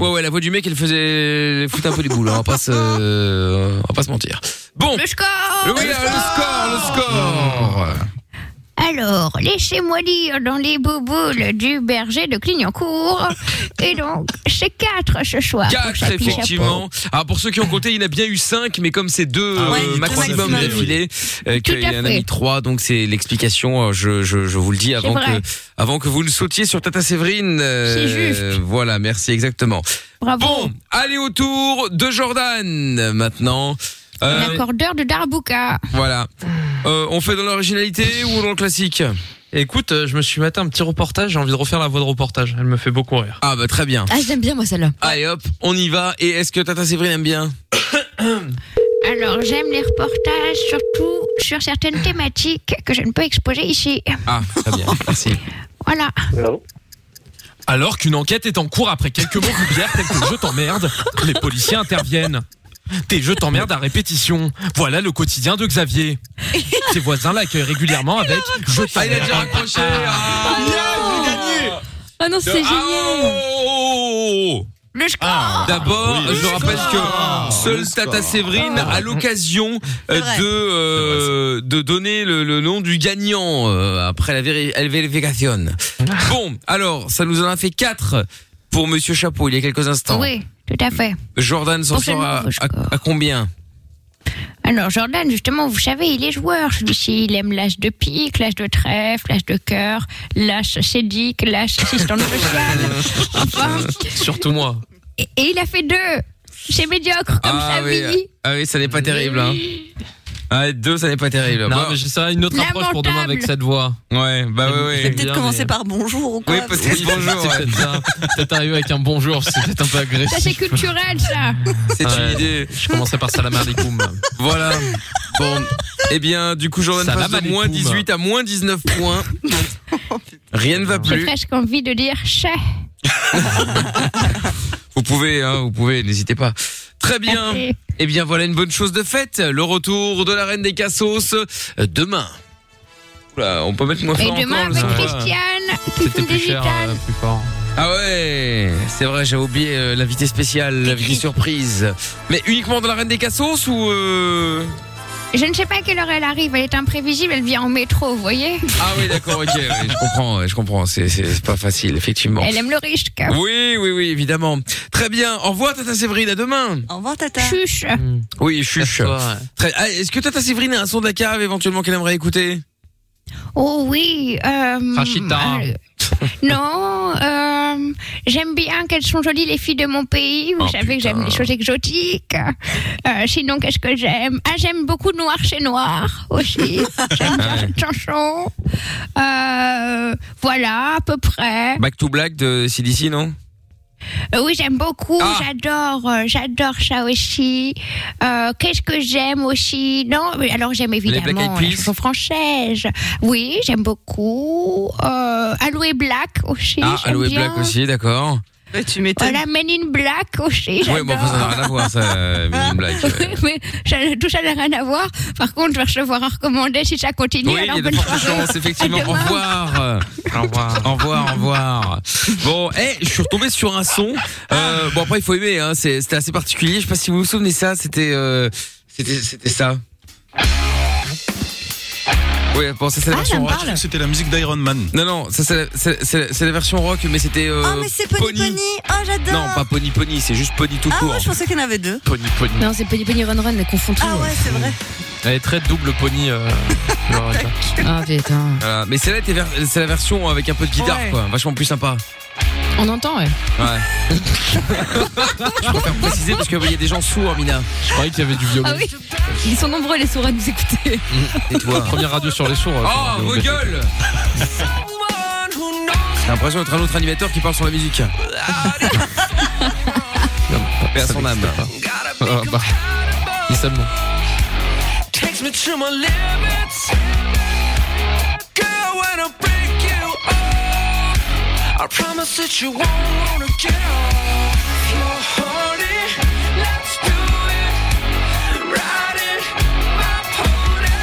[SPEAKER 2] Ouais, ouais, la voix du mec, elle faisait, elle foutait un peu les boules. hein, On va pas se, euh, on va pas se mentir. Bon.
[SPEAKER 8] Le score Oh. Bah,
[SPEAKER 2] Oui, le score, le score.
[SPEAKER 8] Alors, laissez-moi lire dans les bouboules du berger de Clignancourt. Et donc, c'est 4 ce soir. pour
[SPEAKER 2] 4
[SPEAKER 8] Chapeau.
[SPEAKER 2] effectivement. Alors pour ceux qui ont compté, il y en a bien eu 5 mais comme c'est deux
[SPEAKER 8] Ah ouais,
[SPEAKER 2] euh,
[SPEAKER 8] deux
[SPEAKER 2] maximum
[SPEAKER 8] maximum.
[SPEAKER 2] d'affilée, euh,
[SPEAKER 8] Tout à
[SPEAKER 2] qu'il y en a
[SPEAKER 8] fait.
[SPEAKER 2] mis 3 donc c'est l'explication. euh, Je, je, je vous le dis avant
[SPEAKER 8] vrai.
[SPEAKER 2] que avant que vous ne sautiez sur Tata Séverine. euh,
[SPEAKER 8] C'est juste.
[SPEAKER 2] Voilà, merci exactement.
[SPEAKER 8] Bravo.
[SPEAKER 2] Bon, allez au tour de Jordan maintenant. Euh,
[SPEAKER 8] L'accordeur de Darbouka.
[SPEAKER 2] voilà. Euh, on fait dans l'originalité ou dans le classique
[SPEAKER 4] Écoute, euh, je me suis maté un petit reportage, j'ai envie de refaire la voix de reportage. Elle me fait beaucoup rire.
[SPEAKER 2] Ah bah très bien.
[SPEAKER 3] Ah, j'aime bien moi celle-là.
[SPEAKER 2] Allez hop, on y va. Et est-ce que Tata Séverine aime bien
[SPEAKER 8] Alors, j'aime les reportages, surtout sur certaines thématiques que je ne peux exposer ici.
[SPEAKER 2] Ah, très bien. Merci.
[SPEAKER 8] Voilà.
[SPEAKER 4] Alors qu'une enquête est en cours après quelques mots vulgaires tels que je t'emmerde, les policiers interviennent. Tes je t'emmerde à répétition. Voilà le quotidien de Xavier. Ses voisins l'accueillent régulièrement avec
[SPEAKER 2] Ah, il
[SPEAKER 4] je
[SPEAKER 2] a
[SPEAKER 4] t'emmerde.
[SPEAKER 2] déjà raccroché. Ah,
[SPEAKER 4] Ah,
[SPEAKER 2] bien, j'ai gagné.
[SPEAKER 3] Ah non,
[SPEAKER 2] c'est génial.
[SPEAKER 8] Le score.
[SPEAKER 11] Ah.
[SPEAKER 2] Ah, D'abord,
[SPEAKER 4] Oui, le
[SPEAKER 2] je rappelle
[SPEAKER 4] score.
[SPEAKER 2] que
[SPEAKER 4] Le
[SPEAKER 2] seule
[SPEAKER 4] score.
[SPEAKER 2] Tata Séverine a l'occasion euh,
[SPEAKER 4] vrai.
[SPEAKER 2] de euh, de donner le, le nom du gagnant euh, après la véri- la vérification. Bon, alors ça nous en a fait 4 pour Monsieur Chapeau il y a quelques instants.
[SPEAKER 8] Oui, tout à fait.
[SPEAKER 2] Jordan s'en
[SPEAKER 8] Pour
[SPEAKER 2] sort à,
[SPEAKER 8] seulement le
[SPEAKER 2] à- à combien
[SPEAKER 8] Alors Jordan, justement, vous savez, il est joueur. Celui-ci, il aime l'as de pique, l'as de trèfle, l'as de cœur, l'as sédique, l'as assistant social. Enfin,
[SPEAKER 4] Surtout moi.
[SPEAKER 8] et, et il a fait deux. C'est médiocre comme
[SPEAKER 2] ah,
[SPEAKER 8] ça,
[SPEAKER 2] oui,
[SPEAKER 8] Billy.
[SPEAKER 2] ah oui, ça n'est pas terrible. Hein. Ah, deux, ça n'est pas terrible.
[SPEAKER 4] Non, mais j'essaierai une autre approche pour demain avec cette voix.
[SPEAKER 2] Ouais, bah ouais, ouais.
[SPEAKER 5] Peut-être commencer par bonjour ou quoi.
[SPEAKER 2] Oui, peut-être
[SPEAKER 4] Oui,
[SPEAKER 2] bonjour.
[SPEAKER 4] c'est
[SPEAKER 2] ouais.
[SPEAKER 4] peut-être ça. Peut-être arriver avec un bonjour, c'est peut-être un peu agressif.
[SPEAKER 8] Ça, c'est culturel, ça.
[SPEAKER 2] C'est une idée.
[SPEAKER 4] Je commencerai par Salam alaikum.
[SPEAKER 2] Voilà. Bon. Eh bien, du coup, Jordan
[SPEAKER 4] Salam
[SPEAKER 2] passe de moins
[SPEAKER 4] alaikum.
[SPEAKER 2] 18 à moins 19 points. Rien ne va
[SPEAKER 8] J'ai
[SPEAKER 2] plus.
[SPEAKER 8] presque envie de dire chat.
[SPEAKER 2] Vous pouvez, hein, vous pouvez, n'hésitez pas. Très bien. Eh bien, voilà une bonne chose de faite. Le retour de la reine des cassos euh, demain. Oula, on peut mettre moins
[SPEAKER 8] Et
[SPEAKER 2] fort
[SPEAKER 8] demain,
[SPEAKER 2] encore,
[SPEAKER 8] avec
[SPEAKER 2] je sais pas.
[SPEAKER 8] Christiane, qui fume des gitanes.
[SPEAKER 4] plus fort.
[SPEAKER 2] Ah ouais, c'est vrai, j'avais oublié euh, l'invité spécial, l'invité surprise. Mais uniquement dans la reine des cassos ou euh...
[SPEAKER 8] Je ne sais pas à quelle heure elle arrive. Elle est imprévisible. Elle vient en métro, vous voyez
[SPEAKER 2] Ah oui, d'accord, ok, ouais, je comprends, ouais, je comprends, c'est- c'est c'est pas facile, effectivement.
[SPEAKER 8] Elle aime le risque.
[SPEAKER 2] Oui, oui, oui, évidemment. Très bien. Au revoir, Tata Séverine. À demain.
[SPEAKER 5] Au revoir, Tata.
[SPEAKER 8] Chuche.
[SPEAKER 2] Oui, chuche. Très- ah, Est-ce que Tata Séverine a un son de la cave éventuellement qu'elle aimerait écouter
[SPEAKER 8] Oh oui. Euh, euh, Non, euh, j'aime bien qu'elles sont jolies les filles de mon pays. Vous
[SPEAKER 11] Oh,
[SPEAKER 8] savez que j'aime les choses exotiques. Euh, sinon, qu'est-ce que j'aime Ah, j'aime beaucoup Noir chez Noir aussi. j'aime bien
[SPEAKER 2] Ah ouais.
[SPEAKER 8] cette chanson. Euh, voilà, à peu près.
[SPEAKER 2] Back to Black de CDC, non
[SPEAKER 8] Euh, oui, j'aime beaucoup.
[SPEAKER 2] Ah.
[SPEAKER 8] J'adore, euh, j'adore ça aussi. Euh, qu'est-ce que j'aime aussi Non, mais alors j'aime
[SPEAKER 11] Black Eyed
[SPEAKER 8] évidemment
[SPEAKER 11] Peas
[SPEAKER 8] la chanson française. Oui, j'aime beaucoup. Euh, Aloe Black aussi.
[SPEAKER 2] Ah,
[SPEAKER 8] j'aime
[SPEAKER 2] Aloe
[SPEAKER 8] bien.
[SPEAKER 2] Black aussi, d'accord.
[SPEAKER 5] tu
[SPEAKER 8] Voilà, Men in Black aussi.
[SPEAKER 2] Oui, bon, enfin,
[SPEAKER 8] j'adore.
[SPEAKER 2] ça n'a rien à voir, ça, euh, Mini Black.
[SPEAKER 8] Oui, mais ça- tout ça n'a rien à voir. Par contre, je vais recevoir un recommandé si ça continue.
[SPEAKER 2] Oui, il y
[SPEAKER 8] alors
[SPEAKER 2] a de
[SPEAKER 8] bonne
[SPEAKER 2] fortes
[SPEAKER 8] soirée.
[SPEAKER 2] chances, effectivement.
[SPEAKER 8] À
[SPEAKER 2] Au
[SPEAKER 8] demain.
[SPEAKER 2] revoir. Au revoir. Au revoir, au revoir. Bon, eh, je suis retombé sur un son. Euh, bon, après, il faut aimer, hein. c'est- C'était assez particulier. Je sais pas si vous vous souvenez ça. C'était, euh, c'était, c'était ça. Oui, bon, ça, c'est
[SPEAKER 6] Ah, ça
[SPEAKER 2] la version
[SPEAKER 6] me
[SPEAKER 2] rock.
[SPEAKER 6] parle. C'était la musique d'Iron Man.
[SPEAKER 2] Non, non, ça, c'est la, c'est- c'est- c'est la version rock, mais c'était, euh,
[SPEAKER 5] Oh, mais c'est Pony Pony. Oh, j'adore.
[SPEAKER 2] non, pas Pony Pony, c'est juste Pony tout
[SPEAKER 5] Ah,
[SPEAKER 2] court.
[SPEAKER 5] moi, je pensais qu'il y en avait deux.
[SPEAKER 4] Pony Pony.
[SPEAKER 3] Non, c'est Penny Penny Run Run, elle confond tout. Ah ouais,
[SPEAKER 5] c'est vrai.
[SPEAKER 4] Elle est très double pony. euh, Loretta.
[SPEAKER 3] Ah putain.
[SPEAKER 2] Voilà. Euh, Mais celle-là, était ver- c'est la version avec un peu de guitare,
[SPEAKER 3] Ouais.
[SPEAKER 2] quoi. Vachement plus sympa.
[SPEAKER 3] On entend, ouais.
[SPEAKER 2] Ouais. je préfère préciser parce qu'il y a des gens sourds, Mina.
[SPEAKER 4] Je croyais qu'il y avait du violon.
[SPEAKER 3] Ah oui, ils sont nombreux les sourds à nous écouter.
[SPEAKER 2] Mm. Et toi
[SPEAKER 4] Première radio sur les sourds.
[SPEAKER 2] Oh, vos gueules J'ai l'impression d'être un autre animateur qui parle sur la musique. Ah, Paix à son âme.
[SPEAKER 4] Ah, bah. Dis seulement.
[SPEAKER 11] Takes me to my limits. Girl, when I break you off, I promise that you won't wanna get off. You're horny, let's do it. Riding my pony,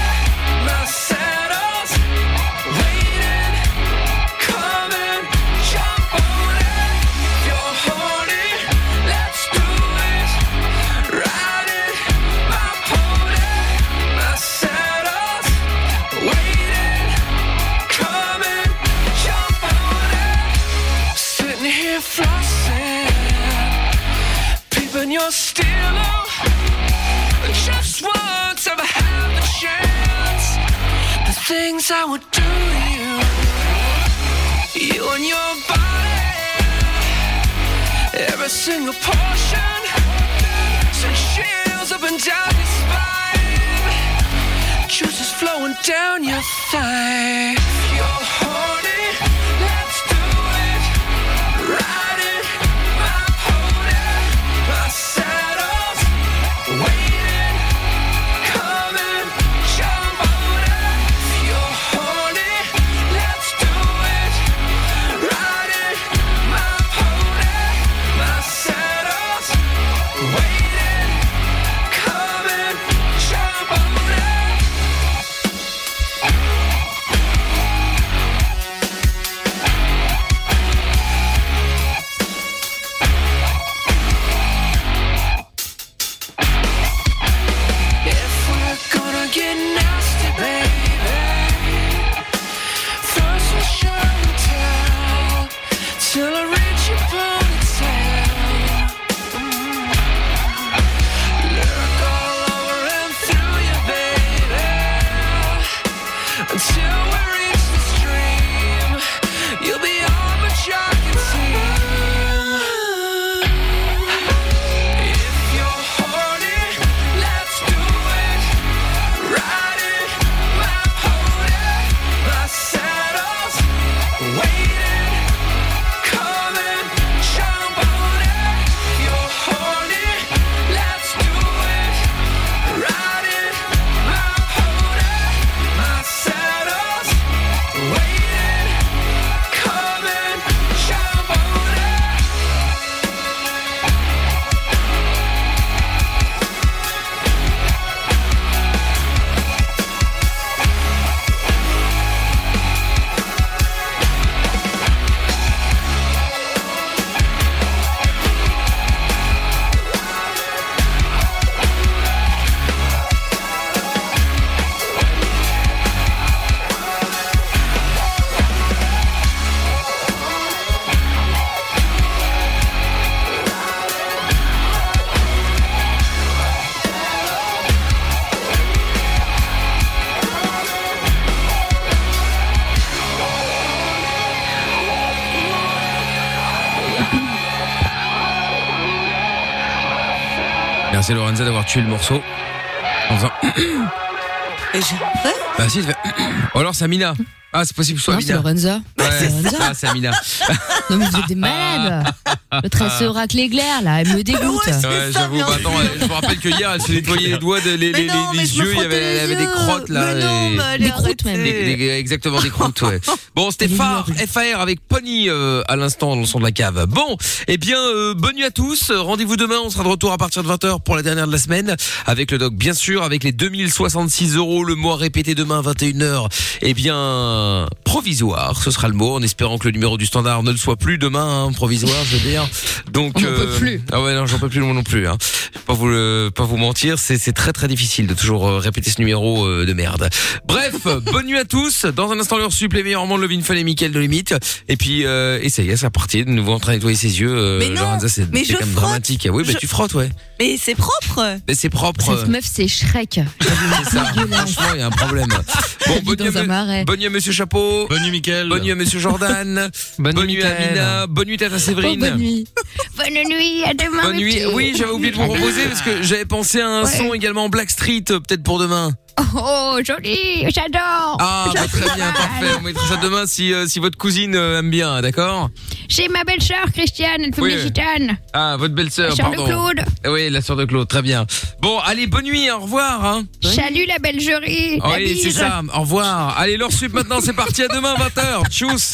[SPEAKER 11] my saddle's waiting. Come and jump on it. You're horny, let's do it. Riding my pony. My saddle's waiting. stealer. Just once I've had the chance. The things I would do to you, you and your body. Every single portion, some chills up and down your spine. Juices flowing down your thigh. If you're horny, let's do it. Ride it, my pony, my saddle's waiting. Come and jump on it. If you're horny, let's do it. Ride it, my pony, my saddle's waiting. Come and jump on it. If we're gonna get nasty, baby, first we'll show and tell till I reach your ponytail. Mm. Lurk all over and through you, baby, until we reach the stream. You'll be all but shock and If you're horny, let's do it. Ride it, my pony, my saddle's waiting. Come and jump on it. If you're horny, let's do it. Ride it, my pony, my saddle's waiting. Come and jump on it.
[SPEAKER 2] Merci Lorenza d'avoir tué le morceau. En faisant. Bah si, ça fait- Ou alors c'est Amina. Ah, c'est possible que ce soit
[SPEAKER 3] Non, c'est
[SPEAKER 2] Amina.
[SPEAKER 3] Lorenza.
[SPEAKER 2] Ouais,
[SPEAKER 3] C'est Lorenza.
[SPEAKER 2] Ah, c'est Amina.
[SPEAKER 3] Non, mais vous
[SPEAKER 2] Ah.
[SPEAKER 3] êtes des malades. Le train se racle l'éclair, là, elle me dégoûte.
[SPEAKER 2] Ouais, j'avoue, bah, attends, euh, je vous rappelle que hier, elle se nettoyait les doigts, de- les, les- les- les yeux, il y avait, elle avait des
[SPEAKER 5] Euh,
[SPEAKER 2] crottes là. et-
[SPEAKER 3] Des croûtes, même.
[SPEAKER 2] Des- des- exactement, des croûtes, ouais. Bon, c'était phare, FAR avec Pony euh, à l'instant dans le son de la cave. Bon, eh bien, euh, bonne nuit à tous. Euh, Rendez-vous demain, on sera de retour à partir de 20h pour la dernière de la semaine. Avec le doc, bien sûr, avec les 2066 euros le mois répété demain, 21h. Eh bien, provisoire, ce sera le mot, en espérant que le numéro du standard ne le soit plus demain, hein, provisoire, je veux dire. Donc,
[SPEAKER 16] On n'en peut plus.
[SPEAKER 2] ah ouais, non, j'en peux plus moi non plus. Hein. Je vais Pas vous le, pas vous mentir, c'est c'est très très difficile de toujours euh, répéter ce numéro euh, de merde. Bref, bonne nuit à tous. Dans un instant, leur sup, les meilleurs moments de Levin Fun et Mickaël de limite. Et puis, euh, et ça y est, c'est reparti. De nouveau en train de nettoyer ses yeux. euh,
[SPEAKER 5] Mais non,
[SPEAKER 2] Lorenza, c'est
[SPEAKER 5] mais
[SPEAKER 2] c'est
[SPEAKER 5] je
[SPEAKER 2] quand même
[SPEAKER 5] frotte.
[SPEAKER 2] dramatique. Ah Oui, bah
[SPEAKER 5] Je-
[SPEAKER 2] tu frottes, ouais.
[SPEAKER 5] Mais c'est propre.
[SPEAKER 2] Mais c'est propre.
[SPEAKER 3] Cette meuf, c'est Shrek.
[SPEAKER 2] C'est ça. Franchement, il y a un problème. Bon, bonne nuit, à me- bonne nuit à Monsieur Chapeau. Bonne nuit, Mickaël. Bonne nuit à Monsieur Jordan. bonne, nuit, à Amina. Bonne nuit, Tata Séverine.
[SPEAKER 5] Oh,
[SPEAKER 8] bonne nuit. Bonne nuit, à demain.
[SPEAKER 2] Bonne nuit.
[SPEAKER 8] monsieur.
[SPEAKER 2] Oui, j'avais oublié de
[SPEAKER 5] Ah,
[SPEAKER 2] vous
[SPEAKER 8] À demain.
[SPEAKER 2] proposer parce que j'avais pensé à un
[SPEAKER 8] Ouais.
[SPEAKER 2] son également en Black Street, euh, peut-être pour demain.
[SPEAKER 8] Oh, joli,
[SPEAKER 5] Oh.
[SPEAKER 8] j'adore.
[SPEAKER 2] Ah, bah, très bien, parfait. On mettra ça demain si, euh, si votre cousine euh, aime bien, d'accord
[SPEAKER 8] J'ai ma belle-sœur, Christiane, elle fume
[SPEAKER 2] Oui.
[SPEAKER 8] les gitanes.
[SPEAKER 2] Ah, votre belle-sœur,
[SPEAKER 8] La sœur de
[SPEAKER 2] pardon.
[SPEAKER 8] Claude.
[SPEAKER 2] Eh Oui, la sœur de Claude, très bien. Bon, allez, bonne nuit, au revoir. Hein.
[SPEAKER 8] Salut la belgerie. la
[SPEAKER 2] Oui, c'est
[SPEAKER 8] bise.
[SPEAKER 2] ça, au revoir. Allez, leur sup maintenant, c'est parti, à demain, 20h. Tchuss